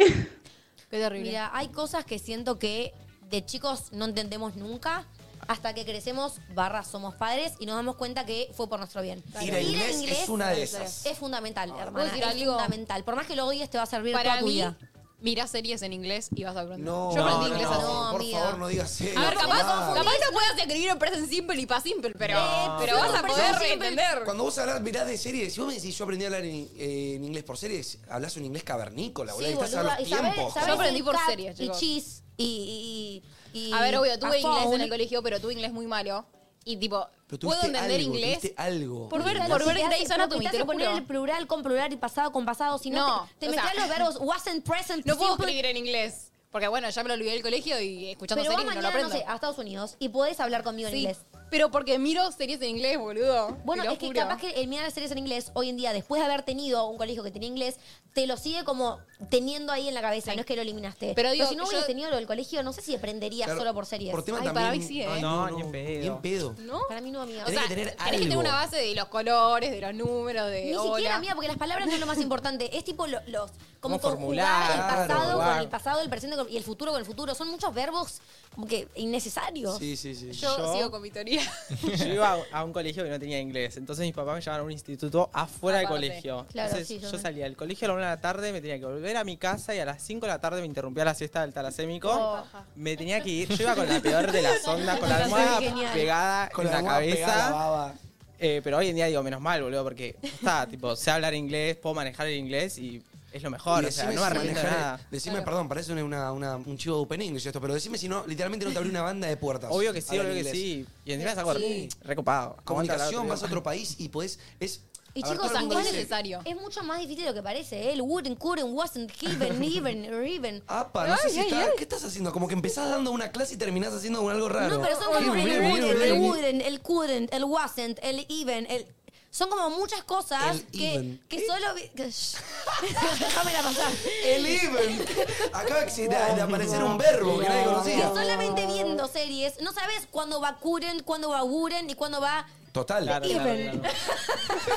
Speaker 7: Qué terrible.
Speaker 4: Mira, hay cosas que siento que de chicos no entendemos nunca hasta que crecemos, barra, somos padres y nos damos cuenta que fue por nuestro bien.
Speaker 3: Ir a inglés es una de esas.
Speaker 4: Es fundamental,
Speaker 7: Ah, ¿puedo
Speaker 4: hermana.
Speaker 7: decir
Speaker 4: Es
Speaker 7: algo?
Speaker 4: fundamental. Por más que lo odies, te va a servir
Speaker 7: Para
Speaker 4: toda tu
Speaker 7: mí,
Speaker 4: vida.
Speaker 7: mirá series en inglés y vas a aprender.
Speaker 3: No,
Speaker 7: Yo aprendí
Speaker 3: no,
Speaker 7: inglés
Speaker 3: no,
Speaker 7: así.
Speaker 3: no, por favor, no digas eso.
Speaker 7: A ver, capaz,
Speaker 3: Ah.
Speaker 7: capaz te puedas escribir en present simple y past simple, pero, pero
Speaker 3: No,
Speaker 7: vas a
Speaker 3: pero
Speaker 7: poder
Speaker 3: yo siempre-
Speaker 7: entender.
Speaker 3: Cuando vos hablas, mirás de series, si vos me decís, yo aprendí a hablar en, eh, en inglés por series, hablas un inglés cavernícola, boludo,
Speaker 4: Sí,
Speaker 3: estás
Speaker 4: boluda,
Speaker 3: a los
Speaker 4: y sabés-
Speaker 3: tiempos.
Speaker 4: sabés
Speaker 7: Yo aprendí
Speaker 4: el
Speaker 7: por
Speaker 4: cat
Speaker 7: series,
Speaker 4: Y
Speaker 7: chicos.
Speaker 4: cheese y, y- y- y-
Speaker 7: A ver, obvio, tuve
Speaker 4: a
Speaker 7: inglés en el
Speaker 4: phone.
Speaker 7: colegio, pero tuve inglés muy malo. Y tipo,
Speaker 3: Pero tuviste
Speaker 7: puedo entender
Speaker 3: algo,
Speaker 7: inglés.
Speaker 3: tuviste algo.
Speaker 7: Por ver-
Speaker 4: Claro,
Speaker 7: por
Speaker 4: si
Speaker 7: ver
Speaker 4: te
Speaker 7: Grey's
Speaker 4: hace-
Speaker 7: Anatomy,
Speaker 4: te
Speaker 7: te
Speaker 4: hace
Speaker 7: lo
Speaker 4: poner
Speaker 7: juro.
Speaker 4: el plural con plural y pasado con pasado, si no,
Speaker 7: No,
Speaker 4: te, te
Speaker 7: o
Speaker 4: mezclas
Speaker 7: sea,
Speaker 4: los verbos wasn't present.
Speaker 7: No puedo
Speaker 4: simple,
Speaker 7: escribir en inglés. Porque bueno, ya me lo olvidé del colegio y escuchando
Speaker 4: Pero vos
Speaker 7: series no lo
Speaker 4: mañana, no
Speaker 7: aprendo.
Speaker 4: sé, a Estados Unidos y podés hablar conmigo en
Speaker 7: Sí,
Speaker 4: inglés.
Speaker 7: Pero porque miro series en inglés, boludo.
Speaker 4: Bueno,
Speaker 7: Te lo
Speaker 4: es que
Speaker 7: juro.
Speaker 4: capaz que el mirar series en inglés hoy en día, después de haber tenido un colegio que tenía inglés, te lo sigue como teniendo ahí en la cabeza, no es que lo eliminaste.
Speaker 7: Pero
Speaker 4: Pero,
Speaker 7: digo,
Speaker 4: si no
Speaker 7: yo-
Speaker 4: hubieras tenido lo del colegio, no sé si aprenderías
Speaker 3: Claro,
Speaker 4: solo por series.
Speaker 3: por tema
Speaker 4: Ay,
Speaker 3: también-
Speaker 4: para mí sí,
Speaker 3: Ay,
Speaker 4: ¿eh?
Speaker 3: no, ni en pedo. Ni en pedo.
Speaker 4: ¿No? Para mí no, amiga.
Speaker 3: Tenés que tener
Speaker 7: Tenés que tener
Speaker 3: algo.
Speaker 7: una base de los colores, de los números, de.
Speaker 4: Ni
Speaker 7: hola.
Speaker 4: siquiera, mía, porque las palabras no es lo más importante. Es tipo lo- los. Como
Speaker 7: Cómo
Speaker 4: conjugar el
Speaker 7: formular,
Speaker 4: pasado
Speaker 7: claro.
Speaker 4: con el pasado, el presente con- y el futuro con el futuro. Son muchos verbos como que innecesarios.
Speaker 3: Sí, sí, sí.
Speaker 7: Yo, sigo con mi teoría.
Speaker 1: Yo iba a, a un colegio que no tenía inglés, entonces mis papás me llevaron a un instituto afuera del
Speaker 7: Aparte.
Speaker 1: colegio.
Speaker 7: Claro,
Speaker 1: entonces
Speaker 7: sí, yo
Speaker 1: yo,
Speaker 7: también.
Speaker 1: salía del colegio a la una de la tarde, me tenía que volver a mi casa y a las 5 de la tarde me interrumpía la siesta del talacémico.
Speaker 7: Oh.
Speaker 1: Me tenía que ir, yo iba con la peor de las ondas, con la
Speaker 3: Está
Speaker 1: almohada
Speaker 3: genial.
Speaker 1: pegada
Speaker 3: Con
Speaker 1: en
Speaker 3: la
Speaker 1: la,
Speaker 3: almohada
Speaker 1: cabeza.
Speaker 3: pegada, baba.
Speaker 1: Eh, pero hoy en día digo, menos mal, boludo, porque ya está, tipo, sé hablar inglés, puedo manejar el inglés y es lo mejor.
Speaker 3: Y
Speaker 1: o sea,
Speaker 3: decime
Speaker 1: no me
Speaker 3: si
Speaker 1: arrepiento de
Speaker 3: manejar-
Speaker 1: nada.
Speaker 3: Decime, perdón, parece una, una- un chivo de Open English esto, pero decime si no, literalmente no te abrí una banda de puertas.
Speaker 1: Obvio que sí,
Speaker 3: Hablar
Speaker 1: obvio que
Speaker 3: inglés.
Speaker 1: sí. Y encima es algo
Speaker 3: Sí.
Speaker 1: recopado.
Speaker 3: Comunicación, vas a otro país y podés. Es,
Speaker 4: Y
Speaker 3: a ver,
Speaker 4: chicos,
Speaker 3: todo el mundo
Speaker 4: igual
Speaker 3: dice,
Speaker 4: Es mucho más difícil de lo que parece. ¿eh? El wouldn't, couldn't, wasn't, even, even, or even.
Speaker 3: Apa, no sé si está- ¿Qué estás haciendo? Como que empezás dando una clase y terminás haciendo algo raro.
Speaker 4: No, pero son
Speaker 3: Qué
Speaker 4: como el
Speaker 3: bien,
Speaker 4: wouldn't,
Speaker 3: bien,
Speaker 4: el
Speaker 3: bien.
Speaker 4: wouldn't, el couldn't, el wasn't, el even, el... Son como muchas cosas
Speaker 3: El
Speaker 4: que,
Speaker 3: even. ¿Eh?
Speaker 4: que solo... vi- que- shh. Déjamela pasar.
Speaker 3: El even. Acaba de, de aparecer un verbo que nadie conocía.
Speaker 4: Que
Speaker 3: Oh.
Speaker 4: solamente viendo series, no sabes cuándo va couldn't, cuándo va wouldn't y cuándo va...
Speaker 3: Total.
Speaker 4: Claro, claro, Even.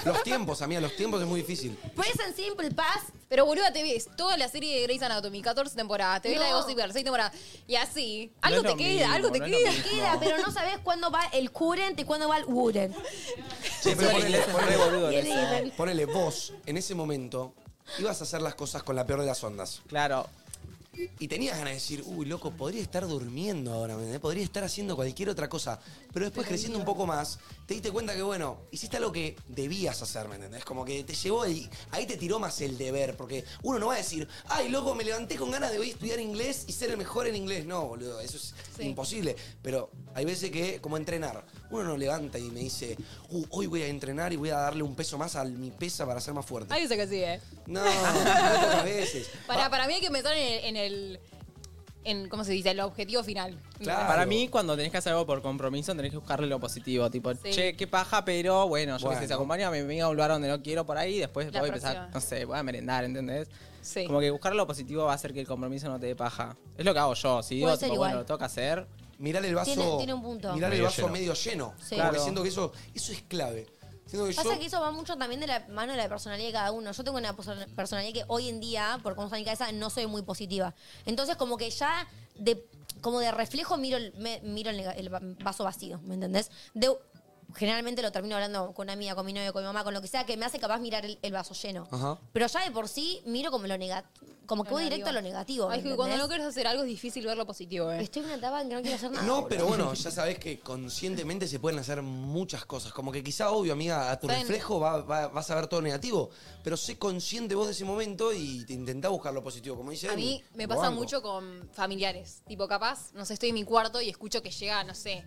Speaker 3: Los tiempos, amiga, los tiempos es muy difícil.
Speaker 4: Present Simple Past.
Speaker 7: Pero boluda, te ves toda la serie de Grey's Anatomy, 14 temporadas, te ves
Speaker 4: No.
Speaker 7: la de Gossip Girl, 6 temporadas. Y así,
Speaker 4: No
Speaker 7: algo
Speaker 4: es
Speaker 7: te
Speaker 4: lo
Speaker 7: queda,
Speaker 4: mismo,
Speaker 7: algo te
Speaker 4: no es lo
Speaker 7: queda.
Speaker 4: mismo. Queda, pero no sabes cuándo va el couldn't y cuándo va el wouldn't.
Speaker 3: Sí, pero ponele, ponele,
Speaker 4: Y el even.
Speaker 3: ponele, vos, en ese momento, ibas a hacer las cosas con la peor de las ondas.
Speaker 1: Claro.
Speaker 3: Y tenías ganas de decir, uy, loco, podría estar durmiendo ahora, ¿me entendés? podría estar haciendo cualquier otra cosa. Pero después, creciendo un poco más, te diste cuenta que, bueno, hiciste algo que debías hacer, ¿me entendés? Como que te llevó y ahí te tiró más el deber, porque uno no va a decir, ay, loco, me levanté con ganas de hoy estudiar inglés y ser el mejor en inglés. No, boludo, eso es
Speaker 7: Sí.
Speaker 3: imposible. Pero hay veces que, como entrenar, uno no levanta y me dice, uh, hoy voy a entrenar y voy a darle un peso más a mi pesa para ser más fuerte.
Speaker 7: Ahí dice que sí, eh.
Speaker 3: No, muy pocas veces.
Speaker 7: Para, para mí hay que pensar en el, en el- en, ¿cómo se dice? El objetivo final.
Speaker 1: Para mí, cuando tenés que hacer algo por compromiso, tenés que buscarle lo positivo. Tipo,
Speaker 7: Sí.
Speaker 1: che, qué paja, pero bueno, yo
Speaker 3: Bueno.
Speaker 1: que sé, se acompaña, me venga a un lugar donde no quiero por ahí y después
Speaker 7: La
Speaker 1: voy a empezar,
Speaker 7: próxima.
Speaker 1: no sé, voy a merendar, ¿entendés?
Speaker 7: Sí.
Speaker 1: Como que buscar lo positivo va a hacer que el compromiso no te dé paja. Es lo que hago yo. Si digo,
Speaker 4: Puede ser
Speaker 1: tipo,
Speaker 4: igual.
Speaker 1: bueno, lo tengo que hacer.
Speaker 3: Mirar el
Speaker 4: vaso- Tiene- tiene un punto.
Speaker 3: mirar el
Speaker 1: Medio
Speaker 3: vaso
Speaker 1: lleno.
Speaker 3: medio lleno.
Speaker 4: Sí.
Speaker 3: Como que
Speaker 1: Claro.
Speaker 3: siento que eso, eso es clave. Siento que
Speaker 4: Pasa
Speaker 3: yo-
Speaker 4: que eso va mucho también de la mano de la personalidad de cada uno. Yo tengo una perso- personalidad que hoy en día, por cómo está mi cabeza, no soy muy positiva. Entonces, como que ya de, como de reflejo miro, el, me- miro el, nega- el va- vaso vacío, ¿me entendés? De, generalmente lo termino hablando con una amiga, con mi novio, con mi mamá, con lo que sea, que me hace capaz mirar el, el vaso lleno.
Speaker 3: Ajá.
Speaker 4: Pero ya de por sí miro como lo negativo, como que
Speaker 7: Lo
Speaker 4: voy directo a lo negativo. ¿me
Speaker 7: Ay, que cuando
Speaker 4: entendés?
Speaker 7: no quieres hacer algo es difícil ver lo positivo, eh.
Speaker 4: Estoy en una etapa en que no quiero hacer nada.
Speaker 3: No,
Speaker 4: boludo.
Speaker 3: pero bueno, ya sabes que conscientemente se pueden hacer muchas cosas. Como que quizá, obvio, amiga, a tu
Speaker 4: Ten.
Speaker 3: reflejo va- va- vas a ver todo negativo. Pero sé consciente vos de ese momento y te intentá buscar lo positivo, como dice
Speaker 7: A
Speaker 3: Emi,
Speaker 7: mí me
Speaker 3: lo
Speaker 7: pasa
Speaker 3: banco.
Speaker 7: mucho con familiares. Tipo, capaz, no sé, estoy en mi cuarto y escucho que llega, no sé,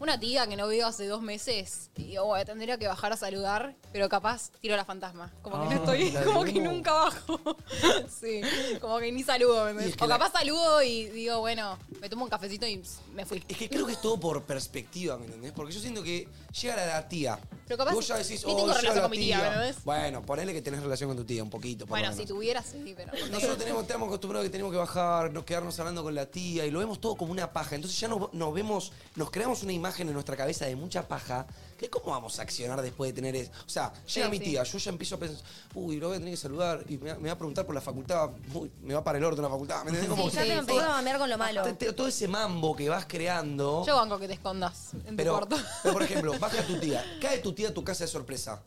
Speaker 7: una tía que no veo hace dos meses. Y digo, "Bueno, tendría que bajar a saludar, pero capaz tiro la fantasma. Como que
Speaker 2: Ah,
Speaker 7: no estoy,
Speaker 2: la
Speaker 7: como que
Speaker 3: Oh.
Speaker 2: luna.
Speaker 7: nunca bajo. sí, como que ni saludo. ¿me entendés?
Speaker 3: es que
Speaker 7: o
Speaker 3: la-
Speaker 7: capaz saludo y digo, bueno, me tomo un cafecito y pss, me fui.
Speaker 3: Es que creo que es todo por perspectiva, ¿me entendés? Porque yo siento que llega la, la tía.
Speaker 7: Pero capaz
Speaker 3: y vos ya decís,
Speaker 7: ni
Speaker 3: oh,
Speaker 7: tengo
Speaker 3: llega
Speaker 7: relación
Speaker 3: la
Speaker 7: con mi tía,
Speaker 3: tía".
Speaker 7: ¿me entendés?
Speaker 3: Bueno, ponele que tenés relación con tu tía un poquito, por lo
Speaker 7: Bueno,
Speaker 3: menos.
Speaker 7: si tuvieras, sí, pero.
Speaker 3: Nosotros tenemos, estamos acostumbrados que tenemos que bajar, nos quedarnos hablando con la tía y lo vemos todo como una paja. Entonces ya nos, nos vemos, nos creamos una imagen en nuestra cabeza de mucha paja. Que ¿Cómo vamos a accionar después de tener eso? O sea, llega
Speaker 8: Sí,
Speaker 3: mi
Speaker 8: sí.
Speaker 3: tía, yo ya empiezo a pensar, uy, lo voy a tener que saludar y me, va- me va a preguntar por la facultad, uy, me va para el orto la facultad. ¿Me entendés? Como
Speaker 4: Sí, ya
Speaker 3: que
Speaker 4: te empezó a mamear con lo malo.
Speaker 3: todo- te- Todo ese mambo que vas creando.
Speaker 7: Yo banco que te escondas en
Speaker 3: Pero,
Speaker 7: tu cuarto.
Speaker 3: pero, por ejemplo, baja tu tía, cae tu tía a tu casa de sorpresa.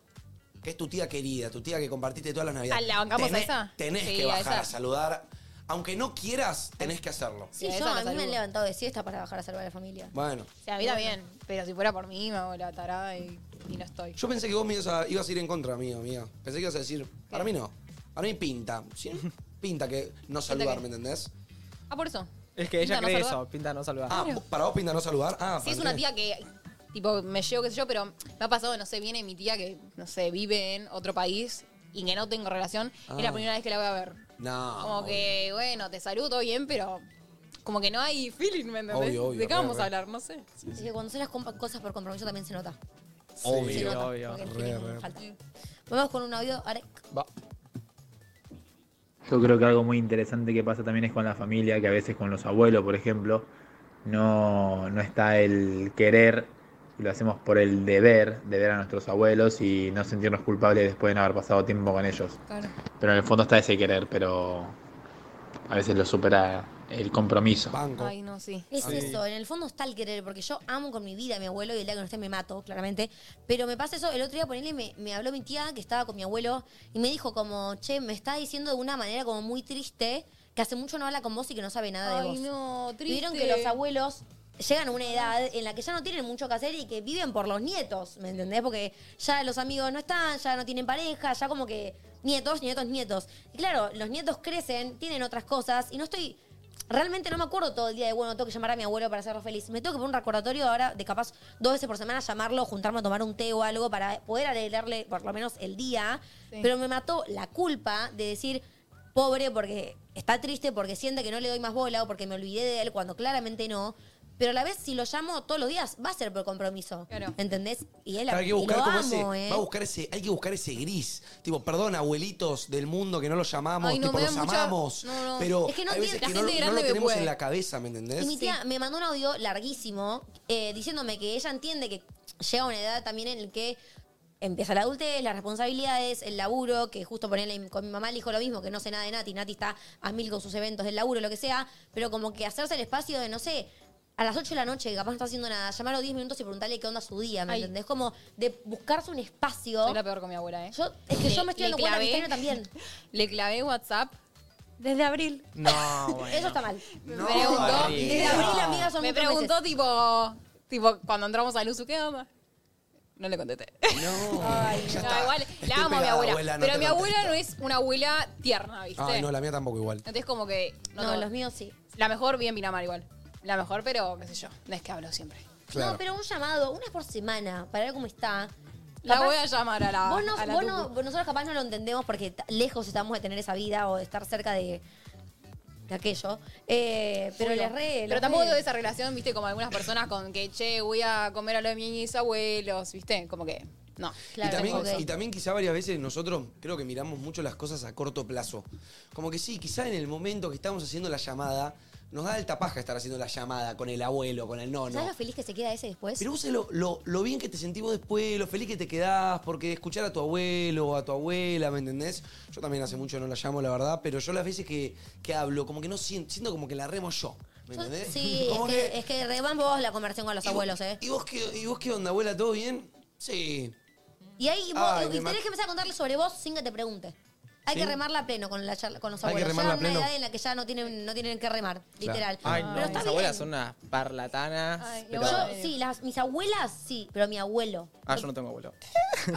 Speaker 3: Que es tu tía querida, tu tía que compartiste todas las navidades.
Speaker 7: ¿Ah, la bancamos a
Speaker 3: tenés,
Speaker 7: esa?
Speaker 3: Tenés
Speaker 7: Sí,
Speaker 3: que
Speaker 7: a
Speaker 3: bajar
Speaker 7: esa.
Speaker 3: a saludar. Aunque no quieras, tenés que hacerlo.
Speaker 4: Sí, yo a mí me han levantado de siesta para bajar a salvar a la familia.
Speaker 3: Bueno.
Speaker 7: O sea, a mí también, pero si fuera por mí, me hago la tarada y, y no estoy.
Speaker 3: Yo pensé que vos me ibas a, ibas a ir en contra mío, mía. Pensé que ibas a decir, para mí no. Para mí pinta. Sí, Pinta que no saludar,
Speaker 7: que-
Speaker 3: ¿me entendés?
Speaker 7: Ah, por eso.
Speaker 1: Es que ella
Speaker 7: Pinta no
Speaker 1: cree
Speaker 7: saludar.
Speaker 1: eso, pinta no saludar.
Speaker 3: Ah,
Speaker 7: Claro.
Speaker 3: para vos pinta Eh, no saludar. Ah,
Speaker 7: Si es
Speaker 3: ¿para
Speaker 7: una
Speaker 3: qué?
Speaker 7: tía que, tipo, me llevo, qué sé yo, pero me ha pasado, no sé, viene mi tía que, no sé, vive en otro país y que no tengo relación, es
Speaker 3: Ah.
Speaker 7: la primera vez que la voy a ver.
Speaker 3: No.
Speaker 7: Como que, bueno, te saludo bien, pero como que no hay feeling, ¿me entendés?
Speaker 3: Obvio, obvio,
Speaker 7: ¿De qué
Speaker 3: re,
Speaker 7: vamos
Speaker 3: re.
Speaker 7: a hablar? No sé.
Speaker 4: Sí, que cuando son las compa- cosas por compromiso también se nota.
Speaker 3: Obvio,
Speaker 4: Se nota,
Speaker 3: obvio.
Speaker 4: porque el
Speaker 3: Re,
Speaker 4: feeling
Speaker 3: re.
Speaker 4: falta. Vamos con un audio. Ahora,
Speaker 15: Yo creo que algo muy interesante que pasa también es con la familia, que a veces con los abuelos, por ejemplo, no, no está el querer, y lo hacemos por el deber de ver a nuestros abuelos y no sentirnos culpables después de no haber pasado tiempo con ellos.
Speaker 7: Claro.
Speaker 15: Pero en el fondo está ese querer, pero a veces lo supera el compromiso.
Speaker 7: Ay, no, sí.
Speaker 4: es
Speaker 15: Sí.
Speaker 4: eso, en el fondo está el querer, porque yo amo con mi vida a mi abuelo y el día que no esté me mato, claramente. Pero me pasa eso, el otro día ponele, me, me habló mi tía que estaba con mi abuelo y me dijo como, che, me está diciendo de una manera como muy triste que hace mucho no habla con vos y que no sabe nada de
Speaker 7: Ay,
Speaker 4: vos.
Speaker 7: no,
Speaker 4: Y Vieron que
Speaker 7: triste.
Speaker 4: los abuelos llegan a una edad en la que ya no tienen mucho que hacer y que viven por los nietos, ¿me entendés? Porque ya los amigos no están, ya no tienen pareja, ya como que nietos, nietos, nietos. Y claro, los nietos crecen, tienen otras cosas y no estoy... Realmente no me acuerdo todo el día de, bueno, tengo que llamar a mi abuelo para hacerlo feliz. Me tengo que poner un recordatorio ahora de capaz dos veces por semana llamarlo, juntarme a tomar un té o algo para poder alegrarle por lo menos el día.
Speaker 7: Sí.
Speaker 4: Pero me mató la culpa de decir, pobre porque está triste, porque siente que no le doy más bola o porque me olvidé de él cuando claramente no. Pero a la vez, si lo llamo todos los días, va a ser por compromiso. ¿Entendés? Y él
Speaker 3: Claro, hay que buscar
Speaker 4: y lo
Speaker 3: como
Speaker 4: amo,
Speaker 3: ese,
Speaker 4: ¿eh?
Speaker 3: va a buscar ese, hay que buscar ese gris. Tipo, perdón, abuelitos del mundo que no los llamamos,
Speaker 4: Ay, no,
Speaker 3: tipo,
Speaker 4: me da
Speaker 3: los
Speaker 4: mucha-
Speaker 3: amamos.
Speaker 4: no, no.
Speaker 3: Pero
Speaker 4: Es que no
Speaker 3: hay veces
Speaker 4: entiendo,
Speaker 3: que
Speaker 4: la gente
Speaker 3: no, no lo
Speaker 4: grande me
Speaker 3: tenemos
Speaker 4: puede.
Speaker 3: en la cabeza, ¿me entendés?
Speaker 4: Y mi tía me mandó un audio larguísimo eh, diciéndome que ella entiende que llega una edad también en la que empieza la adultez, las responsabilidades, el laburo, que justo ponerle con mi mamá le dijo lo mismo, que no sé nada de Nati, Nati está a mil con sus eventos del laburo, lo que sea, pero como que hacerse el espacio de, no sé, a las 8 de la noche, capaz no está haciendo nada, llamarlo 10 minutos y preguntarle qué onda su día, ¿me
Speaker 7: Ay.
Speaker 4: entendés? Como de buscarse un espacio.
Speaker 7: Soy la peor con mi abuela, ¿eh?
Speaker 4: Yo, es que yo me estoy dando cuenta que este año también.
Speaker 7: Le clavé WhatsApp.
Speaker 4: Desde abril.
Speaker 1: No,
Speaker 4: Eso está mal.
Speaker 7: me preguntó.
Speaker 1: horrible. Desde abril, amiga,
Speaker 4: son
Speaker 7: Me
Speaker 4: muchos
Speaker 7: preguntó, tipo, tipo, cuando entramos a Luzu, ¿qué onda? No le contesté.
Speaker 3: No. ya
Speaker 7: No,
Speaker 3: está.
Speaker 7: igual,
Speaker 3: Estoy
Speaker 7: la amo a mi
Speaker 3: pegada,
Speaker 7: abuela.
Speaker 3: abuela, no
Speaker 7: pero
Speaker 3: te
Speaker 7: mi abuela
Speaker 3: contesto.
Speaker 7: no es una abuela tierna, ¿viste?
Speaker 3: Ay, no, la mía tampoco igual.
Speaker 7: Entonces, como que.
Speaker 4: No,
Speaker 7: todo.
Speaker 4: los míos sí.
Speaker 7: La mejor, bien Miramar igual. La mejor, pero qué sé yo. No es que hablo siempre.
Speaker 4: No, pero un llamado, una vez por semana, para ver cómo está.
Speaker 7: La
Speaker 4: Capaz-
Speaker 7: voy a llamar a la-
Speaker 4: Vos no-
Speaker 7: a la
Speaker 4: vos no-
Speaker 7: Tucu.
Speaker 4: vos- nosotros capaz no lo entendemos porque t- lejos estamos de tener esa vida o de estar cerca de, de aquello. Eh, pero
Speaker 7: Obvio.
Speaker 4: les re.
Speaker 7: Pero tampoco veo esa relación, viste, como algunas personas con que, che, voy a comer a los de mis abuelos, viste, como que. No.
Speaker 3: y, también, y también quizá varias veces nosotros creo que miramos mucho las cosas a corto plazo. Como que sí, quizá en el momento que estamos haciendo la llamada, nos da alta paja estar haciendo la llamada con el abuelo, con el nono.
Speaker 4: ¿Sabes lo feliz que se queda ese después?
Speaker 3: Pero vos sabés lo, lo- lo bien que te sentís vos después, lo feliz que te quedás, porque escuchar a tu abuelo o a tu abuela, ¿me entendés? Yo también hace mucho no la llamo, la verdad, pero yo las veces que, que hablo, como que no siento, siento como que la remo yo, ¿me
Speaker 4: Yo-
Speaker 3: entendés?
Speaker 4: sí, es
Speaker 3: Como
Speaker 4: que, es que re van vos la conversación con los abuelos, ¿eh?
Speaker 3: ¿Y vos, qué, ¿Y vos qué onda, abuela? ¿Todo bien? Sí.
Speaker 4: Y ahí vos,
Speaker 3: Ay,
Speaker 4: y
Speaker 3: me
Speaker 4: tenés
Speaker 3: mat-
Speaker 4: que empezar a contarle sobre vos sin que te pregunte. Hay
Speaker 3: ¿Sí?
Speaker 4: que remarla a pleno con, la charla- con los
Speaker 3: Hay que
Speaker 4: abuelos.
Speaker 3: remarla
Speaker 4: ya
Speaker 3: a pleno.
Speaker 4: una edad en la que ya no tienen, no tienen que remar, literal.
Speaker 1: Ay,
Speaker 4: Pero
Speaker 1: no,
Speaker 4: está
Speaker 1: mis
Speaker 4: bien.
Speaker 1: abuelas son unas parlatanas. pero-
Speaker 4: Yo, sí, las, mis abuelas sí, pero mi abuelo.
Speaker 1: Ah, yo no tengo abuelo.
Speaker 4: Yo,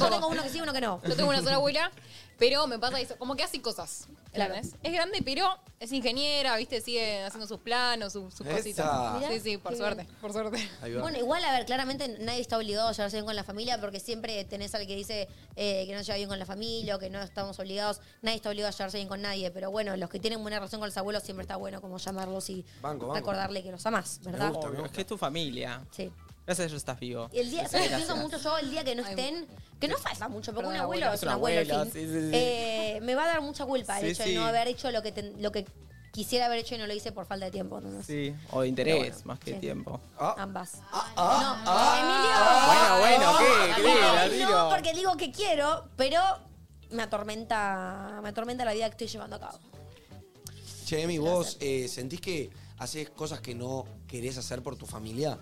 Speaker 4: yo tengo uno que sí, uno que no.
Speaker 7: Yo tengo una sola abuela, pero me pasa eso. Como que hace cosas.
Speaker 4: Claro.
Speaker 7: ¿entendés? Es grande, pero es ingeniera, ¿viste? Sigue haciendo sus planos, sus, sus
Speaker 3: Esa.
Speaker 7: cositas.
Speaker 4: Mirá,
Speaker 7: Sí, sí, por
Speaker 4: qué
Speaker 7: suerte.
Speaker 4: bien.
Speaker 7: Por suerte.
Speaker 3: Ahí va.
Speaker 4: Bueno, igual, a ver, claramente nadie está obligado a llevarse bien con la familia porque siempre tenés al que dice eh, que no se lleva bien con la familia o que no estamos obligados. Nadie está obligado a llevarse bien con nadie, pero bueno, los que tienen buena relación con los abuelos siempre está bueno como llamarlos y
Speaker 1: Banco, banco.
Speaker 4: recordarle que los amás, ¿verdad?
Speaker 1: Obvio, es que es tu familia.
Speaker 4: Sí.
Speaker 1: Gracias a ellos estás vivo.
Speaker 4: Y el día, ¿sabes qué pienso
Speaker 1: Gracias.
Speaker 4: mucho yo? El día que no estén, que no falta mucho, porque
Speaker 1: Perdón,
Speaker 4: un abuelo
Speaker 1: abuelo.
Speaker 4: es un abuelo,
Speaker 1: Es un
Speaker 4: en
Speaker 1: abuelo,
Speaker 4: fin.
Speaker 1: sí, sí, sí.
Speaker 4: Eh, me va a dar mucha culpa el
Speaker 1: Sí,
Speaker 4: hecho
Speaker 1: sí.
Speaker 4: de no haber hecho lo que, ten- lo que quisiera haber hecho y no lo hice por falta de tiempo. ¿no?
Speaker 1: Sí, o de interés,
Speaker 4: Pero bueno,
Speaker 1: más que
Speaker 4: sí.
Speaker 1: tiempo.
Speaker 4: Ambas. no,
Speaker 1: ah,
Speaker 4: Emilio.
Speaker 1: bueno, bueno, ¿qué? ¿Qué? La
Speaker 4: No,
Speaker 1: tiro.
Speaker 4: No, porque digo que quiero, pero me atormenta, me atormenta la vida que estoy llevando a cabo.
Speaker 3: Che, Emi, vos eh, sentís que haces cosas que no querés hacer por tu familia?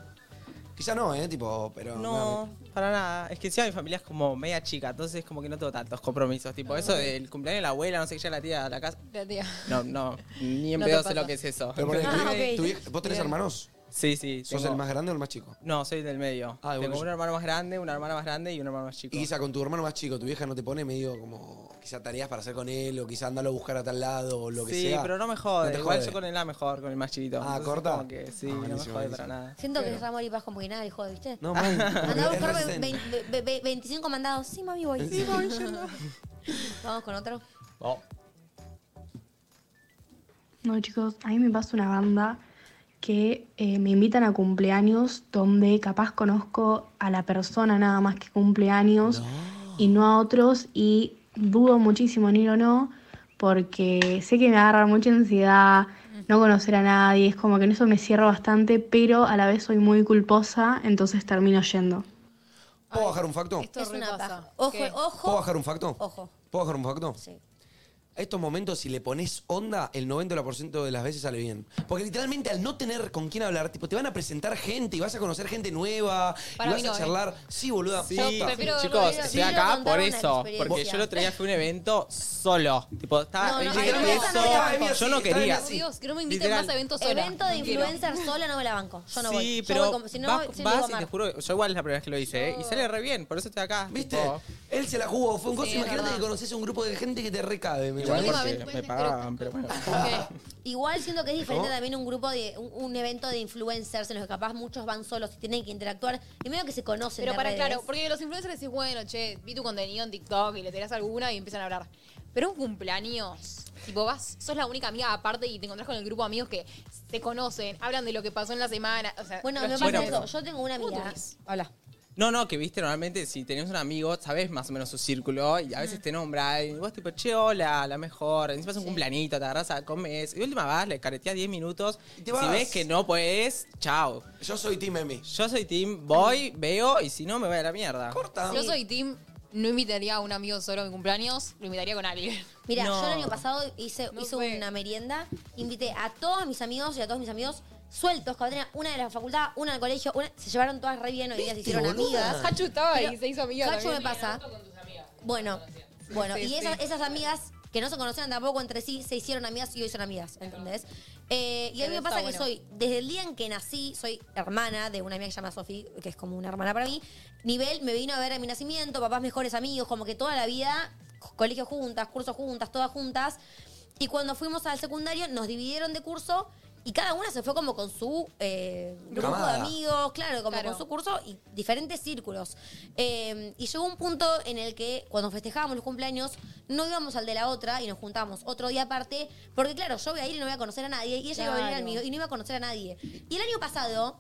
Speaker 3: Quizá no, ¿eh? Tipo, pero.
Speaker 1: No, para nada. Es que encima mi familia es como media chica, entonces como que no tengo tantos compromisos.
Speaker 3: Ah,
Speaker 1: Tipo, eso del cumpleaños de la abuela, no sé qué, ya la tía a la casa.
Speaker 7: La tía.
Speaker 1: No, no, ni en
Speaker 7: No te
Speaker 1: pedo
Speaker 7: pasa.
Speaker 1: sé lo que es eso.
Speaker 3: Pero ponele,
Speaker 7: Ah,
Speaker 3: ¿tu vie-
Speaker 7: ok.
Speaker 3: tu vie- ¿Vos tenés
Speaker 1: Bien.
Speaker 3: hermanos?
Speaker 1: Sí, sí.
Speaker 3: ¿Sos
Speaker 1: tengo- Ah,
Speaker 3: el más grande o el más chico?
Speaker 1: No, soy del medio.
Speaker 3: Ah,
Speaker 1: tengo un hermano más grande, una hermana más grande y un hermano más chico.
Speaker 3: Y quizá con tu hermano más chico, tu vieja no te pone medio como. Quizá tareas para hacer con él, o quizá andalo a buscar a tal lado, o lo que
Speaker 1: sí,
Speaker 3: sea.
Speaker 1: pero no me jode.
Speaker 3: te
Speaker 1: Igual
Speaker 3: jode.
Speaker 1: yo con el A mejor, con el más chiquito.
Speaker 3: Ah,
Speaker 1: Entonces,
Speaker 3: ¿corta?
Speaker 1: como que sí,
Speaker 3: Ah,
Speaker 1: no me jode
Speaker 3: buenísimo, buenísimo.
Speaker 1: para nada.
Speaker 4: Siento que
Speaker 1: Pero-
Speaker 4: es Ramón y paz como que nada, hijo, ¿viste?
Speaker 3: No, mal.
Speaker 4: Andá a
Speaker 3: Es
Speaker 4: buscar
Speaker 3: re zen.
Speaker 4: 20 ve- ve- 25 mandados. Sí, mami, voy.
Speaker 3: Sí, voy,
Speaker 4: Vamos con otro.
Speaker 11: No, chicos, a mí me pasa una banda que eh, me invitan a cumpleaños donde capaz conozco a la persona nada más que cumpleaños y no a otros y dudo muchísimo en ir o no porque sé que me agarra mucha ansiedad no conocer a nadie, es como que en eso me cierro bastante, pero a la vez soy muy culposa, entonces termino yendo.
Speaker 3: ¿Puedo bajar un facto?
Speaker 4: es una paja. Ojo,
Speaker 3: ¿Puedo
Speaker 4: ojo.
Speaker 3: bajar un facto?
Speaker 4: Ojo.
Speaker 3: ¿Puedo bajar un facto?
Speaker 4: Sí.
Speaker 3: a estos momentos, si le pones onda, el 90% de las veces sale bien. Porque literalmente al no tener con quién hablar, tipo, te van a presentar gente y vas a conocer gente nueva
Speaker 7: Para
Speaker 3: y
Speaker 7: mí
Speaker 3: vas
Speaker 7: no,
Speaker 3: a
Speaker 7: ¿eh?
Speaker 3: charlar. Sí, boluda.
Speaker 1: Sí,
Speaker 3: puta.
Speaker 1: chicos, estoy acá por eso.
Speaker 3: experiencia.
Speaker 1: Porque yo lo traía fui a un evento solo. Tipo, estaba
Speaker 4: No, no,
Speaker 1: llegué
Speaker 4: no, no,
Speaker 1: preso,
Speaker 4: no, no, no, no,
Speaker 1: Yo no
Speaker 4: no,
Speaker 1: quería.
Speaker 4: no,
Speaker 7: Dios, que no me inviten
Speaker 1: Literal.
Speaker 7: más a eventos sola.
Speaker 4: Evento de
Speaker 7: No quiero.
Speaker 4: influencer sola no me la banco. Yo no voy.
Speaker 1: sí,
Speaker 4: Yo
Speaker 1: pero
Speaker 4: voy como- si no,
Speaker 1: vas,
Speaker 4: si no
Speaker 1: vas
Speaker 4: digo
Speaker 1: y te
Speaker 4: amar.
Speaker 1: juro, yo igual es la primera vez que lo hice, ¿eh? Y sale re bien, por eso estoy acá.
Speaker 3: ¿Viste? Él se la jugó, fue un coso.
Speaker 4: Sí,
Speaker 3: Imagínate
Speaker 4: verdad.
Speaker 3: que conoces a un grupo de gente que te recabe. me
Speaker 1: Igual
Speaker 3: parece.
Speaker 1: porque me pagaban, pero bueno.
Speaker 4: Igual siento que es diferente
Speaker 3: ¿Cómo?
Speaker 4: también un grupo de un, un evento de influencers en los que capaz muchos van solos y tienen que interactuar y medio que se conocen.
Speaker 7: Pero
Speaker 4: de
Speaker 7: para
Speaker 4: redes.
Speaker 7: claro, porque los influencers decís, bueno, che, vi tu contenido en TikTok y le tirás alguna y empiezan a hablar. Pero un cumpleaños, tipo vas, sos la única amiga aparte y te encontrás con el grupo de amigos que se conocen, hablan de lo que pasó en la semana. O sea,
Speaker 4: Bueno,
Speaker 7: los
Speaker 4: me
Speaker 7: chicos-
Speaker 4: pasa eso. Yo tengo una amiga. Hola.
Speaker 1: No, no, que viste, normalmente si tenés un amigo, sabés más o menos su círculo y a veces te nombra y vos tipo, che, hola, la mejor, encima es un cumplanito, te agarrás a comes. Y última vas, le careteás 10 minutos.
Speaker 3: te
Speaker 1: si
Speaker 3: vas.
Speaker 1: ves que no podés, chao.
Speaker 3: Yo soy team Emi.
Speaker 1: Yo soy team, voy, veo y si no me voy a la mierda. Corta.
Speaker 7: Yo soy team, no invitaría a un amigo solo a mi cumpleaños, lo invitaría con alguien.
Speaker 4: Mira, yo el año pasado hice, hice una merienda, invité a todos mis amigos y a todos mis amigos sueltos, cuando tenía una de la facultad, una del colegio, una- se llevaron todas re bien hoy día, se hicieron
Speaker 7: boluda?
Speaker 4: amigas.
Speaker 7: Hachu estaba ahí,
Speaker 4: Pero
Speaker 7: se hizo amiga
Speaker 4: Hachu
Speaker 7: también.
Speaker 4: me pasa. Bueno, bueno,
Speaker 7: sí,
Speaker 4: y esas,
Speaker 7: sí.
Speaker 4: esas amigas que no se conocían tampoco entre sí, se hicieron amigas y hoy son amigas, ¿entendés? Eh, y a
Speaker 7: Pero
Speaker 4: mí me pasa
Speaker 7: está
Speaker 4: que
Speaker 7: bueno.
Speaker 4: soy, desde el día en que nací, soy hermana de una amiga que se llama Sofi, que es como una hermana para mí. Nivel me vino a ver a mi nacimiento, papás mejores amigos, como que toda la vida, colegio juntas, cursos juntas, todas juntas. Y cuando fuimos al secundario, nos dividieron de curso y cada una se fue como con su eh, grupo
Speaker 7: Camada.
Speaker 4: de amigos, claro, como
Speaker 7: Claro.
Speaker 4: con su curso y diferentes círculos. Eh, y llegó un punto en el que cuando festejábamos los cumpleaños, no íbamos al de la otra y nos juntábamos otro día aparte, porque claro, yo voy a ir y no voy a conocer a nadie, y ella iba a venir al
Speaker 7: Claro.
Speaker 4: mío y no iba a conocer a nadie. Y el año pasado,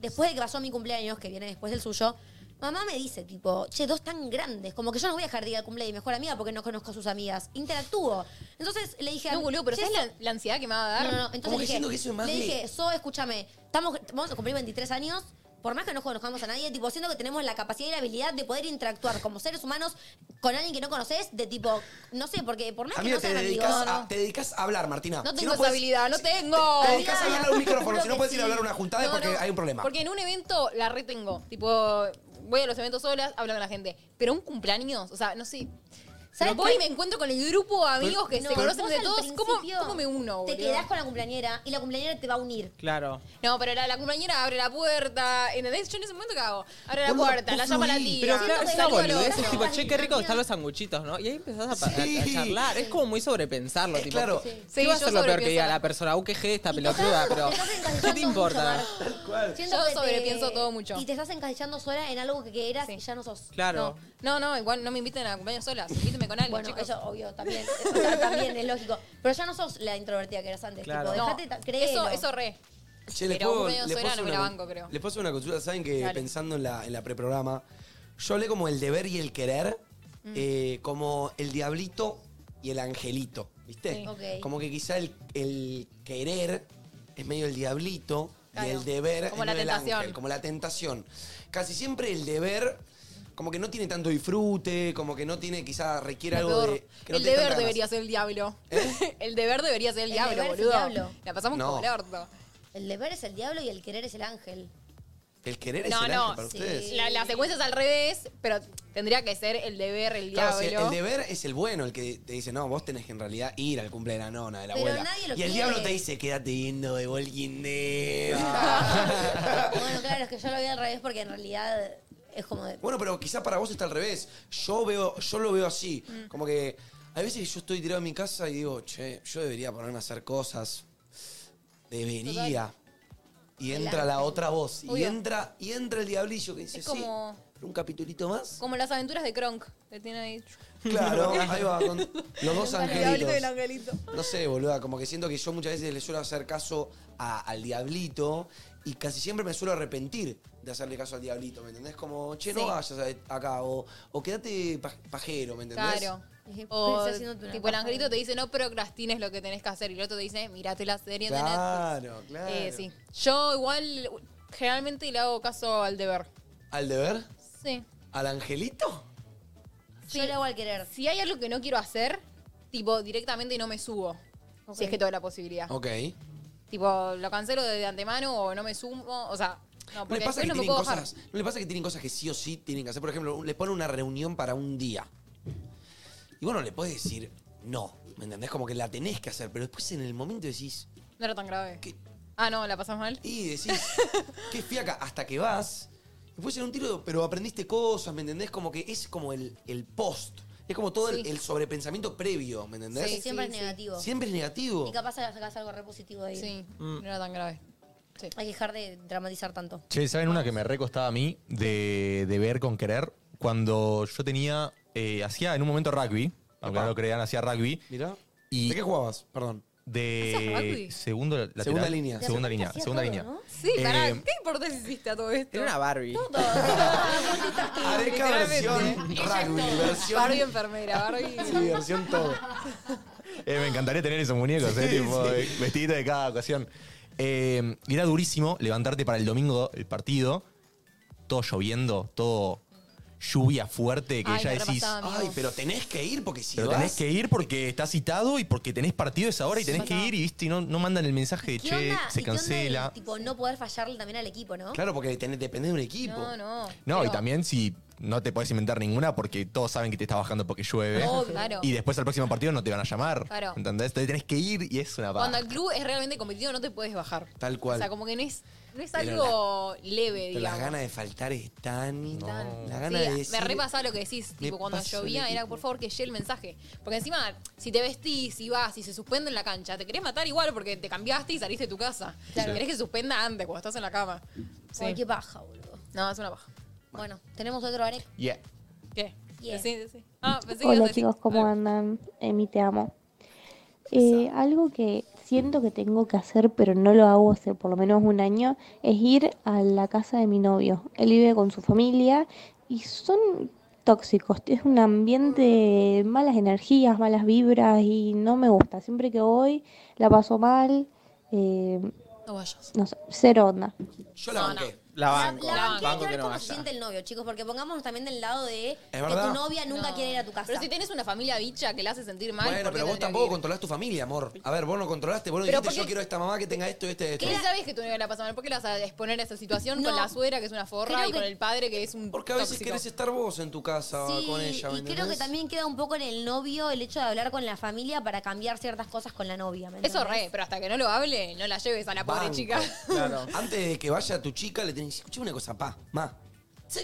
Speaker 4: después de que pasó mi cumpleaños, que viene después del suyo, mamá me dice, tipo, che, dos tan grandes, como que yo no voy a dejar de ir al cumpleaños de mi mejor amiga porque no conozco a sus amigas. Interactúo. Entonces le dije a
Speaker 7: No, boludo, pero
Speaker 4: "Che,
Speaker 7: ¿sabes
Speaker 4: so-
Speaker 7: la, la ansiedad que me va a dar?
Speaker 4: no, no, no. Entonces le dije, le dije, So, escúchame, estamos, vamos a cumplir 23 años. Por más que no conozcamos a nadie, tipo, siento que tenemos la capacidad y la habilidad de poder interactuar como seres humanos con alguien que no conoces, de tipo, no sé, porque por más que
Speaker 3: Amigo,
Speaker 4: no
Speaker 3: te
Speaker 4: sean amigos.
Speaker 3: dedicas, a, te dedicas a hablar, Martina.
Speaker 7: No
Speaker 3: Si
Speaker 7: tengo esa
Speaker 3: podés-
Speaker 7: habilidad, no
Speaker 3: si-
Speaker 7: tengo.
Speaker 3: Te dedicas a hablar a un micrófono.
Speaker 7: Creo
Speaker 3: Si no
Speaker 7: que
Speaker 3: puedes ir a
Speaker 7: sí.
Speaker 3: hablar a una juntada es
Speaker 7: No,
Speaker 3: porque
Speaker 7: no,
Speaker 3: hay un problema.
Speaker 7: Porque en un evento la retengo. Tipo, voy a los eventos solas, hablo con la gente. Pero un cumpleaños, o sea, no sé.
Speaker 4: ¿Sabes
Speaker 7: Pero voy
Speaker 4: qué?
Speaker 7: y me encuentro con el grupo de amigos que
Speaker 4: No,
Speaker 7: se conocen
Speaker 4: vos
Speaker 7: de
Speaker 4: al
Speaker 7: todos. ¿Cómo,
Speaker 4: principio
Speaker 7: cómo me uno?
Speaker 4: Te
Speaker 7: boludo?
Speaker 4: quedás con la cumpleañera y la cumpleañera te va a unir.
Speaker 1: Claro.
Speaker 7: No, pero la, la cumpleañera abre la puerta. ¿Entendés? Yo en ese momento, ¿qué hago? Abre la
Speaker 1: Boluda,
Speaker 7: puerta,
Speaker 1: vos
Speaker 7: la llama la
Speaker 1: fluís.
Speaker 7: tía.
Speaker 1: Pero
Speaker 7: Siento que
Speaker 1: claro, es una
Speaker 7: salgo con
Speaker 1: boludez,
Speaker 7: los-
Speaker 1: es tipo, che, qué rico que están los sanguchitos, ¿no? Y ahí empezás a, pa- a- a
Speaker 7: Sí.
Speaker 1: charlar. Es como muy sobrepensarlo, tipo.
Speaker 3: claro.
Speaker 1: ¿qué
Speaker 7: Sí,
Speaker 1: va a
Speaker 7: yo
Speaker 1: ser lo peor que
Speaker 7: sobrepienso
Speaker 1: diga
Speaker 7: la-
Speaker 1: la persona? Uh, qué esta pelotuda, pero. ¿Qué te importa?
Speaker 4: Siento
Speaker 7: Yo
Speaker 4: que te-
Speaker 7: sobrepienso todo mucho.
Speaker 4: Y te estás encasillando sola en algo que eras y ya no sos.
Speaker 1: Claro.
Speaker 7: No, no, igual no me inviten a cumpleaños solas. Invítenme con alguien,
Speaker 4: Bueno,
Speaker 7: chicos.
Speaker 4: eso obvio, también. O sea, también es lógico. Pero ya no sos la introvertida que eras antes.
Speaker 3: Claro.
Speaker 4: Tipo,
Speaker 7: No,
Speaker 4: dejate, créelo.
Speaker 7: eso, eso re.
Speaker 3: Che, les
Speaker 7: Pero
Speaker 3: puedo,
Speaker 7: un medio
Speaker 3: les puedo
Speaker 7: sola
Speaker 3: hacer
Speaker 7: no me
Speaker 3: una-
Speaker 7: la banco, creo.
Speaker 3: Les puedo hacer una consulta. Saben que
Speaker 7: Dale.
Speaker 3: pensando en la, en la preprograma, yo hablé como el deber y el querer,
Speaker 7: Mm.
Speaker 8: Mm.
Speaker 3: eh, como el diablito y el angelito, ¿viste?
Speaker 4: Sí. Ok.
Speaker 3: Como que quizá el, el querer es medio el diablito
Speaker 4: Claro.
Speaker 3: y el deber
Speaker 4: Como
Speaker 3: es
Speaker 4: la
Speaker 3: medio el
Speaker 4: tentación.
Speaker 3: ángel, como la tentación. Casi siempre el deber como que no tiene tanto disfrute, como que no tiene, quizá requiere
Speaker 7: Lo
Speaker 3: algo
Speaker 7: peor.
Speaker 3: de... que no
Speaker 7: el
Speaker 3: te
Speaker 7: deber
Speaker 3: des tantas ganas. ¿Eh?
Speaker 7: debería ser el diablo. el deber debería ser el,
Speaker 4: El
Speaker 7: diablo,
Speaker 4: deber es el
Speaker 7: boludo.
Speaker 4: diablo.
Speaker 7: La pasamos
Speaker 3: No.
Speaker 7: como el orto.
Speaker 4: El deber es el diablo y el querer es el ángel.
Speaker 3: El querer es
Speaker 7: No,
Speaker 3: el
Speaker 7: no.
Speaker 3: ángel para
Speaker 7: sí.
Speaker 3: ustedes.
Speaker 7: La, la secuencia es al revés, pero tendría que ser el deber, el
Speaker 3: Claro, si
Speaker 7: diablo.
Speaker 3: el deber es el bueno, el que te dice, no, vos tenés que en realidad ir al cumple de la nona, de la
Speaker 7: Pero
Speaker 3: abuela.
Speaker 7: nadie lo
Speaker 3: y el
Speaker 7: quiere.
Speaker 3: diablo te dice, quédate viendo de Walking Dead".
Speaker 4: bueno, claro, es que yo lo vi al revés porque en realidad es como de.
Speaker 3: bueno, pero quizá para vos está al revés. Yo veo, yo lo veo así.
Speaker 4: Mm.
Speaker 3: Como que hay veces que yo estoy tirado en mi casa y digo, che, yo debería ponerme a hacer cosas. Debería. Y
Speaker 7: El
Speaker 3: entra la
Speaker 7: ángel.
Speaker 3: otra voz. Y
Speaker 7: Obvio.
Speaker 3: entra, y entra el diablillo que dice,
Speaker 7: Es como,
Speaker 3: sí, un capitulito más.
Speaker 7: como las aventuras de Kronk. Que tiene ahí.
Speaker 3: Claro, ahí va, con los dos
Speaker 7: El diablito
Speaker 3: angelitos.
Speaker 7: y el angelito.
Speaker 3: No sé, boluda, como que siento que yo muchas veces le suelo hacer caso a- al diablito y casi siempre me suelo arrepentir de hacerle caso al diablito, ¿me entendés? Como, che, no
Speaker 7: Sí.
Speaker 3: vayas a- e-, acá o, o quédate pa- pajero, ¿me entendés?
Speaker 7: Claro.
Speaker 4: Dije,
Speaker 7: O,
Speaker 4: "Pensé haciéndote una
Speaker 7: tipo, el
Speaker 4: paja".
Speaker 7: angelito te dice no procrastines lo que tenés que hacer y el otro te dice mirate la serie de Netflix.
Speaker 3: Claro, claro.
Speaker 7: Eh, sí. Yo igual generalmente le hago caso al deber.
Speaker 3: ¿Al deber?
Speaker 7: Sí.
Speaker 3: ¿Al angelito?
Speaker 7: Yo le hago al querer. Si hay algo que no quiero hacer, tipo, directamente no me subo. Si es que tengo la posibilidad.
Speaker 3: Ok.
Speaker 7: Tipo, lo cancelo de antemano o no me sumo. O sea, no,
Speaker 3: ¿No
Speaker 7: porque
Speaker 3: les, pasa
Speaker 7: después
Speaker 3: que
Speaker 7: no me
Speaker 3: tienen
Speaker 7: puedo bajar.
Speaker 3: cosas, ¿No les pasa que tienen cosas que sí o sí tienen que hacer? Por ejemplo, les ponen una reunión para un día. Y bueno, le puedes decir no, ¿me entendés? Como que la tenés que hacer, pero después en el momento decís,
Speaker 7: No era tan grave. Ah, no, la pasás mal.
Speaker 3: Y decís, qué fiaca, hasta que vas. Y puede ser un tiro, pero aprendiste cosas, ¿me entendés? Como que es como el, el post. Es como todo el,
Speaker 4: Sí.
Speaker 3: el sobrepensamiento previo, ¿me entendés?
Speaker 4: Sí, siempre es negativo.
Speaker 3: Siempre es negativo.
Speaker 4: Y capaz sacas algo re positivo de ahí. Sí,
Speaker 8: Mm.
Speaker 7: no era tan grave.
Speaker 4: Hay que dejar de dramatizar tanto.
Speaker 8: Che, ¿saben una que me recostaba a mí de, de ver con querer? Cuando yo tenía, eh, hacía en un momento rugby, aunque no lo crean, hacía rugby.
Speaker 3: Mirá.
Speaker 8: Y
Speaker 3: ¿De qué jugabas? Perdón.
Speaker 8: De
Speaker 7: ¿Hacías rugby?
Speaker 8: segundo lateral.
Speaker 3: Segunda línea.
Speaker 8: Segunda línea,
Speaker 7: Hacía
Speaker 8: segunda
Speaker 7: todo,
Speaker 8: línea.
Speaker 7: ¿no? Sí,
Speaker 8: Eh,
Speaker 7: pará, ¿qué importancia hiciste a todo esto?
Speaker 1: Era una Barbie.
Speaker 3: Areca versión rugby, versión...
Speaker 7: Barbie enfermera, Barbie.
Speaker 3: Sí, versión todo.
Speaker 8: Eh, me encantaría tener esos muñecos, eh,
Speaker 3: Sí,
Speaker 8: tipo,
Speaker 3: sí.
Speaker 8: eh, vestidito de cada ocasión. Eh, y era durísimo levantarte para el domingo, el partido, todo lloviendo, todo lluvia fuerte, que
Speaker 3: Ay,
Speaker 8: ya
Speaker 3: me
Speaker 8: decís.
Speaker 3: repasaba, amigos. Ay, pero tenés que ir porque si
Speaker 8: Pero
Speaker 3: vas-
Speaker 8: tenés que ir porque estás citado y porque tenés partido a esa hora y
Speaker 4: Sí.
Speaker 8: tenés que ir y viste, y no, no mandan el mensaje de
Speaker 4: ¿Qué
Speaker 8: che,
Speaker 4: onda?
Speaker 8: se
Speaker 4: ¿Y qué onda de,
Speaker 8: cancela.
Speaker 4: tipo, no poder fallarle también al equipo, ¿no?
Speaker 3: Claro, porque tenés- depende de un equipo.
Speaker 4: No, no.
Speaker 8: No, y también si no te podés inventar ninguna porque todos saben que te estás bajando porque llueve.
Speaker 7: Obvio. Oh, Claro.
Speaker 8: Y después al próximo partido no te van a llamar.
Speaker 7: Claro.
Speaker 8: ¿Entendés? Entonces tenés que ir y es una paja.
Speaker 7: Cuando el club es realmente competitivo, no te puedes bajar.
Speaker 8: Tal
Speaker 7: O sea, como que no es, no es
Speaker 8: Pero
Speaker 7: algo leve,
Speaker 3: Pero las
Speaker 7: digamos.
Speaker 3: ganas de faltar están... La
Speaker 7: Sí,
Speaker 3: gana de
Speaker 7: me
Speaker 3: decir-
Speaker 7: repasaba lo que decís,
Speaker 3: me
Speaker 7: tipo cuando
Speaker 3: pasa
Speaker 7: llovía
Speaker 3: el
Speaker 7: era
Speaker 3: equipo.
Speaker 7: por favor que llegue el mensaje. Porque encima, si te vestís y vas y se suspende en la cancha, te querés matar igual porque te cambiaste y saliste de tu casa.
Speaker 4: Claro.
Speaker 7: Querés que se suspenda antes cuando estás en la cama. Sí.
Speaker 4: Ay, qué paja, boludo.
Speaker 7: No, es una paja.
Speaker 4: Bueno, tenemos otro arec.
Speaker 8: Yeah.
Speaker 7: ¿Qué?
Speaker 4: Yeah.
Speaker 7: Sí, sí, sí. Ah, pensé que ibas a
Speaker 11: Hola
Speaker 7: decir-
Speaker 11: chicos, ¿cómo andan? Emi, te amo. Eh, algo que siento que tengo que hacer, pero no lo hago hace por lo menos un año, es ir a la casa de mi novio. Él vive con su familia y son tóxicos. Es un ambiente de malas energías, malas vibras y no me gusta. Siempre que voy la paso mal. eh,
Speaker 7: no vayas.
Speaker 11: sé, cero onda.
Speaker 3: Yo la banqué.
Speaker 1: La banco.
Speaker 4: La banquera
Speaker 1: banco
Speaker 4: quiero
Speaker 1: que
Speaker 4: ver
Speaker 1: no
Speaker 4: cómo se
Speaker 1: vaya.
Speaker 4: siente el novio, chicos, porque pongámonos también del lado de que
Speaker 3: verdad.
Speaker 4: tu novia nunca
Speaker 7: No.
Speaker 4: quiere ir a tu casa.
Speaker 7: Pero si tenés una familia bicha que la hace sentir mal,
Speaker 3: Bueno,
Speaker 7: ¿por qué
Speaker 3: pero vos
Speaker 7: tendría que
Speaker 3: tampoco
Speaker 7: ir?
Speaker 3: controlás tu familia, amor. A ver, vos no controlaste, vos no
Speaker 7: Pero
Speaker 3: dijiste yo
Speaker 7: porque-
Speaker 3: quiero esta mamá que tenga esto, este, esto.
Speaker 7: ¿Qué sabés que tu novia la pasa mal? ¿Por qué la vas a exponer a esa situación con la suegra que es una forra
Speaker 4: Creo
Speaker 7: y
Speaker 4: que-
Speaker 7: con el padre que es un
Speaker 3: Porque a veces
Speaker 7: tóxico?
Speaker 3: querés estar vos en tu casa
Speaker 4: Sí,
Speaker 3: con ella, ¿me
Speaker 4: y creo que
Speaker 3: entendés?
Speaker 4: también queda un poco en el novio el hecho de hablar con la familia para cambiar ciertas cosas con la novia. ¿me
Speaker 7: Eso
Speaker 4: entendés?
Speaker 7: re, pero hasta que no lo hable, no la lleves a la pobre
Speaker 3: Banco.
Speaker 7: chica.
Speaker 3: Antes de que vaya tu chica, le tenés que decir, escuchame una cosa, pa, ma. Sí,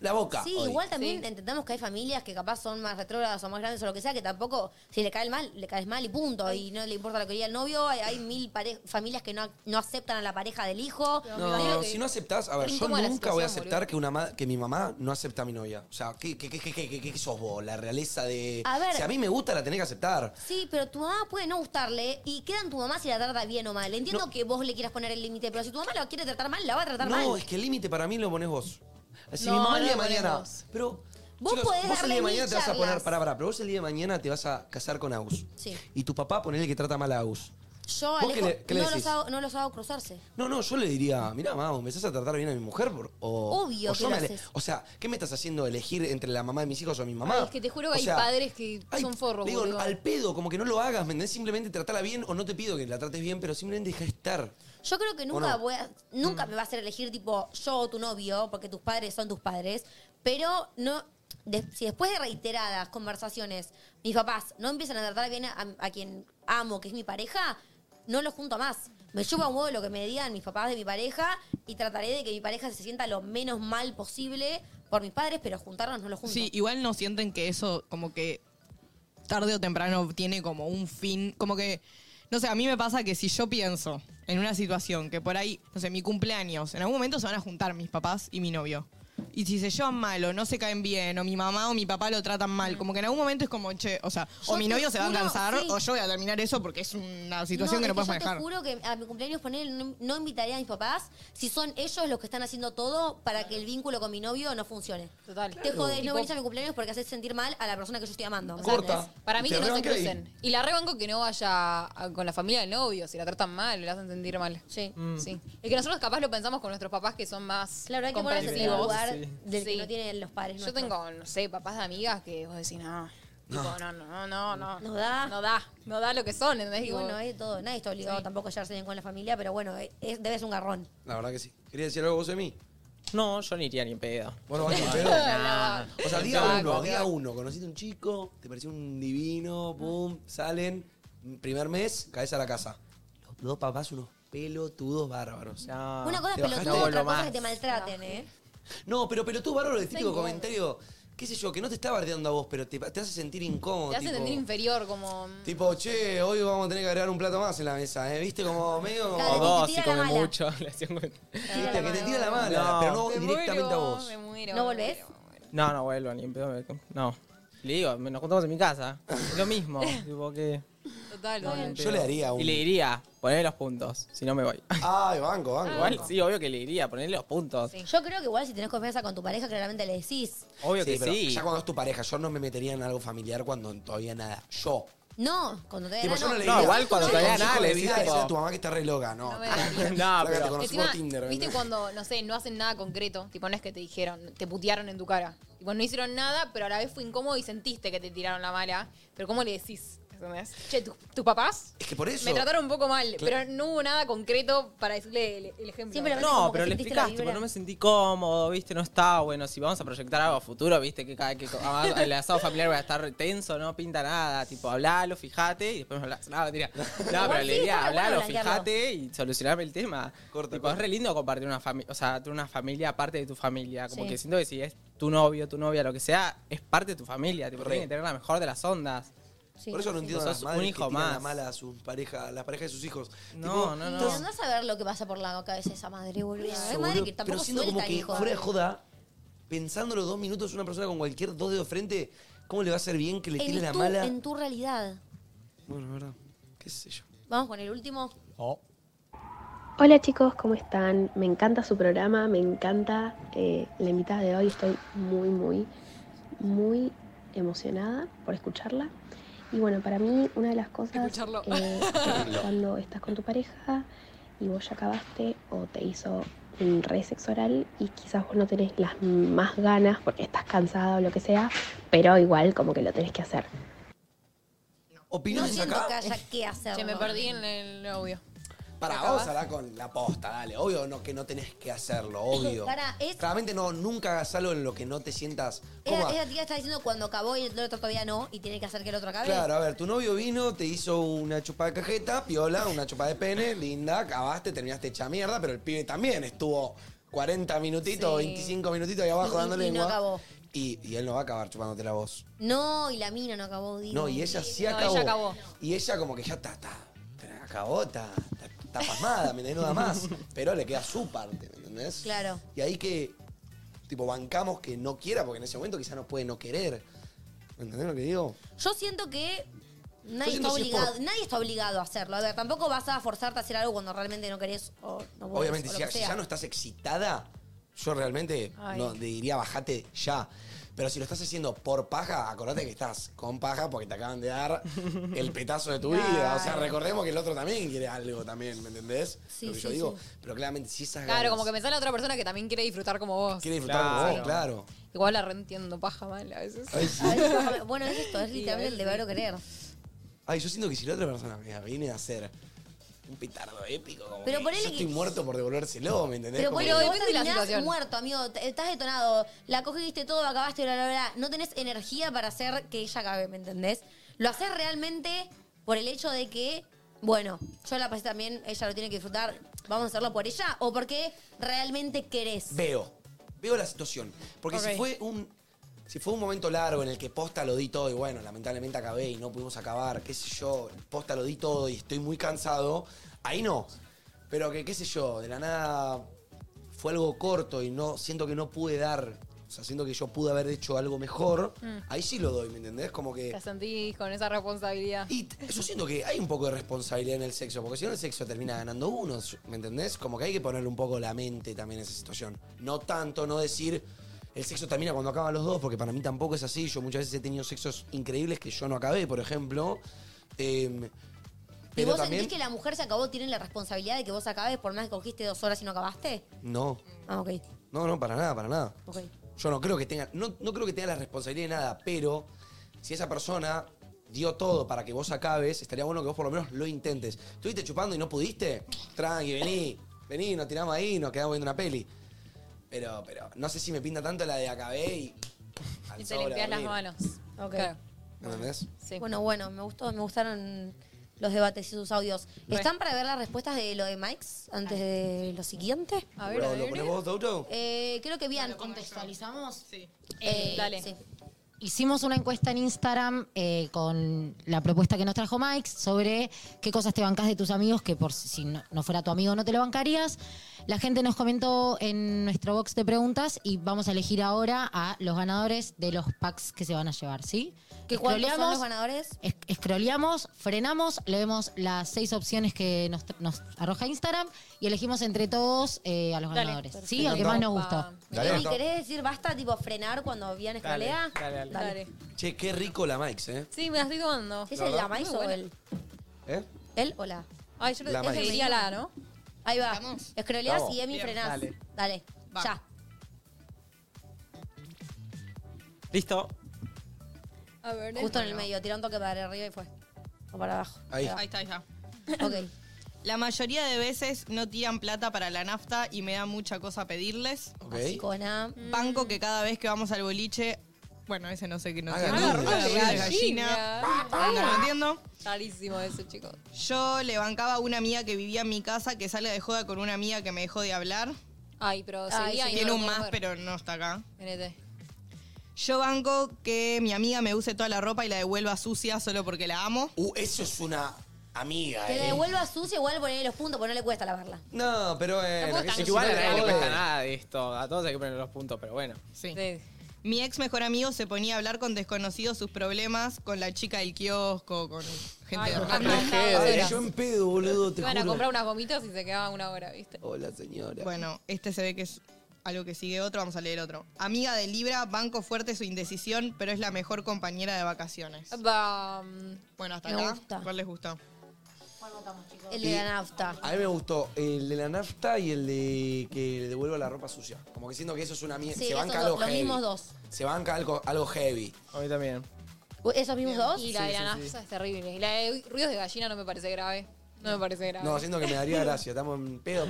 Speaker 3: la boca.
Speaker 4: Sí,
Speaker 3: hoy".
Speaker 4: igual también entendemos que hay familias que capaz son más retrógradas o más grandes o lo que sea, que tampoco, si le cae el mal, le caes mal y punto. Y no le importa lo que diga el novio. Hay, hay mil pare- familias que no, no aceptan a la pareja del hijo.
Speaker 3: No, si no aceptás, a ver,
Speaker 4: Es
Speaker 3: yo
Speaker 4: incómoda la
Speaker 3: nunca voy a
Speaker 4: situación,
Speaker 3: aceptar
Speaker 4: boludo.
Speaker 3: que una ma- que mi mamá no acepta a mi novia. O sea, ¿qué, qué, qué, qué, qué- qué- qué sos vos? La realeza de.
Speaker 4: A ver.
Speaker 3: Si a mí me gusta, la tenés que aceptar.
Speaker 4: Sí, pero tu mamá puede no gustarle y queda en tu mamá si la trata bien o mal. Entiendo que vos le quieras poner el límite, pero si tu mamá la quiere tratar mal, la va a tratar mal.
Speaker 3: No, es que el límite para mí lo pones vos. Si
Speaker 4: No,
Speaker 3: mi mamá
Speaker 4: no
Speaker 3: el día de
Speaker 4: lo ponés
Speaker 3: mañana.
Speaker 4: vos.
Speaker 3: Pero.
Speaker 4: Vos podés
Speaker 3: chicos, vos el
Speaker 4: darle
Speaker 3: día de mañana
Speaker 4: mil
Speaker 3: te vas a poner.
Speaker 4: charlas.
Speaker 3: Pará, pará, pero vos el día de mañana te vas a casar con Agus.
Speaker 4: Sí.
Speaker 3: Y tu papá, ponele que trata mal a Agus.
Speaker 4: Yo,
Speaker 3: ¿Vos qué
Speaker 4: Alejo,
Speaker 3: le- qué le
Speaker 4: no,
Speaker 3: decís?
Speaker 4: los hago, no los hago cruzarse.
Speaker 3: No, no, yo le diría, mirá, mamá, ¿me estás a tratar bien a mi mujer? Por- o,
Speaker 4: Obvio
Speaker 3: o yo
Speaker 4: que lo
Speaker 3: me ale-
Speaker 4: haces.
Speaker 3: O sea, ¿qué me estás haciendo elegir entre la mamá de mis hijos o mi mamá?
Speaker 7: Ay, es que te juro que
Speaker 3: O
Speaker 7: hay
Speaker 3: sea,
Speaker 7: padres que
Speaker 3: ay,
Speaker 7: son forros,
Speaker 3: le digo,
Speaker 7: boludo.
Speaker 3: al pedo, como que no lo hagas, ¿me entendés? Simplemente tratala bien o no te pido que la trates bien, pero simplemente deja estar.
Speaker 4: Yo creo que
Speaker 3: ¿O
Speaker 4: nunca
Speaker 3: no? Mm.
Speaker 4: voy a- nunca me va a hacer elegir tipo yo o tu novio, porque tus padres son tus padres, pero no de- si después de reiteradas conversaciones mis papás no empiezan a tratar bien a, a quien amo, que es mi pareja, no los junto más. Me llevo a un huevo lo que me digan mis papás de mi pareja y trataré de que mi pareja se sienta lo menos mal posible por mis padres, pero juntarnos no los junto.
Speaker 10: Sí, igual no sienten que eso como que tarde o temprano tiene como un fin, como que, no sé, a mí me pasa que si yo pienso en una situación que por ahí, no sé, mi cumpleaños, en algún momento se van a juntar mis papás y mi novio. Y si se llevan mal o no se caen bien, o mi mamá o mi papá lo tratan mal, como que en algún momento es como, che, o sea,
Speaker 4: Yo
Speaker 10: o mi
Speaker 4: te
Speaker 10: novio se va a
Speaker 4: juro,
Speaker 10: cansar,
Speaker 4: sí.
Speaker 10: o yo voy a terminar eso porque es una situación que
Speaker 4: es
Speaker 10: no puedes
Speaker 4: yo
Speaker 10: manejar.
Speaker 4: te juro que a mi cumpleaños poner, no, no invitaría a mis papás si son ellos los que están haciendo todo para que el vínculo con mi novio no funcione.
Speaker 7: Total.
Speaker 4: Te jodés, no
Speaker 7: Tipo,
Speaker 4: venís a mi cumpleaños porque haces sentir mal a la persona que yo estoy amando.
Speaker 7: O sea,
Speaker 4: ¿entendés?
Speaker 7: Para mí
Speaker 4: Te
Speaker 7: que no se
Speaker 4: rebanca ahí.
Speaker 7: crucen. Y la rebanco que no vaya a- con la familia del novio, si la tratan mal, la hacen sentir mal.
Speaker 4: Sí.
Speaker 7: sí. Es que nosotros capaz lo pensamos con nuestros papás que son más
Speaker 4: Claro, hay que ponerse en el
Speaker 7: comprensivos.
Speaker 4: lugar del que
Speaker 7: Sí.
Speaker 4: no tienen los padres.
Speaker 7: Yo tengo, no sé, papás de amigas que vos decís, no. Tipo, no, no, no, no.
Speaker 4: No da.
Speaker 7: No da. No da lo que son, ¿entendés?
Speaker 4: Y
Speaker 7: Tipo,
Speaker 4: bueno, es todo. Nadie está obligado tampoco a llevarse bien con la familia, pero bueno, es, es- debes un garrón.
Speaker 3: La verdad que sí. ¿Querías decir algo vos de mí?
Speaker 1: No, yo ni iría ni en pedo.
Speaker 3: Bueno, vas ni en pedo.
Speaker 1: Nah.
Speaker 3: O sea, día
Speaker 1: Nah,
Speaker 3: uno,
Speaker 1: como
Speaker 3: día
Speaker 1: que-
Speaker 3: uno. Conociste a un chico, te pareció un divino, pum, salen. Primer mes, caes a la casa. Los dos papás, unos pelotudos bárbaros.
Speaker 4: Una cosa es
Speaker 3: Ah, Te bajaste-
Speaker 4: pelotudo, otra cosa es que te maltraten, ¿eh?
Speaker 3: No, pero pelotudo bárbaro es el típico
Speaker 4: Tengo.
Speaker 3: comentario, qué sé yo, que no te está bardeando a vos, pero te, te hace sentir incómodo.
Speaker 7: te hace
Speaker 3: tipo-
Speaker 7: sentir inferior, como.
Speaker 3: Tipo, che, hoy vamos a tener que agregar un plato más en la mesa, ¿eh? ¿Viste? Como medio como...
Speaker 7: Claro,
Speaker 1: O
Speaker 7: que te
Speaker 1: dos, si
Speaker 7: tira la
Speaker 1: come
Speaker 7: mala.
Speaker 1: mucho. le hacían coment-
Speaker 3: Que te tira la mala,
Speaker 1: No.
Speaker 3: pero no
Speaker 1: Me
Speaker 3: directamente
Speaker 1: muero,
Speaker 3: a vos.
Speaker 7: Me muero.
Speaker 4: ¿No volvés?
Speaker 1: No, no vuelvo ni en pedo. me- No. Le digo, me- nos juntamos en mi casa. Es lo mismo. tipo que-
Speaker 7: Total,
Speaker 1: no, ni en
Speaker 7: total.
Speaker 1: pedo. Y le diría, ponele los puntos, si no me voy.
Speaker 3: Ay, banco, banco.
Speaker 1: Igual,
Speaker 3: banco.
Speaker 1: sí, obvio que le diría, ponele los puntos.
Speaker 4: Yo creo que igual si tenés confianza con tu pareja, claramente le decís.
Speaker 1: Obvio que
Speaker 3: pero
Speaker 1: sí.
Speaker 3: Ya cuando es tu pareja, yo no me metería en algo familiar cuando todavía nada. Yo.
Speaker 4: No, cuando te
Speaker 3: Tipo, yo no le
Speaker 1: No,
Speaker 3: diría,
Speaker 1: igual cuando
Speaker 3: "Che,
Speaker 1: todavía
Speaker 3: consejo
Speaker 1: nada,
Speaker 3: de
Speaker 1: le
Speaker 3: vida,
Speaker 1: decís
Speaker 3: decile a
Speaker 1: tipo-
Speaker 3: tu mamá que está re loca, no.
Speaker 7: No me da
Speaker 1: No,
Speaker 3: Flaca, te
Speaker 1: pero...
Speaker 7: Ah,
Speaker 3: conocí
Speaker 7: Encima,
Speaker 3: por Tinder.
Speaker 7: viste
Speaker 3: ¿entendés?
Speaker 7: cuando, no sé, no hacen nada concreto. Tipo, no es que te dijeron, te putearon en tu cara. Tipo, no hicieron nada, pero a la vez fue incómodo y sentiste que te tiraron la mala. Pero ¿cómo le decís? ¿Entendés? Che, ¿tus, tus papás?
Speaker 3: Es que por eso.
Speaker 7: Me trataron un poco mal,
Speaker 3: Cla-
Speaker 7: pero no hubo nada concreto para decirle el, el ejemplo.
Speaker 1: No, pero le explicaste, tipo,
Speaker 7: pero
Speaker 1: no me sentí cómodo, viste, no estaba bueno. Si vamos a proyectar algo a futuro, viste, que cada que co- haga- el asado familiar va a estar tenso, no pinta nada. Tipo, hablalo, fijate, y después me hablas. No, mentira. No, pero
Speaker 4: sí,
Speaker 1: le diría,
Speaker 4: está bueno
Speaker 1: hablalo,
Speaker 4: blanquearlo.
Speaker 1: fijate y solucioname el tema. tipo, es re lindo compartir una familia, o sea, tener una familia aparte de tu familia. Como
Speaker 4: Sí.
Speaker 1: que siento que si es tu novio, tu novia, lo que sea, es parte de tu familia. Tipo,
Speaker 3: Re.
Speaker 1: tiene que tener la mejor de las ondas.
Speaker 3: Por eso no entiendo a
Speaker 1: Sos
Speaker 3: las madres
Speaker 1: un
Speaker 3: que
Speaker 1: hijo
Speaker 3: tiran la
Speaker 1: más.
Speaker 3: mala a sus parejas, las parejas de sus hijos.
Speaker 1: No, no, no.
Speaker 4: Y andás a ver lo que pasa por la cabeza de esa madre, boludo. Es madre
Speaker 3: boludo,
Speaker 4: que
Speaker 3: pero
Speaker 4: tampoco
Speaker 3: siendo como
Speaker 4: suelta
Speaker 3: que
Speaker 4: hijo.
Speaker 3: fuera de joda, pensándolo dos minutos, una persona con cualquier dos dedos frente, ¿cómo le va a hacer bien que le tire
Speaker 4: en,
Speaker 3: la
Speaker 4: tu,
Speaker 3: mala?
Speaker 4: en tu realidad.
Speaker 3: Bueno, la verdad, qué sé yo.
Speaker 4: Vamos con el último.
Speaker 11: Hola chicos, ¿cómo están? Me encanta su programa, me encanta eh, la invitada de hoy. Estoy muy, muy, muy emocionada por escucharla. Y bueno, para mí una de las cosas
Speaker 7: Escucharlo.
Speaker 11: eh, que cuando estás con tu pareja y vos ya acabaste o te hizo un re sexo oral y quizás vos no tenés las más ganas porque estás cansada o lo que sea, pero igual como que lo tenés que hacer.
Speaker 4: No
Speaker 3: ¿Opiniones
Speaker 4: siento
Speaker 3: acá?
Speaker 4: que haya que hacer.
Speaker 7: Che, me perdí en el audio.
Speaker 3: Para,
Speaker 7: Acá
Speaker 3: vamos
Speaker 7: va.
Speaker 3: a hablar con la posta, dale. Obvio no, que no tenés que hacerlo, obvio.
Speaker 4: Pará, es-
Speaker 3: Claramente no, nunca hagas algo en lo que no te sientas
Speaker 4: Era-
Speaker 3: cómoda.
Speaker 4: Esa tía está diciendo cuando acabó y el otro todavía no, y tiene que hacer que el otro acabe.
Speaker 3: Claro, a ver, tu novio vino, te hizo una chupa de cajeta, piola, una chupa de pene, linda, acabaste, terminaste hecha mierda, pero el pibe también estuvo 40 minutitos,
Speaker 4: Sí.
Speaker 3: 25 minutitos ahí abajo
Speaker 4: Y-
Speaker 3: dando
Speaker 4: y no
Speaker 3: lengua.
Speaker 4: acabó.
Speaker 3: Y, y él no va a acabar chupándote la voz.
Speaker 4: No, y la mina no acabó, digo.
Speaker 3: No, y ella sí
Speaker 4: No,
Speaker 3: acabó.
Speaker 4: ella acabó.
Speaker 3: Y ella como que ya está, está, está- acabó, está, está, está pasmada, ¿me entendés? No da más. Pero le queda su parte, ¿me entendés?
Speaker 4: Claro.
Speaker 3: Y ahí que, tipo, bancamos que no quiera, porque en ese momento quizás no puede no querer. ¿Me entendés lo que digo?
Speaker 4: Yo siento que nadie
Speaker 3: siento
Speaker 4: está,
Speaker 3: si es por-
Speaker 4: obligado, nadie está obligado a hacerlo. A ver, tampoco vas a forzarte a hacer algo cuando realmente no querés o no podés,
Speaker 3: Obviamente,
Speaker 4: o
Speaker 3: si,
Speaker 4: lo
Speaker 3: ya-
Speaker 4: que
Speaker 3: si
Speaker 4: sea.
Speaker 3: ya no estás excitada, yo realmente
Speaker 4: Ay.
Speaker 3: no, te diría bajate ya. Pero si lo estás haciendo por paja, acordate que estás con paja porque te acaban de dar el petazo de tu vida. O sea,
Speaker 7: Claro.
Speaker 3: recordemos que el otro también quiere algo también, ¿me entendés?
Speaker 7: Sí,
Speaker 3: lo que
Speaker 7: sí,
Speaker 3: yo
Speaker 7: sí.
Speaker 3: digo. Pero claramente, si esas
Speaker 7: Claro,
Speaker 3: ganas-
Speaker 7: como que me sale otra persona que también quiere disfrutar como vos.
Speaker 3: Quiere disfrutar como vos, claro.
Speaker 7: Igual la reentiendo paja mal a veces.
Speaker 4: A veces baja- bueno, es esto, es literalmente el
Speaker 7: sí.
Speaker 4: deber o querer.
Speaker 3: Ay, yo siento que si la otra persona mira, viene a hacer un petardo épico, como
Speaker 4: Pero
Speaker 3: que
Speaker 4: ponele
Speaker 3: yo
Speaker 4: que-
Speaker 3: estoy muerto por devolvérselo, ¿me entendés?
Speaker 4: Pero
Speaker 3: Como
Speaker 4: por
Speaker 3: que-
Speaker 4: depende de la situación. muerto, amigo, te- estás detonado, la cogiste todo, acabaste, bla, bla, bla. No tenés energía para hacer que ella acabe, ¿me entendés? Lo haces realmente por el hecho de que, bueno, yo la pasé también, ella lo tiene que disfrutar, vamos a hacerlo por ella o porque realmente querés.
Speaker 3: Veo. Veo la situación. Porque
Speaker 4: Ok.
Speaker 3: si fue un. Si fue un momento largo en el que posta lo di todo y bueno, lamentablemente acabé y no pudimos acabar, qué sé yo, posta lo di todo y estoy muy cansado, ahí no. Pero que qué sé yo, de la nada fue algo corto y no siento que no pude dar, o sea, siento que yo pude haber hecho algo mejor,
Speaker 7: Mm.
Speaker 3: ahí sí lo doy, ¿me entendés? Como que
Speaker 7: Te sentís con esa responsabilidad.
Speaker 3: yo siento que hay un poco de responsabilidad en el sexo, porque si no el sexo termina ganando uno, ¿me entendés? Como que hay que ponerle un poco la mente también a esa situación. No tanto, no decir el sexo termina cuando acaban los dos, porque para mí tampoco es así. Yo muchas veces he tenido sexos increíbles que yo no acabé, por ejemplo. Em,
Speaker 4: ¿Y
Speaker 3: pero
Speaker 4: vos
Speaker 3: también.
Speaker 4: sentís que la mujer se acabó, tiene la responsabilidad de que vos acabes por más que cogiste dos horas y no acabaste?
Speaker 3: No,
Speaker 4: Ah, ok,
Speaker 3: no, no, para nada, para nada.
Speaker 4: ok.
Speaker 3: Yo no creo que tenga, no, no creo que tenga la responsabilidad de nada, pero si esa persona dio todo para que vos acabes, estaría bueno que vos por lo menos lo intentes. ¿Estuviste chupando y no pudiste? Tranqui, vení, vení, nos tiramos ahí, nos quedamos viendo una peli. Pero, pero, no sé si me pinta tanto la de acabé y. al
Speaker 7: Y te
Speaker 3: sol a
Speaker 7: limpias las
Speaker 3: dormir.
Speaker 7: manos.
Speaker 4: Ok.
Speaker 7: Claro.
Speaker 3: ¿Entendés?
Speaker 4: Bueno, bueno, me gustó, me gustaron los debates y sus audios.
Speaker 7: Re.
Speaker 4: ¿Están para ver las respuestas de lo de Mike's antes de lo siguiente?
Speaker 7: A
Speaker 3: ver, Bro, a ¿lo ver. ponés vos, Dodo?
Speaker 4: Eh, creo que bien.
Speaker 6: contextualizamos? Sí.
Speaker 4: Eh,
Speaker 7: Dale.
Speaker 4: sí.
Speaker 6: Hicimos una encuesta en Instagram eh, con la propuesta que nos trajo Mike sobre qué cosas te bancas de tus amigos, que por si- si no, no fuera tu amigo no te lo bancarías. La gente nos comentó en nuestro box de preguntas y vamos a elegir ahora a los ganadores de los packs que se van a llevar, ¿sí?
Speaker 4: ¿Qué cuáles son
Speaker 6: Scrolleamos-
Speaker 4: los ganadores?
Speaker 6: es- Scrolleamos, frenamos, leemos las seis opciones que nos, tra- nos arroja Instagram y elegimos entre todos eh, a los
Speaker 4: Dale,
Speaker 6: ganadores.
Speaker 4: perfecto.
Speaker 6: ¿Sí? Al que más nos gusta.
Speaker 3: Dale.
Speaker 4: ¿Y querés decir basta, tipo frenar cuando viene
Speaker 3: Dale,
Speaker 4: escalea?
Speaker 3: dale, dale.
Speaker 4: Dale.
Speaker 3: Che, qué rico la Mike's, ¿eh?
Speaker 7: Sí, me la estoy tomando.
Speaker 4: ¿Es el la
Speaker 7: Muy
Speaker 4: Mike's o
Speaker 7: buena.
Speaker 4: el
Speaker 3: ¿Eh?
Speaker 4: él o la?
Speaker 7: Ay, yo le
Speaker 3: La
Speaker 7: es que
Speaker 3: Mike's.
Speaker 7: diría la, ¿no?
Speaker 4: Ahí va. Escroleás
Speaker 3: Vamos.
Speaker 4: y Emi
Speaker 3: Bien,
Speaker 4: frenás. Dale.
Speaker 3: dale.
Speaker 4: Ya.
Speaker 1: Listo.
Speaker 7: A ver,
Speaker 4: Justo en el medio. Tirá un toque para arriba y fue. O para abajo.
Speaker 10: Ahí. Ahí está, ahí está.
Speaker 4: Ok.
Speaker 10: La mayoría de veces no tiran plata para la nafta y me da mucha cosa pedirles.
Speaker 3: Ok.
Speaker 4: Basicona.
Speaker 10: Banco que cada vez que vamos al boliche. Bueno, ese no sé qué no
Speaker 3: Ah, la
Speaker 10: entiendo. Ah,
Speaker 3: gallina.
Speaker 10: la gallina. Ah, no lo entiendo.
Speaker 7: Clarísimo eso, chicos.
Speaker 10: Yo le bancaba a una amiga que vivía en mi casa que salga de joda con una amiga que me dejó de hablar.
Speaker 7: Ay, pero
Speaker 10: Ay,
Speaker 7: seguía y
Speaker 10: tiene
Speaker 7: no lo
Speaker 10: un
Speaker 7: quiero
Speaker 10: más,
Speaker 7: ver.
Speaker 10: pero no está acá.
Speaker 7: Venete.
Speaker 10: Yo banco que mi amiga me use toda la ropa y la devuelva sucia solo porque la amo.
Speaker 3: Uh, eso es una amiga,
Speaker 4: Que le
Speaker 3: ¿eh?
Speaker 4: devuelva sucia, igual ponerle los puntos, porque no le cuesta lavarla.
Speaker 3: No, pero eh.
Speaker 4: Tampoco
Speaker 3: la que
Speaker 4: es
Speaker 3: se
Speaker 4: tan-
Speaker 1: Igual a
Speaker 3: supone
Speaker 1: nadie le
Speaker 3: que
Speaker 1: cuesta
Speaker 3: jode.
Speaker 1: nada de esto. A todos hay que poner los puntos, pero bueno.
Speaker 10: Sí. Mi ex mejor amigo se ponía a hablar con desconocidos sus problemas con la chica del kiosco, con gente
Speaker 7: Ay,
Speaker 10: de
Speaker 7: con
Speaker 10: random.
Speaker 3: Ay, yo en pedo, boludo, te
Speaker 7: Iban a
Speaker 3: juro.
Speaker 7: comprar unas gomitas y se quedaban una hora, ¿viste?
Speaker 3: Hola, señora.
Speaker 10: Bueno, este se ve que es algo que sigue otro, vamos a leer otro. Amiga de Libra, banco fuerte su indecisión, pero es la mejor compañera de vacaciones. Bueno, hasta
Speaker 4: Me
Speaker 10: acá.
Speaker 4: gusta.
Speaker 10: ¿Cuál les gustó?
Speaker 4: El de la nafta.
Speaker 3: A mí me gustó el de la nafta y el de que le devuelva la ropa sucia. Como que siento que eso es una mierda.
Speaker 4: Sí,
Speaker 3: se
Speaker 4: esos
Speaker 3: banca
Speaker 4: dos,
Speaker 3: algo
Speaker 4: los
Speaker 3: heavy.
Speaker 4: mismos dos.
Speaker 3: Se banca algo, algo heavy.
Speaker 1: A mí también.
Speaker 4: ¿Esos mismos dos?
Speaker 7: Y la de la NASA es terrible. Y la de ruidos de gallina no me parece grave. No me parece grave.
Speaker 3: No, siento que me daría gracia. Estamos en pedo.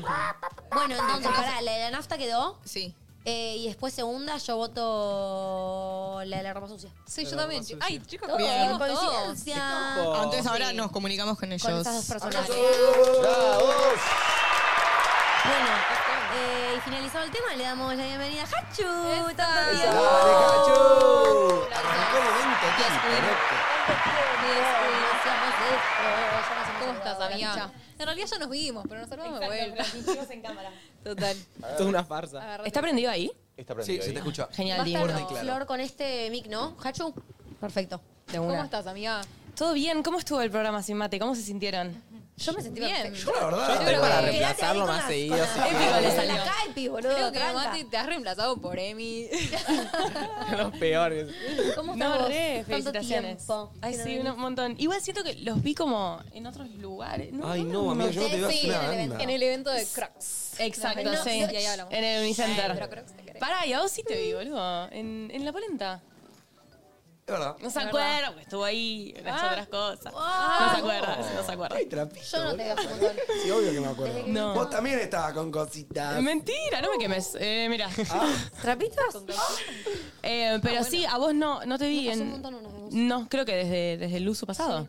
Speaker 4: Bueno, entonces, pará, la de la nafta quedó.
Speaker 10: Sí.
Speaker 4: Eh, y después segunda, yo voto la de la ropa sucia.
Speaker 7: Sí, yo también. chi- Ay, chicos,
Speaker 4: Todo,
Speaker 7: bien,
Speaker 4: con
Speaker 7: todos.
Speaker 4: coincidencia.
Speaker 10: Ah, entonces ahora nos comunicamos con ellos.
Speaker 4: Con esas dos personas. Bueno, eh, y finalizado el tema, le damos la bienvenida a Hachu. Tanto tiempo.
Speaker 7: ¿Cómo estás, amiga? En realidad ya nos vimos, pero nos salvamos de vuelta. en cámara. Total.
Speaker 1: Esto es una farsa.
Speaker 7: ¿Está
Speaker 16: prendido ahí?
Speaker 8: Está
Speaker 3: Sí, se te escucha.
Speaker 16: Genial,
Speaker 4: Basta
Speaker 16: Diego.
Speaker 4: Flor, Flor con este mic, ¿no? Hachu. Perfecto.
Speaker 16: De una.
Speaker 7: ¿Cómo estás, amiga?
Speaker 16: ¿Todo bien? ¿Cómo estuvo el programa sin mate? ¿cómo se sintieron?
Speaker 4: Yo me sentí
Speaker 7: bien.
Speaker 4: perfecta.
Speaker 1: Yo, la verdad,
Speaker 16: Yo
Speaker 1: estoy
Speaker 16: creo
Speaker 1: para
Speaker 16: que-
Speaker 1: reemplazarlo más seguido. si
Speaker 16: Épico,
Speaker 1: quieren.
Speaker 16: les
Speaker 4: La Caipi, boludo.
Speaker 7: Creo que
Speaker 4: tranca.
Speaker 7: Mati te has reemplazado por Emi.
Speaker 1: Los peores.
Speaker 4: ¿Cómo estás
Speaker 16: No,
Speaker 4: vos?
Speaker 16: re,
Speaker 4: Tanto
Speaker 16: felicitaciones.
Speaker 4: tiempo.
Speaker 16: Ay,
Speaker 4: Que
Speaker 16: sí,
Speaker 4: no
Speaker 16: un montón. Igual siento que los vi como en otros lugares.
Speaker 3: Ay, no, amiga, yo no te veo
Speaker 16: Sí,
Speaker 3: hace
Speaker 16: en
Speaker 3: una
Speaker 16: el
Speaker 3: banda.
Speaker 7: En el evento de Crux.
Speaker 16: Exacto,
Speaker 7: No,
Speaker 16: sí.
Speaker 7: y ahí hablamos.
Speaker 16: En el
Speaker 7: Ay,
Speaker 16: Unicenter.
Speaker 7: pero Crux te querés.
Speaker 16: Pará, y a vos sí te vi, boludo. En, en la polenta.
Speaker 3: Es verdad.
Speaker 16: No se acuerda, porque estuvo ahí, en las
Speaker 3: Ah.
Speaker 16: otras cosas.
Speaker 3: Ah.
Speaker 16: no se acuerda, no se acuerda.
Speaker 3: Ay, trapito. Yo
Speaker 4: no te veo
Speaker 3: Sí, obvio que me acuerdo.
Speaker 16: No.
Speaker 3: Vos también estabas con cositas.
Speaker 16: Mentira, no me quemes. Eh, mira.
Speaker 3: Ah.
Speaker 4: ¿Trapitos?
Speaker 16: Eh, pero sí, a vos no, no te vi
Speaker 4: Hace
Speaker 16: en.
Speaker 4: un montón no nos vemos.
Speaker 16: No, creo que desde, desde el uso pasado.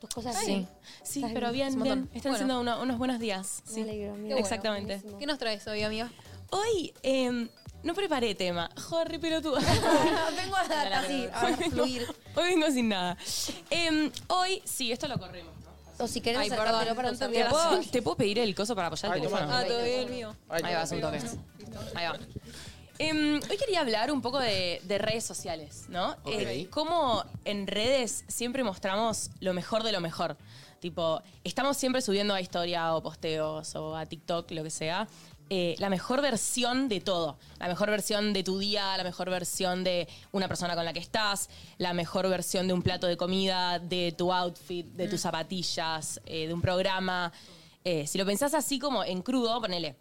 Speaker 4: Tus cosas
Speaker 16: Sí.
Speaker 4: bien.
Speaker 16: Sí,
Speaker 4: Estás
Speaker 16: pero bien,
Speaker 4: es un
Speaker 16: bien.
Speaker 4: montón.
Speaker 16: Están
Speaker 4: Bueno.
Speaker 16: siendo una- unos buenos días.
Speaker 4: Me
Speaker 16: Sí.
Speaker 4: alegro, amiga.
Speaker 16: Exactamente.
Speaker 7: ¿Qué nos traes hoy, amiga?
Speaker 16: Hoy em, no preparé tema. Joder, pelotuda.
Speaker 4: Vengo a dar así, a fluir.
Speaker 16: Hoy vengo sin nada. Em, hoy, sí, esto lo corremos.
Speaker 4: O si querés
Speaker 16: Ay,
Speaker 4: acercártelo
Speaker 16: perdón.
Speaker 4: para usar
Speaker 16: ¿Te
Speaker 4: la
Speaker 16: puedo,
Speaker 4: razón.
Speaker 16: te puedo pedir el coso para apoyar el
Speaker 7: Ay, toma.
Speaker 16: teléfono?
Speaker 7: Ah, todavía el mío.
Speaker 16: Ahí va, hace un toque. Ahí va. Em, hoy quería hablar un poco de, de redes sociales, ¿no? Eh,
Speaker 7: Ok.
Speaker 16: cómo en redes siempre mostramos lo mejor de lo mejor. Tipo, estamos siempre subiendo a historia o posteos o a TikTok, lo que sea, eh, la mejor versión de todo. La mejor versión de tu día, la mejor versión de una persona con la que estás, la mejor versión de un plato de comida, de tu outfit, de tus zapatillas, eh, de un programa. Eh, si lo pensás así como en crudo, ponele.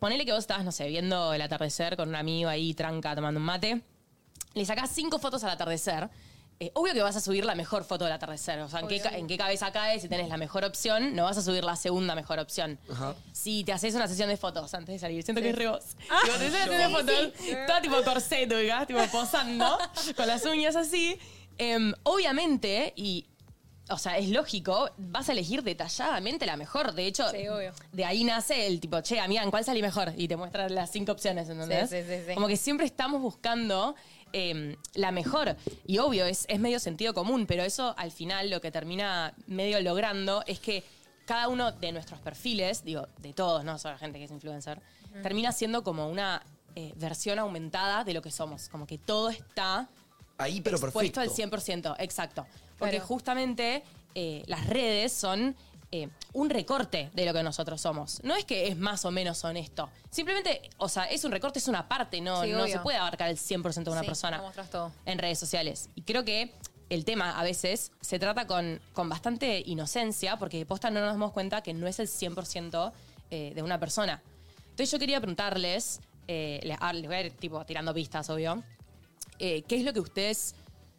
Speaker 16: Ponele que vos estabas, no sé, viendo el atardecer con un amigo ahí, tranca, tomando un mate. Le sacás cinco fotos al atardecer eh, obvio que vas a subir la mejor foto del atardecer. O sea, ¿en qué, ca- en qué cabeza cae si tenés la mejor opción? No vas a subir la segunda mejor opción. Si te haces una sesión de fotos antes de salir, siento
Speaker 2: Sí.
Speaker 16: que es re vos.
Speaker 2: Ah,
Speaker 16: Tipo, te haces una
Speaker 2: yo.
Speaker 16: sesión de fotos,
Speaker 2: Sí, sí.
Speaker 16: toda ¿eh? tipo corset, ubicás, tipo posando, con las uñas así. Em, obviamente, y o sea, es lógico, vas a elegir detalladamente la mejor. De hecho,
Speaker 7: Sí, obvio.
Speaker 16: de ahí nace el tipo, che, amiga, ¿en cuál salí mejor? Y te muestra las cinco opciones, ¿entendés?
Speaker 7: Sí, sí, sí, sí.
Speaker 16: Como que siempre estamos buscando eh, la mejor. Y obvio, es, es medio sentido común, pero eso al final lo que termina medio logrando es que cada uno de nuestros perfiles, digo, de todos, no solo la gente que es influencer,
Speaker 7: Ujú.
Speaker 16: termina siendo como una eh, versión aumentada de lo que somos. Como que todo está
Speaker 3: Ahí, pero
Speaker 16: expuesto
Speaker 3: perfecto.
Speaker 16: al 100%, exacto. Porque
Speaker 3: Claro.
Speaker 16: justamente eh, las redes son eh, un recorte de lo que nosotros somos. No es que es más o menos honesto. Simplemente, o sea, es un recorte, es una parte, no,
Speaker 7: Sí,
Speaker 16: no
Speaker 7: obvio.
Speaker 16: se puede abarcar el 100% de una
Speaker 7: Sí,
Speaker 16: persona
Speaker 7: lo mostrás todo.
Speaker 16: en redes sociales. Y creo que el tema a veces se trata con, con bastante inocencia porque de posta no nos damos cuenta que no es el 100% eh, de una persona. Entonces yo quería preguntarles, eh, le- ah, les voy a ir tipo tirando pistas, obvio, eh, ¿qué es lo que ustedes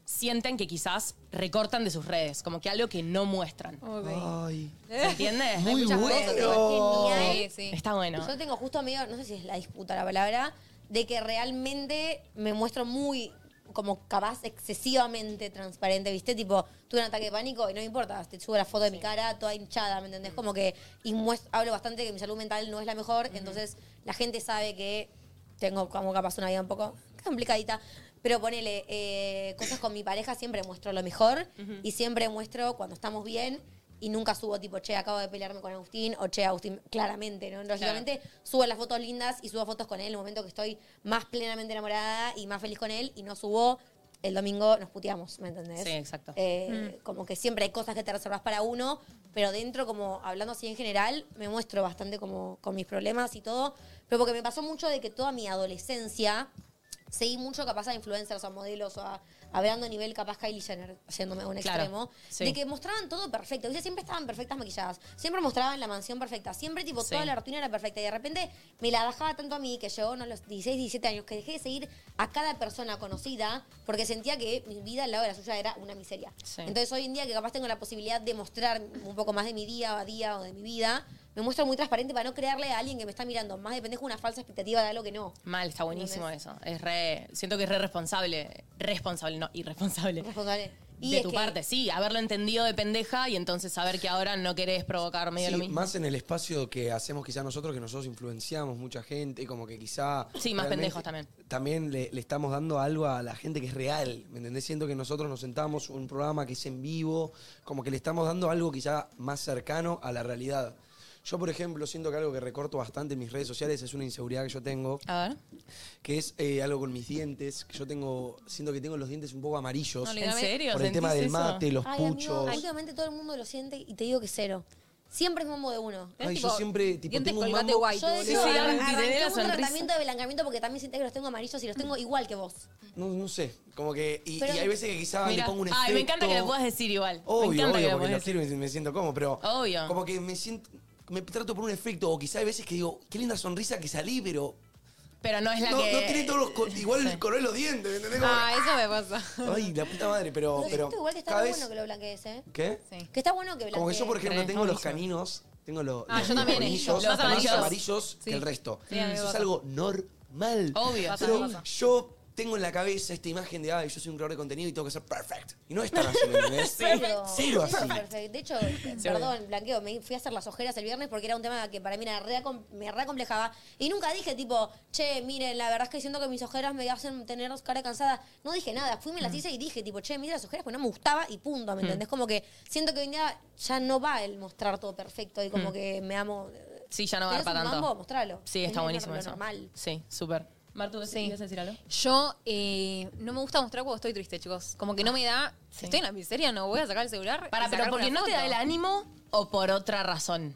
Speaker 16: sienten que quizás recortan de sus redes? Como que algo que no muestran.
Speaker 3: Ay.
Speaker 16: ¿Se entiende?
Speaker 4: Hay muchas cosas, tipo, es genial.
Speaker 16: Está bueno.
Speaker 4: Yo tengo justo amigo, no sé si es la disputa la palabra, de que realmente me muestro muy, como capaz, excesivamente transparente, ¿viste? Tipo, tuve un ataque de pánico y no me importa, te subo la foto de mi cara toda hinchada, ¿me entendés? Como que, y muest- hablo bastante que mi salud mental no es la mejor, entonces la gente sabe que tengo como capaz una vida un poco complicadita. Pero ponele, eh, cosas con mi pareja siempre muestro lo mejor
Speaker 7: Ujú.
Speaker 4: y siempre muestro cuando estamos bien y nunca subo tipo, che, acabo de pelearme con Agustín o che, Agustín, claramente, ¿no? Lógicamente subo las fotos lindas y subo fotos con él en el momento que estoy más plenamente enamorada y más feliz con él y no subo el domingo nos puteamos, ¿me entendés?
Speaker 16: Sí, exacto.
Speaker 4: Eh, Como que siempre hay cosas que te reservas para uno, pero dentro, como hablando así en general, me muestro bastante como con mis problemas y todo. Pero porque me pasó mucho de que toda mi adolescencia seguí mucho capaz a influencers, a modelos, o a hablando a nivel capaz Kylie Jenner, yéndome a un
Speaker 16: Claro,
Speaker 4: extremo,
Speaker 16: sí.
Speaker 4: de que mostraban todo perfecto. ¿viste? Siempre estaban perfectas maquilladas, siempre mostraban la mansión perfecta, siempre tipo
Speaker 16: Sí.
Speaker 4: toda la rutina era perfecta. Y de repente me la bajaba tanto a mí que llegó ¿no? a los 16, 17 años que dejé de seguir a cada persona conocida porque sentía que mi vida al lado de la suya era una miseria.
Speaker 16: Sí.
Speaker 4: Entonces hoy en día que capaz tengo la posibilidad de mostrar un poco más de mi día a día o de mi vida, me muestro muy transparente para no crearle a alguien que me está mirando más de pendejo una falsa expectativa de algo que no.
Speaker 16: Mal, está buenísimo eso. Es re, siento que es re responsable. Responsable, no, irresponsable.
Speaker 4: Responsable. Y
Speaker 16: de
Speaker 4: es
Speaker 16: tu
Speaker 4: que-
Speaker 16: parte, sí, haberlo entendido de pendeja y entonces saber que ahora no querés provocar medio
Speaker 3: Sí,
Speaker 16: lo mismo.
Speaker 3: más en el espacio que hacemos quizás nosotros, que nosotros influenciamos mucha gente, como que quizá...
Speaker 16: Sí, más
Speaker 3: realmente
Speaker 16: pendejos también.
Speaker 3: También le, le estamos dando algo a la gente que es real, ¿me entendés? Siento que nosotros nos sentamos un programa que es en vivo, como que le estamos dando algo quizá más cercano a la realidad. Yo, por ejemplo, siento que algo que recorto bastante en mis redes sociales es una inseguridad que yo tengo,
Speaker 16: A ver.
Speaker 3: que es eh, algo con mis dientes, que yo tengo, siento que tengo los dientes un poco amarillos.
Speaker 4: No, ¿En
Speaker 16: serio?
Speaker 3: Por el tema
Speaker 16: ¿Sentís
Speaker 3: del
Speaker 16: eso?
Speaker 3: mate, los
Speaker 4: Ay, amigo,
Speaker 3: puchos.
Speaker 4: últimamente todo el mundo lo siente y te digo que cero. Siempre es mambo de uno.
Speaker 3: Ay, yo siempre, tipo, tengo un mambo-
Speaker 4: Yo decido,
Speaker 16: Sí, sí,
Speaker 4: arran-
Speaker 16: anti, te
Speaker 4: arranqué
Speaker 16: dé la
Speaker 4: un
Speaker 16: sonrisa.
Speaker 4: tratamiento de blanqueamiento porque también siento que los tengo amarillos y los tengo igual que vos.
Speaker 3: No, no sé, como que... Y,
Speaker 4: Pero-
Speaker 3: y hay veces que quizá
Speaker 16: Mirá.
Speaker 3: le pongo un efecto...
Speaker 16: Ay, me encanta que lo puedas decir igual. me
Speaker 3: Obvio,
Speaker 16: encanta
Speaker 3: obvio,
Speaker 16: que lo
Speaker 3: porque
Speaker 16: puedas
Speaker 3: lo
Speaker 16: decir.
Speaker 3: quiero y me siento cómomo, pero...
Speaker 16: Obvio.
Speaker 3: Como que me siento... Me trato por un efecto, o quizá hay veces que digo, qué linda sonrisa que salí, pero...
Speaker 16: Pero no es la
Speaker 3: no,
Speaker 16: que.
Speaker 3: no tiene todos los... co- Igual el color de los dientes, ¿me entendés? Como-
Speaker 7: Ah, eso me pasa.
Speaker 3: Ay, la puta madre, pero...
Speaker 4: Lo
Speaker 3: pero
Speaker 4: siento igual que está
Speaker 3: cada
Speaker 4: re
Speaker 3: vez-
Speaker 4: bueno que lo blanquees, ¿eh?
Speaker 3: ¿Qué?
Speaker 4: Que está bueno que blanquees.
Speaker 3: Como que yo, por ejemplo, tengo los caninos, tengo los,
Speaker 4: Ah,
Speaker 3: los
Speaker 4: yo también,
Speaker 3: colmillos
Speaker 4: los
Speaker 3: más amarillos,
Speaker 4: amarillos.
Speaker 3: que el resto.
Speaker 4: Sí, a mí me
Speaker 3: Eso es
Speaker 4: pasa.
Speaker 3: algo normal.
Speaker 4: Obvio. Pasa,
Speaker 3: Pero
Speaker 4: pasa.
Speaker 3: yo tengo en la cabeza esta imagen de, ay, yo soy un creador de contenido y tengo que ser perfect. Y no es tan así, ¿me entendés?
Speaker 4: Cero.
Speaker 3: Cero así.
Speaker 4: perfecto. De hecho, perdón, blanqueo, me fui a hacer las ojeras el viernes porque era un tema que para mí era re com- me recomplejaba. Y nunca dije, tipo, che, miren, la verdad es que siento que mis ojeras me hacen tener cara cansada. No dije nada. Fui, me las hice y dije, tipo, che, miren las ojeras porque no me gustaba y punto, ¿me
Speaker 16: Mm.
Speaker 4: entendés? Como que siento que hoy en día ya no va el mostrar todo perfecto y como
Speaker 16: Mm.
Speaker 4: que me amo.
Speaker 16: Sí, ya no va
Speaker 4: ¿Tenés
Speaker 16: para
Speaker 4: un
Speaker 16: tanto.
Speaker 4: mambo? Mostralo.
Speaker 16: Sí,
Speaker 4: Es lo
Speaker 16: está buenísimo
Speaker 4: normal.
Speaker 16: eso. Sí, súper. Martu, ¿sí? ¿quieres decir algo?
Speaker 7: Yo eh, no me gusta mostrar cuando estoy triste, chicos. Como que no me da. Si estoy en la miseria, no voy a sacar el celular.
Speaker 16: Para, pero porque no te da el ánimo o por otra razón.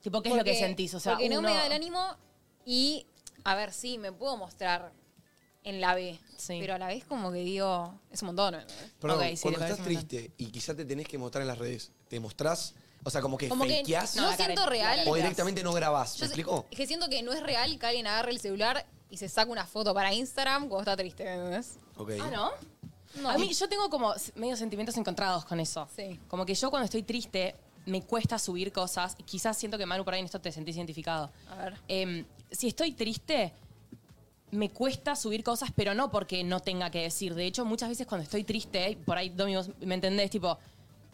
Speaker 16: Tipo, ¿qué es lo que sentís? O sea,
Speaker 7: porque no
Speaker 16: uno-
Speaker 7: me da el ánimo y. A ver, sí, me puedo mostrar en la B. Pero a la vez, como que digo. Es un montón. ¿no?
Speaker 3: Perdón,
Speaker 7: Ok, sí, te
Speaker 3: cuando
Speaker 7: parece
Speaker 3: estás
Speaker 7: un montón.
Speaker 3: triste y quizá te tenés que mostrar en las redes, ¿te mostrás? O sea, como que
Speaker 7: Como que
Speaker 3: fakeás.
Speaker 7: no No, la siento cara- real.
Speaker 3: O directamente no grabás,
Speaker 7: Yo
Speaker 3: ¿me
Speaker 7: sé-
Speaker 3: explicó?
Speaker 7: Es que siento que no es real que alguien agarre el celular y se saque una foto para Instagram cuando está triste, ¿entendés?
Speaker 3: Ok.
Speaker 7: ¿no? No.
Speaker 16: A mí yo tengo como s- medio sentimientos encontrados con eso. Como que yo cuando estoy triste me cuesta subir cosas. Y Quizás siento que Manu por ahí en esto te sentís identificado.
Speaker 7: A ver.
Speaker 16: Em, si estoy triste, me cuesta subir cosas, pero no porque no tenga que decir. De hecho, muchas veces cuando estoy triste, por ahí, Domi, vos me entendés, tipo,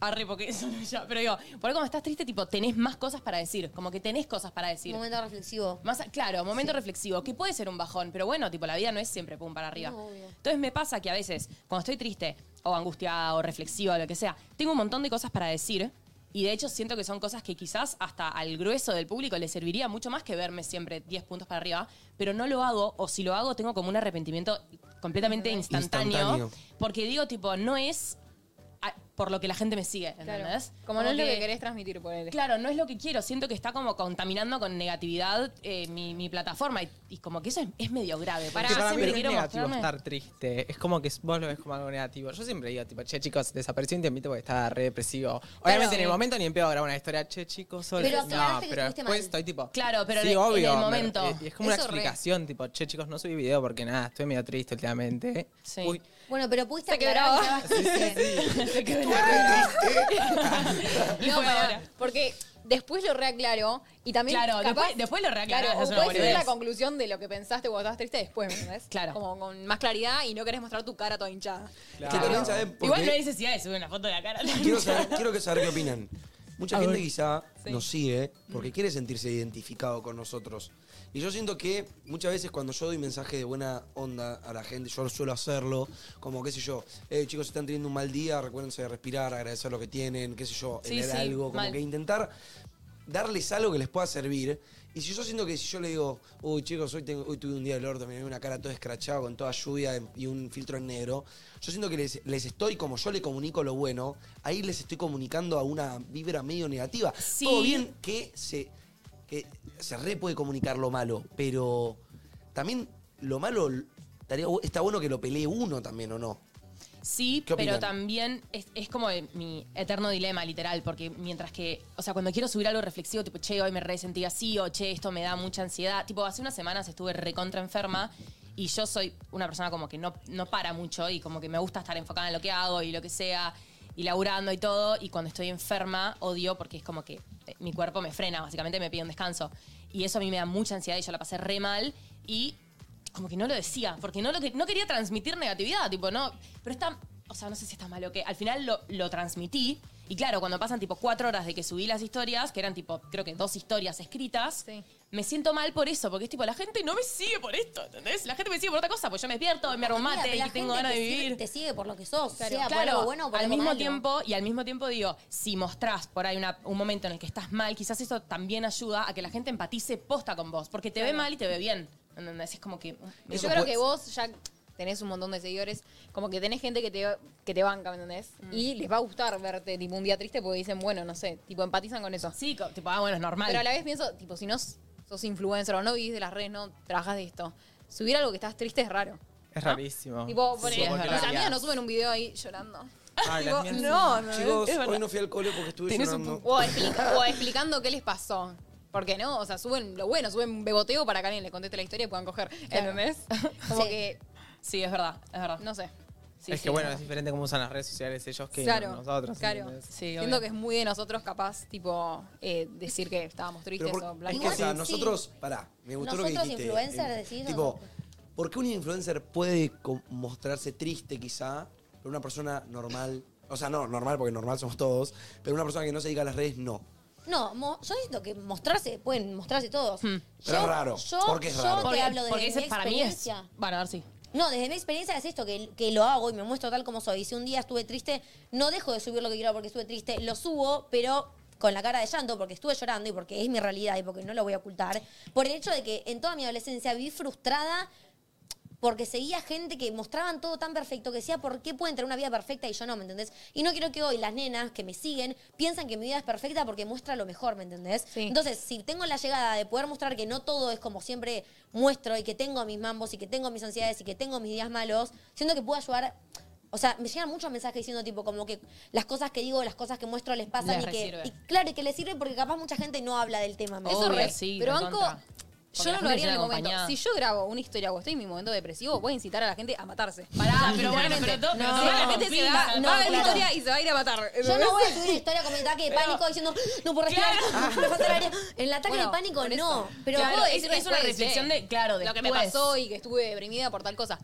Speaker 16: arre, porque eso no es ya. Pero digo, por ahí cuando estás triste, tipo, tenés más cosas para decir. Como que tenés cosas para decir.
Speaker 4: Momento reflexivo.
Speaker 16: Más, claro, momento reflexivo, que puede ser un bajón, pero bueno, tipo, la vida no es siempre pum para arriba.
Speaker 4: No, obvio.
Speaker 16: Entonces me pasa que a veces, cuando estoy triste o angustiada o reflexiva o lo que sea, tengo un montón de cosas para decir. Y de hecho siento que son cosas que quizás hasta al grueso del público le serviría mucho más que verme siempre 10 puntos para arriba, pero no lo hago, o si lo hago tengo como un arrepentimiento completamente instantáneo,
Speaker 9: Instantáneo.
Speaker 16: porque digo tipo, no es a- por lo que la gente me sigue, ¿entendés?
Speaker 7: Como no es lo que querés transmitir por él.
Speaker 16: Claro, no es lo que quiero. Siento que está como contaminando con negatividad eh, mi, mi plataforma. Y, y como que eso es, es medio grave.
Speaker 1: Para,
Speaker 16: porque yo
Speaker 1: mí
Speaker 16: siempre
Speaker 1: no es
Speaker 16: quiero
Speaker 1: negativo
Speaker 16: mostrarme.
Speaker 1: estar triste. Es como que vos lo ves como algo negativo. Yo siempre digo, tipo, che, chicos, desapareció un tiempito porque estaba re depresivo. Obviamente en el momento ni en pedo grabar una historia, che, chicos, soy...
Speaker 16: Pero
Speaker 1: no,
Speaker 16: aclaraste que
Speaker 1: pero
Speaker 16: estuviste
Speaker 1: después
Speaker 16: mal.
Speaker 1: estoy tipo...
Speaker 16: Claro, pero
Speaker 1: sí,
Speaker 16: en el- en
Speaker 1: obvio,
Speaker 16: el
Speaker 1: me-
Speaker 16: momento.
Speaker 1: y es como una
Speaker 4: Eso re.
Speaker 1: explicación, tipo, che, chicos, no subí video porque nada, estoy medio triste últimamente.
Speaker 16: Sí.
Speaker 1: Uy,
Speaker 4: Bueno, pero pudiste
Speaker 7: Se quebraba.
Speaker 4: aclarar que
Speaker 16: Se
Speaker 4: estabas triste.
Speaker 7: No, pará, porque después lo reaclaro y también.
Speaker 16: Claro,
Speaker 7: capaz-
Speaker 16: después- después lo reaclarás,
Speaker 7: Claro,
Speaker 16: es
Speaker 7: o
Speaker 16: una
Speaker 7: puedes tener la
Speaker 16: boludez.
Speaker 7: conclusión de lo que pensaste cuando estabas triste después, ¿me entendés?
Speaker 16: Claro.
Speaker 7: Como con más claridad y no querés mostrar tu cara toda hinchada.
Speaker 3: Que también saben por
Speaker 16: Igual
Speaker 3: qué-
Speaker 16: no hay necesidad de subir una foto de la cara.
Speaker 3: Quiero saber, quiero que saber qué opinan. Mucha
Speaker 16: A
Speaker 3: gente
Speaker 16: ver.
Speaker 3: quizá
Speaker 16: Sí.
Speaker 3: nos sigue porque quiere sentirse identificado con nosotros. Y yo siento que muchas veces cuando yo doy mensaje de buena onda a la gente, yo suelo hacerlo, como qué sé yo, eh, chicos, si están teniendo un mal día, recuérdense de respirar, agradecer lo que tienen, qué sé yo,
Speaker 9: Sí,
Speaker 3: leer
Speaker 9: sí,
Speaker 3: algo, como
Speaker 9: mal.
Speaker 3: que intentar darles algo que les pueda servir. Y si yo siento que si yo le digo, uy chicos, hoy, tengo- hoy tuve un día del orto, me veo una cara toda escrachada con toda lluvia y un filtro en negro, yo siento que les, les estoy, como yo le comunico lo bueno, ahí les estoy comunicando a una vibra medio negativa. Todo bien que se, que se re puede comunicar lo malo, pero también lo malo estaría bu- está bueno que lo pelee uno también, ¿o no?
Speaker 16: Sí,
Speaker 3: ¿Qué
Speaker 16: pero
Speaker 3: opinan?
Speaker 16: también es, es como el- mi eterno dilema, literal, porque mientras que, o sea, cuando quiero subir algo reflexivo, tipo, che, hoy me resentí así, o che, esto me da mucha ansiedad, tipo, hace unas semanas estuve recontra enferma y yo soy una persona como que no, no para mucho y como que me gusta estar enfocada en lo que hago y lo que sea, y laburando y todo, y cuando estoy enferma odio porque es como que eh, mi cuerpo me frena, básicamente me pide un descanso. Y eso a mí me da mucha ansiedad y yo la pasé re mal y como que no lo decía, porque no, lo que, no quería transmitir negatividad, tipo, no, pero está, o sea, no sé si está mal o qué, al final lo, lo transmití, y claro, cuando pasan tipo cuatro horas de que subí las historias, que eran tipo, creo que dos historias escritas, me siento mal por eso, porque es tipo, la gente no me sigue por esto, ¿entendés? La gente me sigue por otra cosa, pues yo me despierto, me armo un
Speaker 4: Amiga,
Speaker 16: mate
Speaker 4: pero la
Speaker 16: y tengo
Speaker 4: gente
Speaker 16: ganas de
Speaker 4: te sigue-
Speaker 16: vivir.
Speaker 4: Te sigue por lo que sos,
Speaker 16: Claro,
Speaker 4: sea por
Speaker 16: claro,
Speaker 4: algo bueno o por
Speaker 16: al
Speaker 4: algo
Speaker 16: mismo
Speaker 4: malo.
Speaker 16: tiempo y al mismo tiempo digo, si mostrás por ahí una- un momento en el que estás mal, quizás eso también ayuda a que la gente empatice posta con vos, porque te ve
Speaker 7: Claro.
Speaker 16: mal y te ve bien. ¿Entendés? Es como que
Speaker 7: Y yo creo que vos ya tenés un montón de seguidores, como que tenés gente que te, que te banca, ¿me entendés? Y les va a gustar verte tipo un día triste porque dicen, bueno, no sé, tipo empatizan con eso.
Speaker 16: Sí, tipo, ah, bueno, es normal.
Speaker 7: Pero a la vez pienso, tipo, si no s- sos influencer o no vivís de las redes, no trabajas de esto, subir algo que estás triste es raro.
Speaker 1: es rarísimo.
Speaker 7: Tipo,
Speaker 1: Sí,
Speaker 7: poner,
Speaker 1: porque
Speaker 7: mis
Speaker 1: la haría.
Speaker 7: amigas no suben un video ahí llorando.
Speaker 1: Ay, las
Speaker 7: Tipo,
Speaker 1: mías sí.
Speaker 7: no, no,
Speaker 3: Chicos,
Speaker 7: es- es
Speaker 3: hoy
Speaker 7: verdad.
Speaker 3: no fui al cole porque estuve
Speaker 7: Tenés un
Speaker 3: llorando.
Speaker 7: pu- o, explica- o explicando qué les pasó. Porque no, o sea, suben lo bueno, suben beboteo para que alguien le conteste la historia y puedan coger. ¿Entendés? Como que.
Speaker 16: Sí, es verdad, es verdad.
Speaker 7: No sé. Sí,
Speaker 1: es
Speaker 7: sí,
Speaker 1: que bueno,
Speaker 7: no.
Speaker 1: es diferente cómo usan las redes sociales ellos que
Speaker 7: Claro,
Speaker 1: nosotros.
Speaker 7: claro.
Speaker 1: ¿entendés?
Speaker 7: Siento que es muy de nosotros capaz, tipo, eh, decir que estábamos tristes
Speaker 3: Pero por-
Speaker 7: o bla,
Speaker 3: es
Speaker 7: bla,
Speaker 3: que
Speaker 7: bla.
Speaker 3: o sea, nosotros, pará, me gustó lo
Speaker 7: Nosotros
Speaker 3: que dijiste.
Speaker 7: influencer,
Speaker 3: eh,
Speaker 7: decís
Speaker 3: Tipo, ¿por qué un influencer puede co- mostrarse triste quizá, pero una persona normal, o sea, no, normal porque normal somos todos, pero una persona que no se dedica a las redes, no.
Speaker 4: No, mo- yo siento que mostrarse, pueden mostrarse todos.
Speaker 16: Hmm.
Speaker 3: Pero es raro.
Speaker 4: yo-
Speaker 3: ¿Por qué es
Speaker 4: yo
Speaker 3: raro?
Speaker 4: te
Speaker 16: Porque-
Speaker 4: hablo desde
Speaker 16: porque
Speaker 4: mi
Speaker 16: ese para mí es.
Speaker 4: experiencia.
Speaker 16: Bueno, a ver si.
Speaker 4: No, desde mi experiencia es esto, que, que lo hago y me muestro tal como soy. Si un día estuve triste, no dejo de subir lo que quiero porque estuve triste, lo subo, pero con la cara de llanto porque estuve llorando y porque es mi realidad y porque no lo voy a ocultar. Por el hecho de que en toda mi adolescencia viví frustrada porque seguía gente que mostraban todo tan perfecto que decía, ¿por qué pueden tener una vida perfecta y yo no, me entendés? Y no quiero que hoy las nenas que me siguen piensan que mi vida es perfecta porque muestra lo mejor, ¿me entendés? Entonces, si tengo la llegada de poder mostrar que no todo es como siempre muestro y que tengo mis mambos y que tengo mis ansiedades y que tengo mis días malos, siento que puedo ayudar... O sea, me llegan muchos mensajes diciendo tipo como que las cosas que digo, las cosas que muestro les pasan
Speaker 16: Les
Speaker 4: y que...
Speaker 16: resirve.
Speaker 4: y claro, y que les sirve porque capaz mucha gente no habla del tema. ¿me
Speaker 7: Eso
Speaker 4: entendés?
Speaker 7: re, pero banco, ah, Yo no
Speaker 16: la
Speaker 7: lo haría en
Speaker 16: gente
Speaker 7: el
Speaker 16: tiene
Speaker 7: momento.
Speaker 16: acompañada.
Speaker 7: Si yo grabo una historia o estoy en mi momento depresivo, voy a incitar a la gente a matarse. Pará,
Speaker 16: pero bueno, pero todo- pero
Speaker 7: no,
Speaker 16: todo
Speaker 7: la gente se
Speaker 16: pinta,
Speaker 7: va,
Speaker 16: no,
Speaker 7: va a ver la
Speaker 16: claro.
Speaker 7: historia y se va a ir a matar.
Speaker 4: Yo no voy a subir una historia con mi ataque de
Speaker 7: Pero-
Speaker 4: pánico diciendo, no puedo respirar, me falta el aire. El ataque de pánico no, pero
Speaker 7: Claro,
Speaker 4: puedo
Speaker 7: es-
Speaker 4: decir
Speaker 7: es, una
Speaker 4: después,
Speaker 7: reflexión
Speaker 4: che.
Speaker 7: de, claro, lo que me
Speaker 4: después.
Speaker 7: pasó y que estuve deprimida por tal cosa.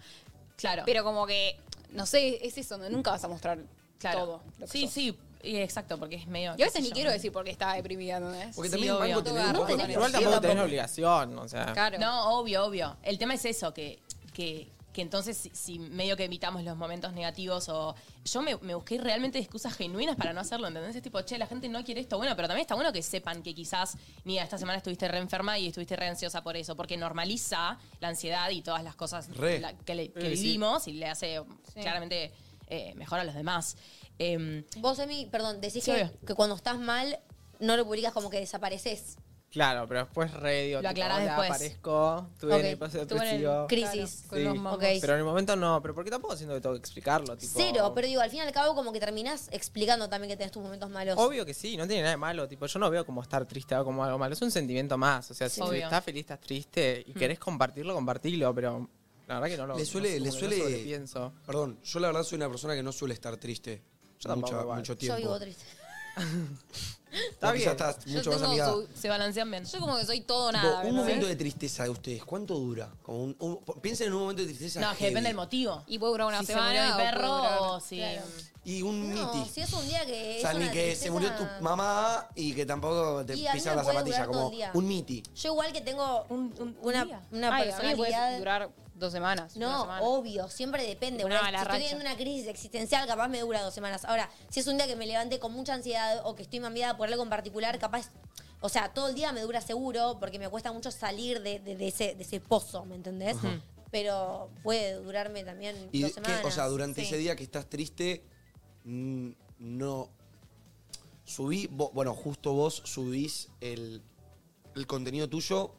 Speaker 16: Claro.
Speaker 7: Pero como que, no sé, es eso, no- nunca vas a mostrar
Speaker 16: Claro.
Speaker 7: todo. lo que
Speaker 16: sí,
Speaker 7: sos.
Speaker 16: sí, y exacto, porque es medio.
Speaker 7: Yo a
Speaker 16: qué
Speaker 7: veces
Speaker 16: sé
Speaker 7: ni
Speaker 16: yo.
Speaker 7: quiero decir por qué estaba deprimida, ¿no es?
Speaker 16: Porque también Sí, banco obvio. tener un
Speaker 1: No,
Speaker 16: poco de
Speaker 1: tenés-
Speaker 16: presión.
Speaker 1: igual tampoco
Speaker 16: Tampoco.
Speaker 1: tenés la obligación, o sea.
Speaker 16: No, obvio, obvio. El tema es eso, que, que, que entonces si, si medio que evitamos los momentos negativos o... Yo me, me busqué realmente excusas genuinas para no hacerlo, ¿entendés? Es tipo, che, la gente no quiere esto. Bueno, pero también está bueno que sepan que quizás, mira, esta semana estuviste re enferma y estuviste re ansiosa por eso, porque normaliza la ansiedad y todas las cosas
Speaker 9: Re.
Speaker 16: la- que, le- que
Speaker 9: Eh, sí.
Speaker 16: vivimos y le hace
Speaker 4: Sí.
Speaker 16: claramente eh, mejor a los demás. Em,
Speaker 7: Mm.
Speaker 4: Vos, Emi, perdón, decís
Speaker 16: Sí,
Speaker 4: que,
Speaker 16: obvio.
Speaker 4: que cuando estás mal no lo publicas como que desapareces.
Speaker 1: Claro, pero después re digo,
Speaker 4: Lo
Speaker 1: tipo,
Speaker 4: aclarás
Speaker 1: "Hola,
Speaker 4: después".
Speaker 1: aparezco, tuve
Speaker 4: Ok,
Speaker 1: en el proceso
Speaker 4: estuvo en el-
Speaker 1: depresivo".
Speaker 4: crisis, con los mamás. Ok.
Speaker 1: Pero en el momento no, pero porque tampoco siento que tengo que explicarlo, tipo.
Speaker 4: Cero, pero digo, al fin y al cabo como que terminás explicando también que tenés tus momentos malos.
Speaker 1: Obvio que sí, no tiene nada de malo. Tipo, yo no veo como estar triste o como algo malo. Es un sentimiento más. O sea,
Speaker 4: Sí.
Speaker 1: si
Speaker 4: Obvio. Mm.
Speaker 1: estás feliz, estás triste y querés compartirlo, compartirlo, pero la verdad que no lo
Speaker 3: Le suele,
Speaker 1: no
Speaker 3: le
Speaker 1: sé, como que no
Speaker 3: suele.
Speaker 1: sobrepienso.
Speaker 3: Perdón, yo la verdad soy una persona que no suele estar triste.
Speaker 1: Yo tampoco,
Speaker 3: mucho,
Speaker 1: igual.
Speaker 3: mucho
Speaker 4: Yo vivo
Speaker 3: tiempo.
Speaker 4: triste.
Speaker 3: Está
Speaker 1: bien.
Speaker 3: estás
Speaker 7: Yo
Speaker 3: mucho más
Speaker 7: tengo
Speaker 3: amiga.
Speaker 7: su-
Speaker 16: se balancean bien.
Speaker 7: Yo como que soy todo o
Speaker 3: Tipo,
Speaker 7: nada.
Speaker 3: un
Speaker 7: ¿no?
Speaker 3: momento de tristeza de ustedes, ¿cuánto dura? Como un- un- piensen en un momento de tristeza.
Speaker 16: no, es que depende del
Speaker 3: heavy.
Speaker 16: motivo.
Speaker 7: Y puede durar una
Speaker 16: Si se
Speaker 7: semana
Speaker 16: murió
Speaker 7: o
Speaker 16: el perro
Speaker 7: puede durar-
Speaker 16: o si...
Speaker 3: Y un
Speaker 4: No,
Speaker 3: niti.
Speaker 4: si es un día que
Speaker 3: O
Speaker 4: es
Speaker 3: sea, ni
Speaker 4: una
Speaker 3: que se
Speaker 4: tristeza-
Speaker 3: murió tu mamá y que tampoco te
Speaker 4: Y a mí
Speaker 3: pisas
Speaker 4: me
Speaker 3: la
Speaker 4: puede
Speaker 3: zapatilla,
Speaker 4: durar todo
Speaker 3: como
Speaker 4: el día.
Speaker 3: un niti.
Speaker 4: Yo igual que tengo una,
Speaker 7: Ay,
Speaker 4: una
Speaker 7: a mí me puede
Speaker 4: personalidad...
Speaker 7: durar dos semanas. una
Speaker 4: No,
Speaker 7: semana.
Speaker 4: obvio, siempre depende.
Speaker 7: Una
Speaker 4: Una vez-
Speaker 7: mala
Speaker 4: si estoy
Speaker 7: racha.
Speaker 4: teniendo una crisis existencial, capaz me dura dos semanas. Ahora, si es un día que me levanté con mucha ansiedad o que estoy mamiada por algo en particular, capaz, o sea, todo el día me dura seguro porque me cuesta mucho salir de, de- de ese, de ese pozo, ¿me entendés? Pero puede durarme también
Speaker 3: Y
Speaker 4: dos
Speaker 3: que,
Speaker 4: semanas.
Speaker 3: o sea, durante
Speaker 4: Sí.
Speaker 3: ese día que estás triste, mm, no. Subí, vo- bueno, justo vos subís el, el contenido tuyo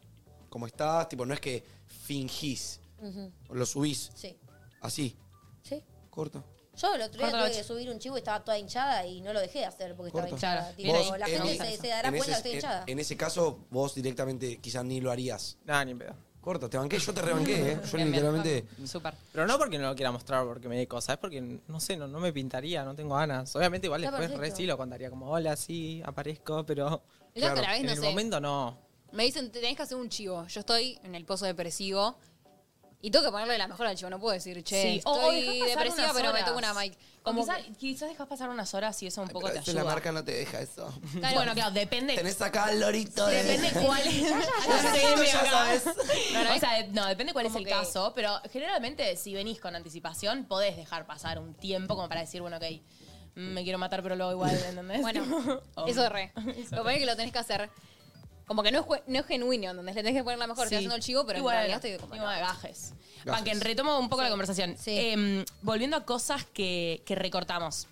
Speaker 3: como estás, tipo, no es que fingís,
Speaker 4: Ujú,
Speaker 3: lo subís
Speaker 4: Sí.
Speaker 3: así.
Speaker 4: Sí.
Speaker 3: Corto.
Speaker 4: Yo el otro día
Speaker 3: Corta la
Speaker 4: tuve
Speaker 3: bocha.
Speaker 4: que subir un chivo y estaba toda hinchada y no lo dejé de hacer porque
Speaker 3: Corto.
Speaker 4: estaba hinchada. Tipo,
Speaker 3: Vos,
Speaker 4: la
Speaker 3: en-
Speaker 4: gente se, se dará
Speaker 3: en
Speaker 4: cuenta que
Speaker 3: ese-
Speaker 4: estoy hinchada.
Speaker 3: En, en ese caso, vos directamente quizás ni lo harías.
Speaker 1: Nada, ni pedo.
Speaker 3: Corta, te banqué, yo te rebanqué, ¿eh? Yo
Speaker 1: Bien, bien.
Speaker 3: literalmente.
Speaker 16: Súper.
Speaker 1: Pero no porque no lo quiera mostrar, porque me dé cosas, es porque, no sé, no, no me pintaría, no tengo ganas. Obviamente igual
Speaker 7: Está
Speaker 1: después re
Speaker 7: perfecto.
Speaker 1: sí lo contaría como, hola, sí, aparezco, pero...
Speaker 7: La otra vez,
Speaker 1: en
Speaker 7: no
Speaker 1: el
Speaker 7: sé.
Speaker 1: momento no.
Speaker 7: Me dicen, tenés que hacer un chivo. Yo estoy en el pozo depresivo. Y tengo que ponerle la mejor al chivo. No puedo decir, che,
Speaker 16: Sí, o- o
Speaker 7: estoy
Speaker 16: dejás pasar
Speaker 7: depresiva,
Speaker 16: unas
Speaker 7: pero me
Speaker 16: horas.
Speaker 7: toco una mic.
Speaker 16: O
Speaker 7: Como
Speaker 16: quizás, quizás dejas pasar unas horas y eso un poco te
Speaker 3: Pero
Speaker 16: ayuda.
Speaker 3: La marca no te deja eso.
Speaker 16: Claro, bueno, claro, depende.
Speaker 3: Tenés acá al lorito de-
Speaker 16: Depende cuál es. Ah,
Speaker 3: Ya, ya, ya,
Speaker 16: Sí,
Speaker 3: ya,
Speaker 16: me
Speaker 3: ya
Speaker 16: acaba.
Speaker 3: sabes.
Speaker 16: No, no, o sea, no, depende cuál es
Speaker 7: Como
Speaker 16: el
Speaker 7: que-
Speaker 16: caso, pero generalmente si venís con anticipación, podés dejar pasar un tiempo como para decir, bueno, ok, mm, me quiero matar, pero luego igual, ¿entendés?
Speaker 7: Bueno,
Speaker 16: Oh.
Speaker 7: Eso es re. Lo que pasa es que lo tenés que hacer. Como que no es, jue- no es genuino, ¿entendés? Le tenés que poner la mejor. Estoy
Speaker 16: Sí.
Speaker 7: haciendo el chivo, pero
Speaker 16: Igual,
Speaker 7: en realidad estoy como...
Speaker 16: igual, gajes.
Speaker 7: Gajes.
Speaker 16: Panquen, retomo un poco la conversación. Em, volviendo a cosas que, que recortamos.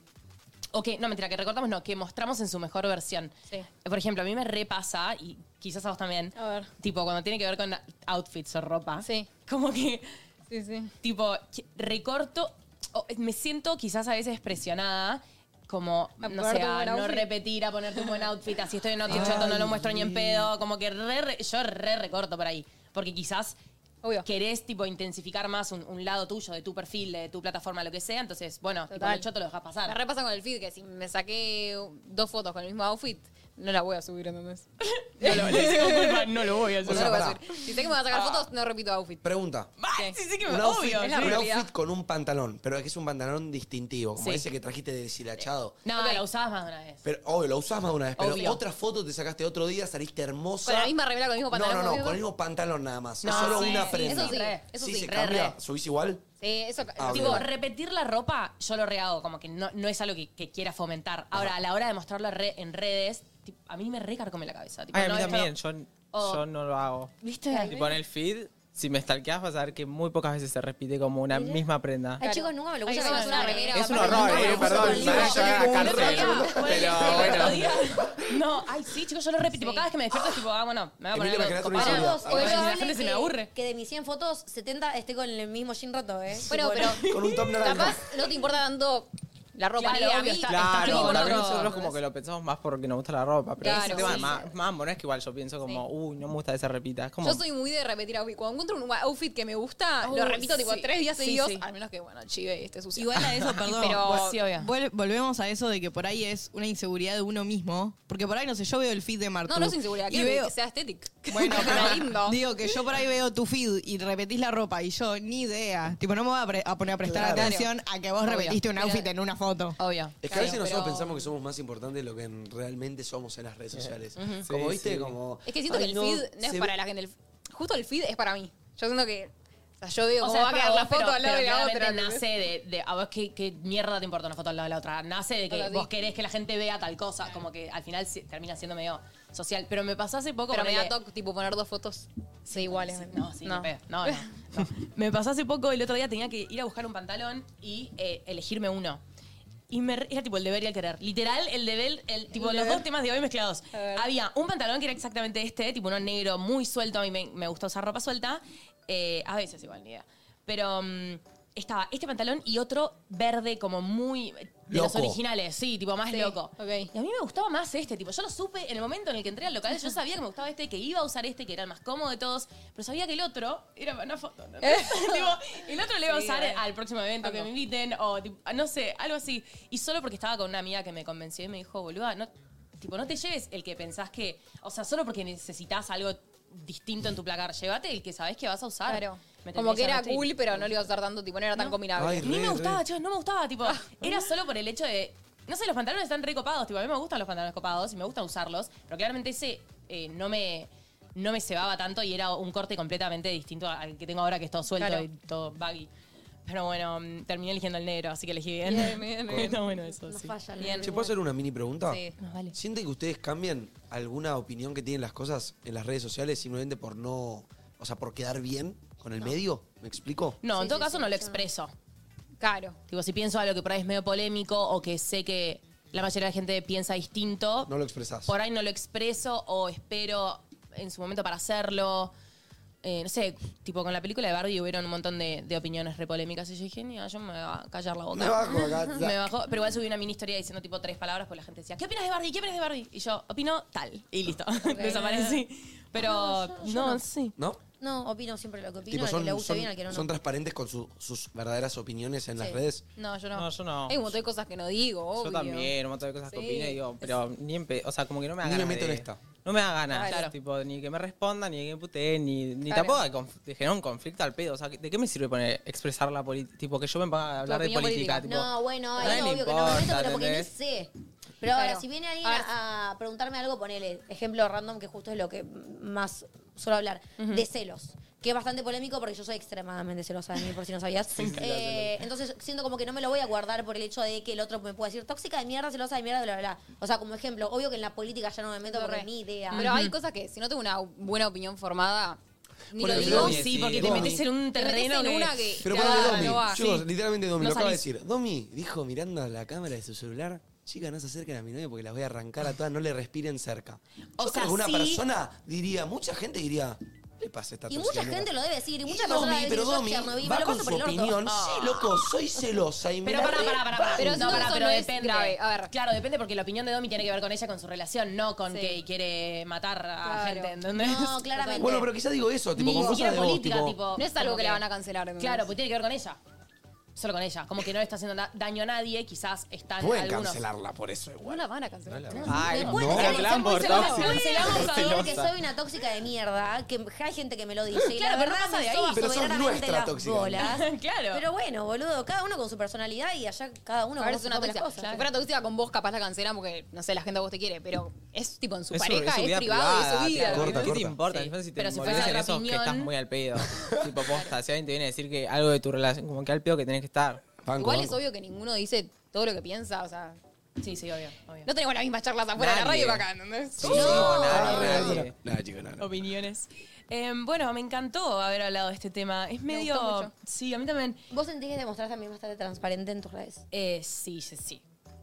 Speaker 16: O que, no, mentira, que recortamos no, que mostramos en su mejor versión.
Speaker 7: Sí.
Speaker 16: Por ejemplo, a mí me repasa, y quizás a vos también,
Speaker 7: A ver.
Speaker 16: tipo cuando tiene que ver con outfits o ropa. Sí. Como que,
Speaker 7: Sí, sí.
Speaker 16: tipo, que recorto, o me siento quizás a veces presionada, como, no
Speaker 7: ponerte
Speaker 16: sé,
Speaker 7: un
Speaker 16: a
Speaker 7: buen
Speaker 16: no
Speaker 7: outfit.
Speaker 16: repetir, a ponerte un buen outfit, así estoy en otro choto, no lo muestro ni en pedo, como que re- re- yo re recorto por ahí, porque quizás... Querés tipo intensificar más un, un lado tuyo, de tu perfil, de tu plataforma, lo que sea. Entonces, bueno, tipo,
Speaker 7: Total.
Speaker 16: el choto lo dejas pasar.
Speaker 7: Me repasa con el feed que si me saqué dos fotos con el mismo outfit, no la voy a subir, ¿entendés?
Speaker 16: No lo,
Speaker 3: le digo culpa,
Speaker 16: no lo voy a
Speaker 3: O sea, pará,
Speaker 7: Si sé que me voy a sacar fotos, no repito outfit.
Speaker 3: pregunta.
Speaker 16: Sí, sí que
Speaker 3: Un outfit,
Speaker 7: Es la
Speaker 3: un
Speaker 7: realidad.
Speaker 3: outfit con un pantalón, pero es que es un pantalón distintivo, como
Speaker 16: Sí.
Speaker 3: ese que trajiste deshilachado.
Speaker 16: No, la usabas más de una vez.
Speaker 3: Pero, obvio, lo usás más de una vez, pero
Speaker 16: Obvio.
Speaker 3: otra foto te sacaste otro día, saliste hermosa.
Speaker 7: Con la misma remera, con el mismo pantalón.
Speaker 3: No, no, no,
Speaker 7: mismo-
Speaker 3: con el mismo pantalón nada más.
Speaker 16: No,
Speaker 3: es solo
Speaker 16: sí,
Speaker 3: una
Speaker 16: sí,
Speaker 3: prenda.
Speaker 16: eso sí, re, eso
Speaker 3: Sí,
Speaker 16: sí,
Speaker 3: se
Speaker 16: re,
Speaker 3: cambia,
Speaker 16: re.
Speaker 3: subís igual.
Speaker 7: Sí, eso.
Speaker 3: Ah,
Speaker 16: tipo,
Speaker 3: bien.
Speaker 16: repetir la ropa, yo lo rehago, como que no, no es algo que, que quiera fomentar. Ahora, a la hora de mostrarlo re- en redes, tipo, a mí me recarcome la cabeza. tipo,
Speaker 1: Ay, a
Speaker 16: no,
Speaker 1: mí
Speaker 16: esto no.
Speaker 1: también, yo,
Speaker 16: O-
Speaker 1: yo no lo hago.
Speaker 16: ¿Viste? Ay,
Speaker 1: Tipo en el feed, si me stalkeas vas a ver que muy pocas veces se repite como una misma prenda.
Speaker 4: Ay, chicos, nunca me lo
Speaker 7: Ay,
Speaker 4: puse
Speaker 7: eso
Speaker 4: con
Speaker 7: es
Speaker 4: una
Speaker 7: una
Speaker 4: remera.
Speaker 1: Es un
Speaker 4: aparte,
Speaker 1: horror,
Speaker 4: nunca me
Speaker 1: eh,
Speaker 4: lo puse
Speaker 1: perdón,
Speaker 4: con
Speaker 1: me
Speaker 4: libro.
Speaker 1: van a llevar a cárcel. Pero
Speaker 16: El otro
Speaker 1: bueno.
Speaker 16: día- No, ay, sí, chicos, yo lo repito. Tipo, cada vez que me despierto es tipo, ah, bueno, me voy a
Speaker 3: Emilio,
Speaker 16: poner
Speaker 3: me
Speaker 16: algo
Speaker 3: creaste una
Speaker 16: copado.
Speaker 3: inseguridad.
Speaker 4: Chicos,
Speaker 16: Ay,
Speaker 4: es
Speaker 16: la
Speaker 4: probable
Speaker 16: gente se
Speaker 4: que-
Speaker 16: me aburre.
Speaker 4: Que de mis 100 fotos, 70 esté con el mismo jean roto, ¿eh?
Speaker 7: Bueno,
Speaker 4: Tipo,
Speaker 7: pero
Speaker 3: Con un top naranja.
Speaker 7: capaz no te importa tanto La ropa,
Speaker 16: Claro,
Speaker 7: ni
Speaker 16: obvio,
Speaker 7: a mí.
Speaker 16: está-
Speaker 1: Claro,
Speaker 16: con
Speaker 1: también
Speaker 16: otro-
Speaker 1: nosotros como que lo pensamos más porque nos gusta la ropa, pero
Speaker 7: Claro,
Speaker 1: ese tema
Speaker 7: sí,
Speaker 1: de
Speaker 7: sí.
Speaker 1: ma- mambo, no es que igual yo pienso como, uy, no me gusta que se repita. Es como,
Speaker 7: Yo soy muy de repetir outfit. Cuando encuentro un outfit que me gusta,
Speaker 16: Uh,
Speaker 7: lo repito tipo
Speaker 16: sí.
Speaker 7: tres días
Speaker 16: Sí,
Speaker 7: seguidos,
Speaker 16: sí.
Speaker 7: al menos que, bueno, chive y esté sucio.
Speaker 10: Igual a eso, perdón.
Speaker 7: Pero,
Speaker 10: vol- vol- volvemos a eso de que por ahí es una inseguridad de uno mismo. Porque por ahí, no sé, yo veo el feed de Martu.
Speaker 7: no, no es inseguridad,
Speaker 10: Y
Speaker 7: quiero
Speaker 10: veo,
Speaker 7: que sea estético.
Speaker 10: Bueno, pero
Speaker 7: lindo.
Speaker 10: digo que yo por ahí veo tu feed y repetís la ropa y yo ni idea. Tipo, no me voy a, pre- a poner a prestar
Speaker 3: Claro.
Speaker 10: atención a que vos
Speaker 3: Obvio.
Speaker 10: repetiste un
Speaker 3: Pero-
Speaker 10: outfit en una foto. Obvio.
Speaker 3: Es que a veces nosotros pensamos que somos más importantes de lo que en- realmente somos en las redes sociales.
Speaker 7: Ujú.
Speaker 3: Como
Speaker 7: Sí,
Speaker 3: viste,
Speaker 7: sí.
Speaker 3: como.
Speaker 7: Es que siento
Speaker 3: "Ay,
Speaker 7: que el feed no
Speaker 3: se
Speaker 7: es para
Speaker 3: ve-
Speaker 7: la gente. El- Justo el feed es para mí. Yo siento que. O sea, yo veo
Speaker 16: O
Speaker 7: cómo
Speaker 16: sea,
Speaker 7: va a
Speaker 16: para
Speaker 7: quedar la
Speaker 16: vos,
Speaker 7: foto
Speaker 16: pero-
Speaker 7: al lado de
Speaker 16: pero
Speaker 7: la otra.
Speaker 16: claramente
Speaker 7: ¿entendés?
Speaker 16: Nace de, de- a vos qué, qué mierda te importa una foto al lado de la otra. Nace de que
Speaker 7: Hola,
Speaker 16: vos
Speaker 7: Vic.
Speaker 16: querés que la gente vea tal cosa, como que al final se- termina siendo medio social. Pero me pasó hace poco.
Speaker 7: Pero me da
Speaker 16: ponele-
Speaker 7: toque, tipo, poner dos fotos eh. de iguales.
Speaker 16: no, sí, ni pedo. No, no. Me pasó hace poco, el otro día tenía que ir a buscar un pantalón y eh, elegirme uno. Y me, re- era tipo el deber y el querer. Literal, el deber, el, tipo los
Speaker 10: deber.
Speaker 16: dos temas de hoy mezclados. Había un pantalón que era exactamente este, tipo uno negro, muy suelto. A mí me, me gusta usar ropa suelta. Eh, a veces igual, ni idea. Pero mm, estaba este pantalón y otro verde, como muy. De los
Speaker 10: Loco.
Speaker 16: originales, sí, tipo más
Speaker 7: Sí,
Speaker 16: loco. Y a mí me gustaba más este, tipo. Yo lo supe en el momento en el que entré al local, yo sabía que me gustaba este, que iba a usar este, que era el más cómodo de todos, pero sabía que el otro era para una foto. ¿no? Tipo, el otro le iba a
Speaker 10: Sí,
Speaker 16: usar
Speaker 10: bueno.
Speaker 16: al próximo evento que me inviten, o tipo, no sé, algo así. Y solo porque estaba con una amiga que me convenció y me dijo, boluda, no, tipo, no te lleves el que pensás que. O sea, solo porque necesitas algo distinto en tu placar, llévate el que sabés que vas a usar.
Speaker 7: Claro.
Speaker 16: ¿Me
Speaker 7: Como que
Speaker 16: entendés? O sea,
Speaker 7: era
Speaker 16: no estoy-
Speaker 7: cool, pero no le iba a usar tanto, tipo, no era tan combinable. Ah.
Speaker 16: Ni me gustaba, chicos, no me gustaba. Tipo, era solo por el hecho de. No sé, los pantalones están recopados. Tipo, a mí me gustan los pantalones copados y me gusta usarlos. Pero claramente ese eh, no me. No me cebaba tanto y era un corte completamente distinto al que tengo ahora, que es todo suelto
Speaker 7: Claro.
Speaker 16: y todo baggy. Pero bueno, mm, terminé eligiendo el negro, así que elegí bien.
Speaker 7: Bien, bien, bien.
Speaker 16: Está bueno eso, sí.
Speaker 7: Bien.
Speaker 3: ¿Se puede hacer una mini pregunta?
Speaker 7: Sí.
Speaker 16: Más vale.
Speaker 3: ¿Sienten que ustedes cambian alguna opinión que tienen las cosas en las redes sociales simplemente por no. O sea, por quedar bien con el medio? ¿Me explico?
Speaker 16: No, en todo caso no lo expreso.
Speaker 7: Claro.
Speaker 16: Tipo, si pienso algo que por ahí es medio polémico o que sé que la mayoría de la gente piensa distinto,
Speaker 3: No lo expresás.
Speaker 16: por ahí no lo expreso o espero en su momento para hacerlo. Eh, no sé, tipo con la película de Barbie hubieron un montón de, de opiniones repolémicas y yo dije, "Ni, yo me voy a callar la boca.
Speaker 3: Me bajo, gata.
Speaker 16: Me bajó, pero igual subí una mini historia diciendo tipo tres palabras, pues la gente decía, ¿qué opinas de Barbie? ¿Qué opinas de Barbie? Y yo, opino tal. Y listo, desaparecí. Pero
Speaker 4: No,
Speaker 16: no,
Speaker 4: yo- yo no.
Speaker 16: sí.
Speaker 3: ¿No?
Speaker 4: No, opino siempre lo que opino,
Speaker 3: Tipo,
Speaker 4: al que
Speaker 3: son,
Speaker 4: le guste
Speaker 3: son-
Speaker 4: bien, al que no,
Speaker 3: son
Speaker 4: no.
Speaker 3: transparentes con su- sus verdaderas opiniones en las
Speaker 7: Sí.
Speaker 3: redes.
Speaker 7: No, yo no.
Speaker 1: No, yo no.
Speaker 7: Hay un montón de cosas que no digo, obvio.
Speaker 1: Yo también, un montón de cosas que
Speaker 7: Sí.
Speaker 1: opino y digo, pero ni en pe- o sea, como que no me da
Speaker 3: Ni me
Speaker 1: ganas.
Speaker 3: meto en
Speaker 1: de-
Speaker 3: esta.
Speaker 1: No me da ganas,
Speaker 7: Claro.
Speaker 1: tipo, ni que me respondan, ni que me puteen, ni, ni
Speaker 7: Claro.
Speaker 1: tampoco de conf- de generar un conflicto al pedo. O sea, ¿de qué me sirve poner, expresar la política? Tipo, que yo me ponga a hablar de
Speaker 7: opinión
Speaker 1: política.
Speaker 7: política.
Speaker 1: tipo,
Speaker 4: No, bueno,
Speaker 1: a
Speaker 4: es
Speaker 1: nadie le
Speaker 4: obvio que no me meto,
Speaker 1: importa,
Speaker 4: pero porque ni
Speaker 1: ¿entendés?
Speaker 4: sé. Pero ahora,
Speaker 7: Claro. Ah,
Speaker 4: si viene alguien
Speaker 7: A ver.
Speaker 4: a, a preguntarme algo, ponele ejemplo random, que justo es lo que más suelo hablar,
Speaker 7: Ujú.
Speaker 4: de celos. Que es bastante polémico porque yo soy extremadamente celosa de mí, por si no sabías.
Speaker 7: Sí, claro,
Speaker 4: Eh, entonces siento como que no me lo voy a guardar por el hecho de que el otro me pueda decir tóxica de mierda, celosa de mierda, bla, bla, bla. O sea, como ejemplo, obvio que en la política ya no me meto porque
Speaker 7: Re.
Speaker 4: ni idea.
Speaker 7: Pero hay cosas que si no tengo una buena opinión formada, ni
Speaker 3: Ponele,
Speaker 7: lo digo.
Speaker 3: Domi, sí, Domi.
Speaker 7: Te metes en una que
Speaker 3: Pero
Speaker 7: te
Speaker 3: ponele
Speaker 7: da-
Speaker 3: Domi,
Speaker 7: no va.
Speaker 3: chicos,
Speaker 7: Sí.
Speaker 3: literalmente Domi,
Speaker 7: No
Speaker 3: lo acaba de
Speaker 7: salís.
Speaker 3: decir. Domi dijo mirando a la cámara de su celular, chicas, no se acerquen a mi novio porque las voy a arrancar a todas, no le respiren cerca.
Speaker 16: O
Speaker 3: O sea,
Speaker 16: sea,
Speaker 3: una
Speaker 16: sí.
Speaker 3: persona diría, mucha gente diría, ¿qué le pasa a esta
Speaker 4: Y
Speaker 3: tóxica
Speaker 4: mucha
Speaker 3: loca?
Speaker 4: gente lo debe decir, y muchas
Speaker 3: Domi,
Speaker 4: personas deben
Speaker 3: pero
Speaker 4: decir, yo
Speaker 3: Domi
Speaker 4: Chernobyl, me
Speaker 3: va
Speaker 4: lo
Speaker 3: con
Speaker 4: paso
Speaker 3: su
Speaker 4: por el orto.
Speaker 3: opinión.
Speaker 4: Ah.
Speaker 3: Sí, loco, soy celosa y me
Speaker 16: Pero
Speaker 3: la
Speaker 16: pará,
Speaker 3: re-
Speaker 16: pará, pará, pará.
Speaker 3: banco.
Speaker 16: Pero no, pará,
Speaker 7: eso
Speaker 16: pero
Speaker 7: no es
Speaker 16: depende.
Speaker 7: grave. A ver.
Speaker 16: Claro, depende porque la opinión de Domi tiene que ver con ella, con su relación, no con
Speaker 7: Sí.
Speaker 16: que quiere matar a
Speaker 7: Claro.
Speaker 16: gente, ¿entendés?
Speaker 4: No, claramente.
Speaker 3: Bueno, pero quizás digo eso, tipo,
Speaker 16: Ni
Speaker 3: con
Speaker 16: siquiera
Speaker 3: cosas de vos,
Speaker 16: política,
Speaker 3: tipo,
Speaker 16: tipo,
Speaker 7: No es algo
Speaker 16: como
Speaker 7: que la van a cancelar, ¿entendés?
Speaker 16: Claro, pues tiene que ver con ella. Solo con ella. Como que no le está haciendo na- daño a nadie, quizás están
Speaker 3: Pueden
Speaker 16: algunos.
Speaker 3: cancelarla por eso
Speaker 7: No
Speaker 3: igual.
Speaker 7: la van a cancelar.
Speaker 1: Ay,
Speaker 4: Después
Speaker 1: no,
Speaker 4: de ser
Speaker 1: cancelan
Speaker 4: muy
Speaker 1: por
Speaker 4: celosa,
Speaker 1: tóxica.
Speaker 4: Cancelamos a
Speaker 1: Celosa.
Speaker 4: Dor que soy una tóxica de mierda, que hay gente que me lo dice. Y
Speaker 16: Claro,
Speaker 4: la
Speaker 16: pero
Speaker 4: verdad
Speaker 16: pasa de
Speaker 4: me
Speaker 16: ahí.
Speaker 4: soba
Speaker 16: Pero sos
Speaker 4: soberanamente
Speaker 16: nuestra
Speaker 4: las
Speaker 16: tóxica.
Speaker 4: bolas.
Speaker 16: Claro.
Speaker 4: Pero bueno, boludo, cada uno con su personalidad y allá cada uno
Speaker 7: A ver,
Speaker 4: con
Speaker 7: es
Speaker 4: sus
Speaker 7: una
Speaker 4: propias
Speaker 7: tóxica.
Speaker 4: cosas.
Speaker 7: Si fuera tóxica con vos, capaz la cancelan porque, no sé, la gente a vos te quiere, pero es tipo en su
Speaker 1: Es su-
Speaker 7: pareja,
Speaker 1: es su
Speaker 7: es,
Speaker 1: vida
Speaker 7: privado,
Speaker 1: privada,
Speaker 7: es su vida.
Speaker 1: tipo, ¿Qué
Speaker 7: ¿entendés?
Speaker 1: te importa?
Speaker 7: Sí.
Speaker 1: Tipo, si te
Speaker 7: Pero si
Speaker 1: envolvés
Speaker 7: fuese
Speaker 1: en
Speaker 7: otra
Speaker 1: eso, que estás
Speaker 7: opinión-
Speaker 1: muy al pedo. tipo, posta, si alguien te viene a decir que algo de tu relación, como que al pedo que tenés que estar.
Speaker 7: Igual es obvio que ninguno dice todo lo que piensa, o sea.
Speaker 16: Sí, sí, obvio. obvio.
Speaker 7: No tenemos las mismas charlas afuera
Speaker 16: Nadie.
Speaker 7: de la radio que acá, ¿entendés?
Speaker 16: Sí,
Speaker 3: Nada, chicos, nada.
Speaker 16: Opiniones. Eh, bueno, me encantó haber hablado de este tema. Es medio.
Speaker 4: gustó mucho.
Speaker 16: Sí, a mí también.
Speaker 4: ¿Vos sentís que demostrás también bastante transparente en tus redes?
Speaker 16: Eh, sí, sí, sí.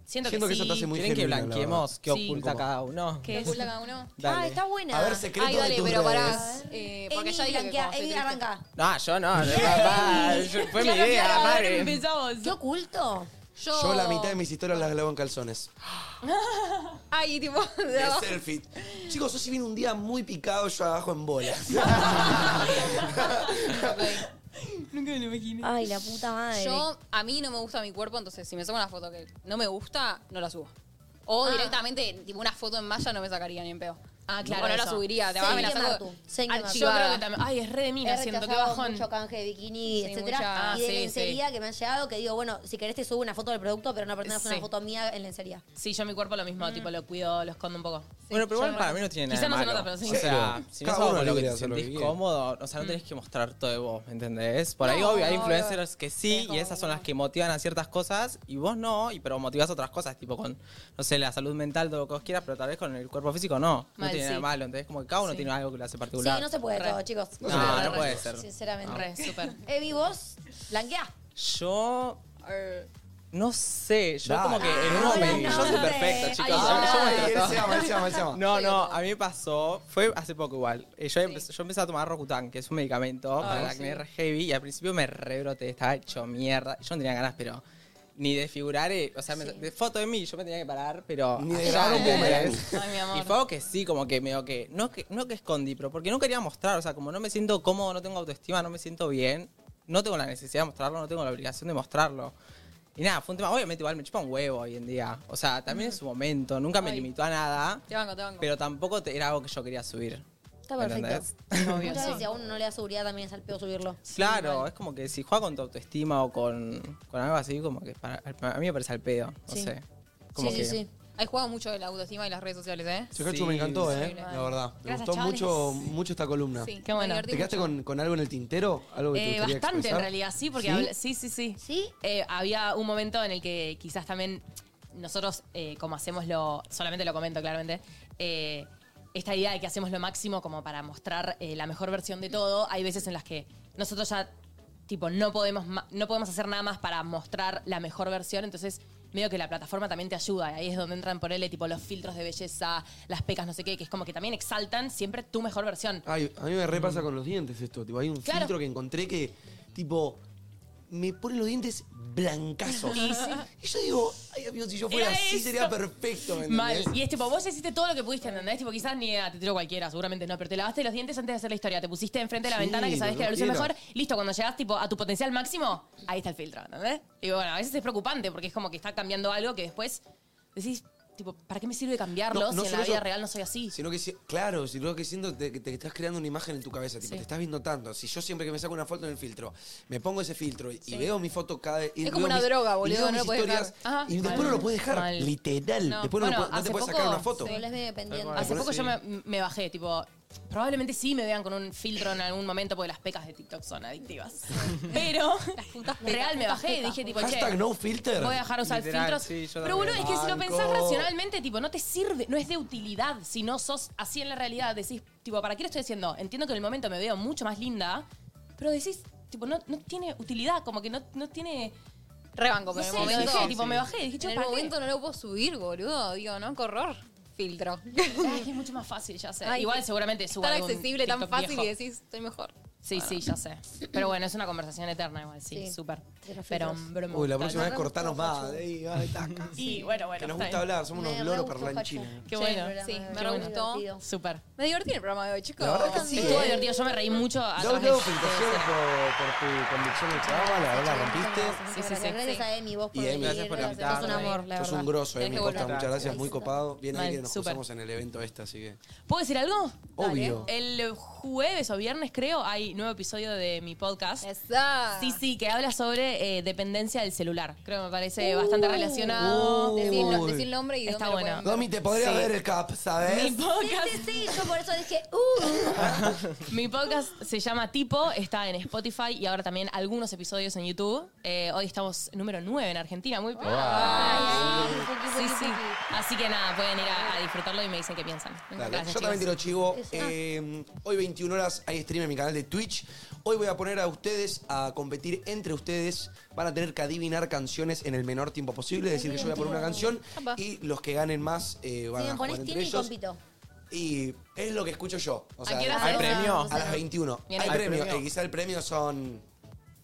Speaker 16: Siento,
Speaker 1: Siento
Speaker 16: que,
Speaker 1: que
Speaker 16: sí.
Speaker 1: eso te hace muy ¿Quieren que genuina, la blanqueemos verdad. qué oculta cada uno?
Speaker 16: ¿Qué
Speaker 1: ¿Qué
Speaker 16: es?
Speaker 1: oculta
Speaker 7: cada uno?
Speaker 1: Dale.
Speaker 4: Ah, está buena.
Speaker 1: A ver, secretos
Speaker 7: Ay, dale,
Speaker 1: de tus
Speaker 7: pero pará.
Speaker 1: redes.
Speaker 7: eh, porque
Speaker 4: Emi,
Speaker 7: ya dije que
Speaker 4: blanquea,
Speaker 7: como soy
Speaker 4: Emi,
Speaker 7: triste-
Speaker 4: arranca.
Speaker 1: No, yo no, yo, papá, yo- fue mi idea,
Speaker 16: ahora
Speaker 1: paren.
Speaker 16: empezamos.
Speaker 4: ¿Qué oculto?
Speaker 7: Yo-
Speaker 3: Yo la mitad de mis historias las grabo en calzones.
Speaker 7: Ay, tipo. de abajo.
Speaker 3: De selfie. Chicos, hoy sí vino un día muy picado yo abajo en bolas.
Speaker 16: Nunca me lo imaginé.
Speaker 4: Ay, la puta madre.
Speaker 7: Yo, a mí no me gusta mi cuerpo, entonces si me saco una foto que no me gusta, no la subo. O
Speaker 4: Ah.
Speaker 7: directamente, tipo, una foto en malla no me sacaría ni en pedo.
Speaker 16: Ah, claro,
Speaker 7: O no la
Speaker 16: eso.
Speaker 7: subiría, de
Speaker 16: Sí,
Speaker 7: verdad me la
Speaker 16: Guille
Speaker 7: saco.
Speaker 16: Martu. Sí, Guille
Speaker 7: archivada.
Speaker 16: Martu. Yo creo que también- ay, es re de mina,
Speaker 4: He
Speaker 16: siento, qué
Speaker 4: rechazado
Speaker 16: bajón.
Speaker 4: mucho canje de bikini,
Speaker 16: Sí,
Speaker 4: etcétera.
Speaker 16: mucha-
Speaker 4: y de
Speaker 16: ah, sí,
Speaker 4: lencería
Speaker 16: sí.
Speaker 4: que me han llegado, que digo, bueno, si querés te subo una foto del producto, pero no pretendo hacer
Speaker 16: Sí.
Speaker 4: una foto mía en lencería.
Speaker 16: Sí, yo mi cuerpo lo
Speaker 7: Mm.
Speaker 16: mismo, tipo lo cuido, lo escondo un poco.
Speaker 1: Bueno, pero igual
Speaker 16: Yo
Speaker 1: para
Speaker 16: no-
Speaker 1: mí no tiene nada
Speaker 16: Quizá
Speaker 1: de
Speaker 16: no se
Speaker 1: malo.
Speaker 16: nota, pero sí.
Speaker 1: O sea, si
Speaker 16: Cada uno
Speaker 1: no es algo con lo
Speaker 16: libre
Speaker 1: que
Speaker 16: de
Speaker 1: te
Speaker 16: hacer lo que
Speaker 1: sentís
Speaker 16: quiere.
Speaker 1: cómodo, o sea, no tenés que mostrar todo de vos, ¿me entendés? Por
Speaker 16: No,
Speaker 1: ahí, obvio, hay
Speaker 16: no,
Speaker 1: influencers que sí, y esas son las que motivan a ciertas cosas, y vos no, y pero motivas otras cosas, tipo con, no sé, la salud mental, todo lo que vos quieras, pero tal vez con el cuerpo físico no.
Speaker 4: Mal,
Speaker 1: no tiene nada de
Speaker 4: sí.
Speaker 1: malo, ¿entendés? Como que cada uno
Speaker 4: Sí.
Speaker 1: tiene algo que le hace
Speaker 4: Sí,
Speaker 1: particular.
Speaker 4: no se puede
Speaker 16: Re.
Speaker 4: todo, chicos.
Speaker 1: No, no, no puede ser.
Speaker 4: Sinceramente.
Speaker 1: No. Re,
Speaker 16: súper.
Speaker 4: Evi, vos, blanquea.
Speaker 1: Yo... No sé, yo
Speaker 4: Dale.
Speaker 1: como que en un
Speaker 4: Ahora
Speaker 1: momento.
Speaker 4: no
Speaker 1: Yo soy
Speaker 4: sé.
Speaker 1: perfecto, chicos.
Speaker 4: Ay,
Speaker 1: yo me
Speaker 4: ay,
Speaker 1: trato.
Speaker 4: él se ama, él se ama, él se ama.
Speaker 1: No, no, a mí me pasó. Fue hace poco igual. Eh, Yo, empecé, yo empecé a tomar Rocutan, que es un medicamento para
Speaker 16: Ay,
Speaker 1: el acné
Speaker 16: sí.
Speaker 1: re heavy, y al principio me rebroté, estaba hecho mierda. Yo no tenía ganas, pero. Ni de figurar, eh, o sea, me- de foto de mí, yo me tenía que parar, pero.
Speaker 3: Ni de
Speaker 1: allá,
Speaker 3: grabar un
Speaker 1: ¿entendés?
Speaker 3: boomerang. Ay, mi amor.
Speaker 1: Y fue algo que sí, como que medio que. No que, no que escondí, pero porque no quería mostrar, o sea, como no me siento cómodo, no tengo autoestima, no me siento bien, no tengo la necesidad de mostrarlo, no tengo la obligación de mostrarlo. Y nada, fue un tema, obviamente igual me chupa un huevo hoy en día. O sea, también en su momento, nunca me
Speaker 7: Ay.
Speaker 1: limitó a nada,
Speaker 7: Te banco, te banco.
Speaker 1: pero tampoco te- era algo que yo quería subir.
Speaker 4: Está perfecto.
Speaker 1: ¿Entendés?
Speaker 4: Muchas veces si a uno no le da seguridad también es al pedo subirlo.
Speaker 1: Claro, es como que si juega con tu autoestima o con, con algo así, como que para, a mí me parece al pedo, no
Speaker 7: Sí.
Speaker 1: sé. Como que-
Speaker 7: Hay jugado mucho de la autoestima y las redes sociales, ¿eh?
Speaker 3: Chocachu, me encantó, ¿eh?
Speaker 7: Increíble.
Speaker 3: La verdad. Me
Speaker 7: Gracias,
Speaker 3: gustó
Speaker 7: chavales.
Speaker 3: mucho, mucho esta columna.
Speaker 7: Sí, qué bueno. Me divertí
Speaker 3: ¿Te quedaste con, con algo en el tintero? ¿Algo que te
Speaker 16: Eh,
Speaker 3: gustaría
Speaker 16: bastante en
Speaker 3: expresar?
Speaker 16: realidad, sí, porque
Speaker 3: ¿Sí?
Speaker 16: habla- ¿Sí? sí, sí, Eh, había un momento en el que quizás también nosotros, eh, como hacemos lo, solamente lo comento claramente, eh, esta idea de que hacemos lo máximo como para mostrar eh, la mejor versión de todo, hay veces en las que nosotros ya, tipo, no podemos, ma- no podemos hacer nada más para mostrar la mejor versión, entonces medio que la plataforma también te ayuda, y ahí es donde entran por él, tipo, los filtros de belleza, las pecas, no sé qué, que es como que también exaltan siempre tu mejor versión.
Speaker 3: Ay, a mí me repasa con los dientes esto. Tipo, hay un
Speaker 16: Claro.
Speaker 3: filtro que encontré que, tipo, me pone los dientes blancazos.
Speaker 16: Sí, sí.
Speaker 3: Y yo digo, ay, amigo, si yo fuera
Speaker 16: Era
Speaker 3: así
Speaker 16: eso.
Speaker 3: sería perfecto, ¿me
Speaker 16: Mal.
Speaker 3: entendés?
Speaker 16: Y es tipo, vos hiciste todo lo que pudiste, ¿entendés? Tipo, quizás ni a te tiro cualquiera, seguramente no, pero te lavaste los dientes antes de hacer la historia. Te pusiste enfrente de la
Speaker 3: Sí,
Speaker 16: ventana que sabés
Speaker 3: lo
Speaker 16: que la luz es
Speaker 3: cualquiera.
Speaker 16: mejor. Listo, cuando llegás tipo, a tu potencial máximo, ahí está el filtro, ¿entendés? Y bueno, a veces es preocupante porque es como que está cambiando algo que después decís, tipo, ¿para qué me sirve cambiarlo
Speaker 3: No, no
Speaker 16: si en la
Speaker 3: solo
Speaker 16: vida
Speaker 3: eso,
Speaker 16: real no soy así?
Speaker 3: Sino que, si- claro, sino que siento te- que te estás creando una imagen en tu cabeza, tipo,
Speaker 16: Sí.
Speaker 3: te estás viendo tanto. Si yo siempre que me saco una foto en el filtro, me pongo ese filtro y, y
Speaker 16: Sí.
Speaker 3: veo mi foto cada vez. y
Speaker 7: Es
Speaker 3: veo
Speaker 7: como una
Speaker 3: mis-
Speaker 7: droga,
Speaker 3: y
Speaker 7: boludo,
Speaker 3: veo
Speaker 7: no
Speaker 3: mis
Speaker 7: lo puedes dejar.
Speaker 3: historias
Speaker 7: Ajá.
Speaker 3: Y después no lo puedes dejar,
Speaker 16: Mal.
Speaker 3: literal.
Speaker 16: No.
Speaker 3: Después no,
Speaker 16: Bueno,
Speaker 3: lo, puedes- no te
Speaker 16: hace
Speaker 3: puedes
Speaker 16: poco,
Speaker 3: sacar una foto.
Speaker 16: sí.
Speaker 4: dependiente.
Speaker 16: Hace poco yo me, me bajé, tipo, probablemente sí me vean con un filtro en algún momento porque las pecas de TikTok son adictivas. Pero, real me
Speaker 4: putas
Speaker 16: bajé y
Speaker 4: pecas.
Speaker 16: dije, tipo, che.
Speaker 3: Hashtag no filter.
Speaker 16: Voy a dejar usar
Speaker 3: Literal,
Speaker 16: filtros.
Speaker 3: sí, yo
Speaker 16: pero bueno, es
Speaker 3: también.
Speaker 16: que si lo
Speaker 3: Banco.
Speaker 16: pensás racionalmente, tipo, no te sirve, no es de utilidad si no sos así en la realidad. Decís, tipo, ¿para qué lo estoy haciendo? Entiendo que en el momento me veo mucho más linda, pero decís, tipo, no, no tiene utilidad, como que no, no tiene.
Speaker 7: Rebanco, pero en
Speaker 16: no sé,
Speaker 7: el momento.
Speaker 16: lo dejé, tipo, me bajé. Dije,
Speaker 7: en
Speaker 16: che,
Speaker 7: el
Speaker 16: ¿para qué?
Speaker 7: momento no lo puedo subir, boludo. Digo, no, qué horror. Filtro.
Speaker 16: Ay, es mucho más fácil, ya sé.
Speaker 7: Ay,
Speaker 16: Igual seguramente
Speaker 7: es
Speaker 16: suba
Speaker 7: Tan
Speaker 16: algún
Speaker 7: accesible, tan
Speaker 16: TikTok
Speaker 7: fácil
Speaker 16: viejo.
Speaker 7: y decís, estoy mejor.
Speaker 16: Sí, sí, ya sé. Pero bueno, es una conversación eterna igual, sí,
Speaker 7: Sí.
Speaker 16: súper.
Speaker 7: De los
Speaker 16: Pero,
Speaker 7: filtros.
Speaker 16: pero me
Speaker 3: Uy, la
Speaker 16: gusta.
Speaker 3: próxima vez cortanos más. Ey, ay, taca.
Speaker 16: Y bueno, bueno.
Speaker 3: Que nos
Speaker 16: está
Speaker 3: gusta
Speaker 16: bien.
Speaker 3: hablar, somos unos loros perlanchines.
Speaker 7: Sí,
Speaker 16: Qué bueno.
Speaker 7: el
Speaker 16: Sí,
Speaker 7: programa,
Speaker 16: me
Speaker 7: qué
Speaker 16: re
Speaker 7: bueno.
Speaker 16: gustó.
Speaker 7: Divertido.
Speaker 16: Súper.
Speaker 7: Me divertí en el programa de hoy, chicos.
Speaker 3: La verdad que sí,
Speaker 16: Estuvo
Speaker 3: ¿eh?
Speaker 16: divertido, yo me reí mucho.
Speaker 7: Ah,
Speaker 16: a
Speaker 3: No,
Speaker 16: través
Speaker 3: no,
Speaker 16: de-
Speaker 3: felicitaciones por, por tu convicción del trabajo, la verdad, rompiste.
Speaker 4: Sí, sí, sí. Gracias a Emi, vos por
Speaker 3: Y Emi,
Speaker 4: venir.
Speaker 3: gracias por
Speaker 4: Sos un
Speaker 3: invitarme.
Speaker 4: amor, la verdad.
Speaker 3: Sos un grosso,
Speaker 4: Tenés
Speaker 3: Emi,
Speaker 4: que
Speaker 3: posta,
Speaker 4: volver.
Speaker 3: muchas gracias, muy copado. Bien ahí
Speaker 16: Mal,
Speaker 3: que nos
Speaker 16: súper.
Speaker 3: cruzamos en el evento este, así que...
Speaker 16: ¿Puedo decir algo?
Speaker 3: Obvio.
Speaker 16: El jueves o viernes, creo, hay nuevo episodio de mi podcast.
Speaker 7: Exacto.
Speaker 16: Sí, sí, que habla sobre eh, dependencia del celular. Creo que me parece bastante relacionado.
Speaker 3: Uy. Decí el no- decí el
Speaker 7: nombre y
Speaker 16: Está bueno.
Speaker 3: Oh, Domi, te podría
Speaker 16: Sí.
Speaker 3: ver el cap,
Speaker 16: Mi
Speaker 3: ¿sabes?
Speaker 16: podcast.
Speaker 4: Sí, sí, sí, yo por eso dije, uh.
Speaker 16: Mi podcast se llama Tipo, está en Spotify y ahora también algunos episodios en YouTube. Eh, hoy estamos número 9 en Argentina, muy pronto. Sí, sí. Así que nada, pueden ir a, a disfrutarlo y me dicen qué piensan.
Speaker 3: Dale,
Speaker 16: Gracias,
Speaker 3: Yo también tiro
Speaker 16: chicos.
Speaker 3: chivo. Eh, hoy 21 horas hay stream en mi canal de Twitch. Hoy voy a poner a ustedes a competir entre ustedes. Van a tener que adivinar canciones en el menor tiempo posible. Es decir, que yo voy a poner una canción y los que ganen más eh, van
Speaker 4: Si
Speaker 3: a
Speaker 4: me
Speaker 3: jugar
Speaker 4: pones
Speaker 3: entre
Speaker 4: Timmy,
Speaker 3: ellos.
Speaker 4: compito.
Speaker 3: Y es lo que escucho yo. O sea,
Speaker 4: qué hora ¿Hay se va? premio?
Speaker 3: A las 21.
Speaker 4: Bien.
Speaker 3: Hay
Speaker 4: ¿Hay
Speaker 3: premio.
Speaker 4: premio?
Speaker 3: Eh, quizá el premio son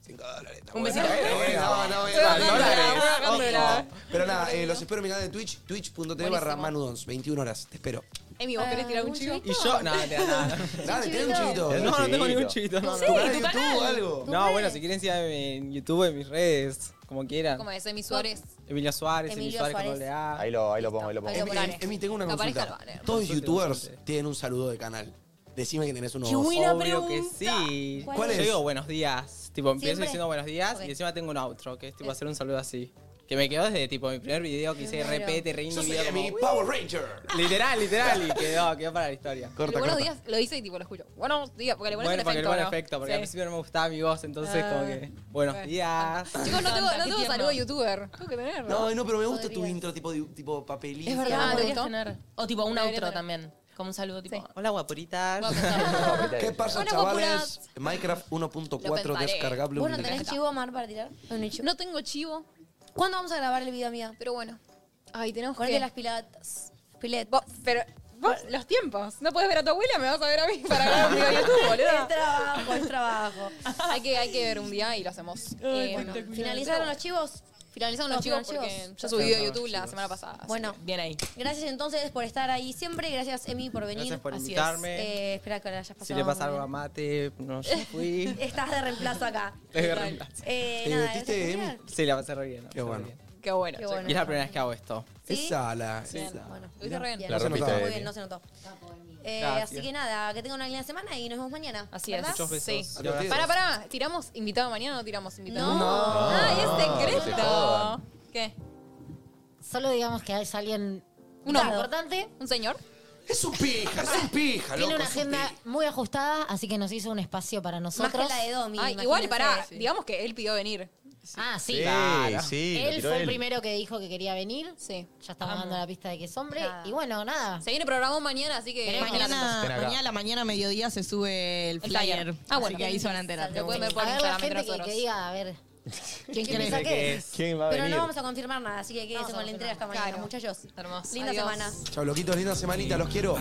Speaker 3: Cinco dólares. está
Speaker 16: Un
Speaker 3: bueno.
Speaker 16: besito.
Speaker 3: Bueno, bueno, no, no,
Speaker 16: Estoy
Speaker 3: no,
Speaker 16: bajándola,
Speaker 3: dólares.
Speaker 16: estoy bajándola.
Speaker 3: Ojo. Pero nada, eh, los espero en mi canal de Twitch, twitch.tv barra
Speaker 7: Buenísimo.
Speaker 3: manudons, 21 horas. Te espero.
Speaker 7: Emi, ¿vos
Speaker 16: Ah,
Speaker 7: querés tirar un chivo?
Speaker 1: Y yo, nada, te nada.
Speaker 3: Dale, tiene un chivito.
Speaker 1: No, no tengo ningún chivito. No,
Speaker 7: Sí,
Speaker 1: no.
Speaker 7: tu canal. Tu
Speaker 1: No,
Speaker 7: red.
Speaker 1: bueno, si quieren síganme en YouTube, en mis redes, como quieran.
Speaker 7: ¿Cómo es? Emi Suárez.
Speaker 1: Emilio Suárez,
Speaker 7: Emilio
Speaker 1: Emilio Suárez, con
Speaker 7: Suárez.
Speaker 1: doble A.
Speaker 8: Ahí lo, ahí lo pongo, ahí lo pongo.
Speaker 7: Ahí lo
Speaker 3: Emi,
Speaker 7: pones.
Speaker 3: Emi, tengo una
Speaker 7: Que aparezca
Speaker 3: consulta.
Speaker 7: el banner.
Speaker 3: Todos los youtubers tienen un saludo de canal. Decime que tenés uno vos.
Speaker 1: Obvio que sí.
Speaker 3: ¿Cuál ¿Cuál es?
Speaker 1: Yo digo buenos días. Tipo, empiezo
Speaker 3: ¿Siempre?
Speaker 1: diciendo buenos días y encima tengo un outro, que es tipo hacer un saludo así. Que me quedó desde tipo mi primer video que hice
Speaker 3: Me muero.
Speaker 1: repete, rein
Speaker 3: Yo soy
Speaker 1: video.
Speaker 3: Emi, Power Ranger.
Speaker 1: Literal, literal. Y quedó, quedó para la historia.
Speaker 7: Y buenos días lo hice y tipo lo escucho. Buenos días, porque le pones
Speaker 1: Bueno,
Speaker 7: un
Speaker 1: porque le
Speaker 7: efecto.
Speaker 1: pone
Speaker 7: ¿no?
Speaker 1: efecto, porque
Speaker 7: Sí.
Speaker 1: al principio no me gustaba mi voz, entonces
Speaker 7: Ah,
Speaker 1: como que. Buenos
Speaker 7: bueno.
Speaker 1: días.
Speaker 7: Chicos, no tengo, no
Speaker 16: Qué
Speaker 7: tengo
Speaker 16: tierno.
Speaker 7: saludo de youtuber. Tengo que tenerlo.
Speaker 3: No, no, pero me gusta tu intro, tipo, de- tipo papelito.
Speaker 16: Es verdad,
Speaker 7: ¿te
Speaker 16: deberías
Speaker 7: gustó?
Speaker 16: Ah, tener. O tipo un
Speaker 7: Debería
Speaker 16: outro
Speaker 7: tener.
Speaker 16: también. Como un saludo tipo.
Speaker 1: Hola, guapuritas.
Speaker 3: ¿Qué pasa,
Speaker 16: Hola,
Speaker 3: chavales? Minecraft 1.4
Speaker 7: pensaré.
Speaker 3: descargable.
Speaker 4: ¿Vos no
Speaker 3: unilateral.
Speaker 4: tenés chivo, Mar, para tirar? No, no hay chivo.
Speaker 7: No tengo chivo.
Speaker 4: ¿Cuándo vamos a grabar el video, amiga?
Speaker 7: Pero bueno. Ay, tenemos
Speaker 4: Ponete
Speaker 7: que-
Speaker 4: las pilatas.
Speaker 7: Vos- pero vos, los tiempos. No puedes ver a tu abuela, me vas a ver a mí para grabar un video de YouTube, boludo.
Speaker 4: El trabajo, el trabajo.
Speaker 7: hay, que, hay que ver un día y lo hacemos. Eh, bueno,
Speaker 4: ¿Finalizaron los chivos?
Speaker 7: Finalizaron los chivos
Speaker 4: finalizaron los
Speaker 7: porque
Speaker 4: chivos.
Speaker 7: yo subí video a YouTube la semana pasada. así
Speaker 4: Bueno.
Speaker 16: Bien ahí.
Speaker 4: Gracias entonces por estar ahí siempre. Gracias, Emi, por venir.
Speaker 1: Gracias por
Speaker 4: Así es.
Speaker 1: invitarme.
Speaker 4: Eh, espera que ahora hayas pasado.
Speaker 1: Si le pasa algo a Mate, no, yo fui.
Speaker 4: Estás de reemplazo acá.
Speaker 1: Te reemplazo.
Speaker 4: Eh, nada, gracias por mirar.
Speaker 1: Sí, la pasé re bien. Qué
Speaker 3: bueno.
Speaker 7: Qué bueno.
Speaker 4: Qué bueno.
Speaker 1: Y es la primera vez que hago esto.
Speaker 3: Es sala.
Speaker 1: Sí.
Speaker 3: esa.
Speaker 4: Bueno, lo
Speaker 7: hice re bien.
Speaker 4: Bien.
Speaker 1: La
Speaker 4: No se
Speaker 1: repite,
Speaker 4: notó. Muy
Speaker 1: Emi.
Speaker 4: bien, no se notó. Eh,
Speaker 1: Gracias.
Speaker 4: así que nada, que tengan una linda semana y nos vemos mañana.
Speaker 7: Así
Speaker 4: ¿verdad?
Speaker 7: es.
Speaker 1: Muchos besos.
Speaker 7: Sí.
Speaker 1: Y abrazos.
Speaker 7: Pará, pará. ¿Tiramos invitado mañana o no tiramos invitado?
Speaker 4: No.
Speaker 1: No.
Speaker 7: Ay, es
Speaker 6: No se
Speaker 7: secreto.
Speaker 6: jodan.
Speaker 7: ¿Qué?
Speaker 6: Solo digamos que es alguien
Speaker 7: Un
Speaker 6: muy
Speaker 7: hombre.
Speaker 6: importante.
Speaker 7: ¿Un señor?
Speaker 3: Es un pija, es un pija,
Speaker 6: Tiene
Speaker 3: loco.
Speaker 6: una
Speaker 3: es un
Speaker 6: agenda muy ajustada, así que nos hizo un espacio para nosotros.
Speaker 4: la de Domi,
Speaker 7: Ay,
Speaker 4: imagínate.
Speaker 7: Ah, igual, pará.
Speaker 4: Sí.
Speaker 7: Digamos que él pidió venir.
Speaker 6: Ah, sí.
Speaker 8: Sí, Claro. sí, lo
Speaker 6: él
Speaker 8: tiró
Speaker 6: fue el
Speaker 8: él.
Speaker 6: primero que dijo que quería venir.
Speaker 7: Sí.
Speaker 6: Ya estamos
Speaker 7: Amo.
Speaker 6: dando la pista de que es hombre.
Speaker 7: Nada.
Speaker 6: Y bueno, nada.
Speaker 7: Se viene programado mañana, así que...
Speaker 10: Mañana,
Speaker 6: Estén acá.
Speaker 10: Ah, mañana a la mañana, mediodía, se sube el
Speaker 7: El
Speaker 10: flyer.
Speaker 7: flyer. Ah,
Speaker 10: Así
Speaker 7: bueno.
Speaker 10: que ahí se van a enterar.
Speaker 7: Lo pueden ver por
Speaker 6: a ver la
Speaker 7: Instagram
Speaker 6: gente
Speaker 7: entre
Speaker 6: que, que
Speaker 7: nosotros.
Speaker 6: diga, a ver. ¿Quién
Speaker 4: ¿Quién
Speaker 6: piensa que es?
Speaker 8: ¿Quién va a
Speaker 4: Pero
Speaker 8: venir?
Speaker 4: no vamos a confirmar nada, así que quédense
Speaker 7: Vamos a
Speaker 4: con la entrega hasta mañana,
Speaker 7: confirmar.
Speaker 4: muchachos.
Speaker 7: Hermoso.
Speaker 4: Linda
Speaker 7: Adiós.
Speaker 4: semana.
Speaker 3: Chau, loquitos, linda semanita, los quiero.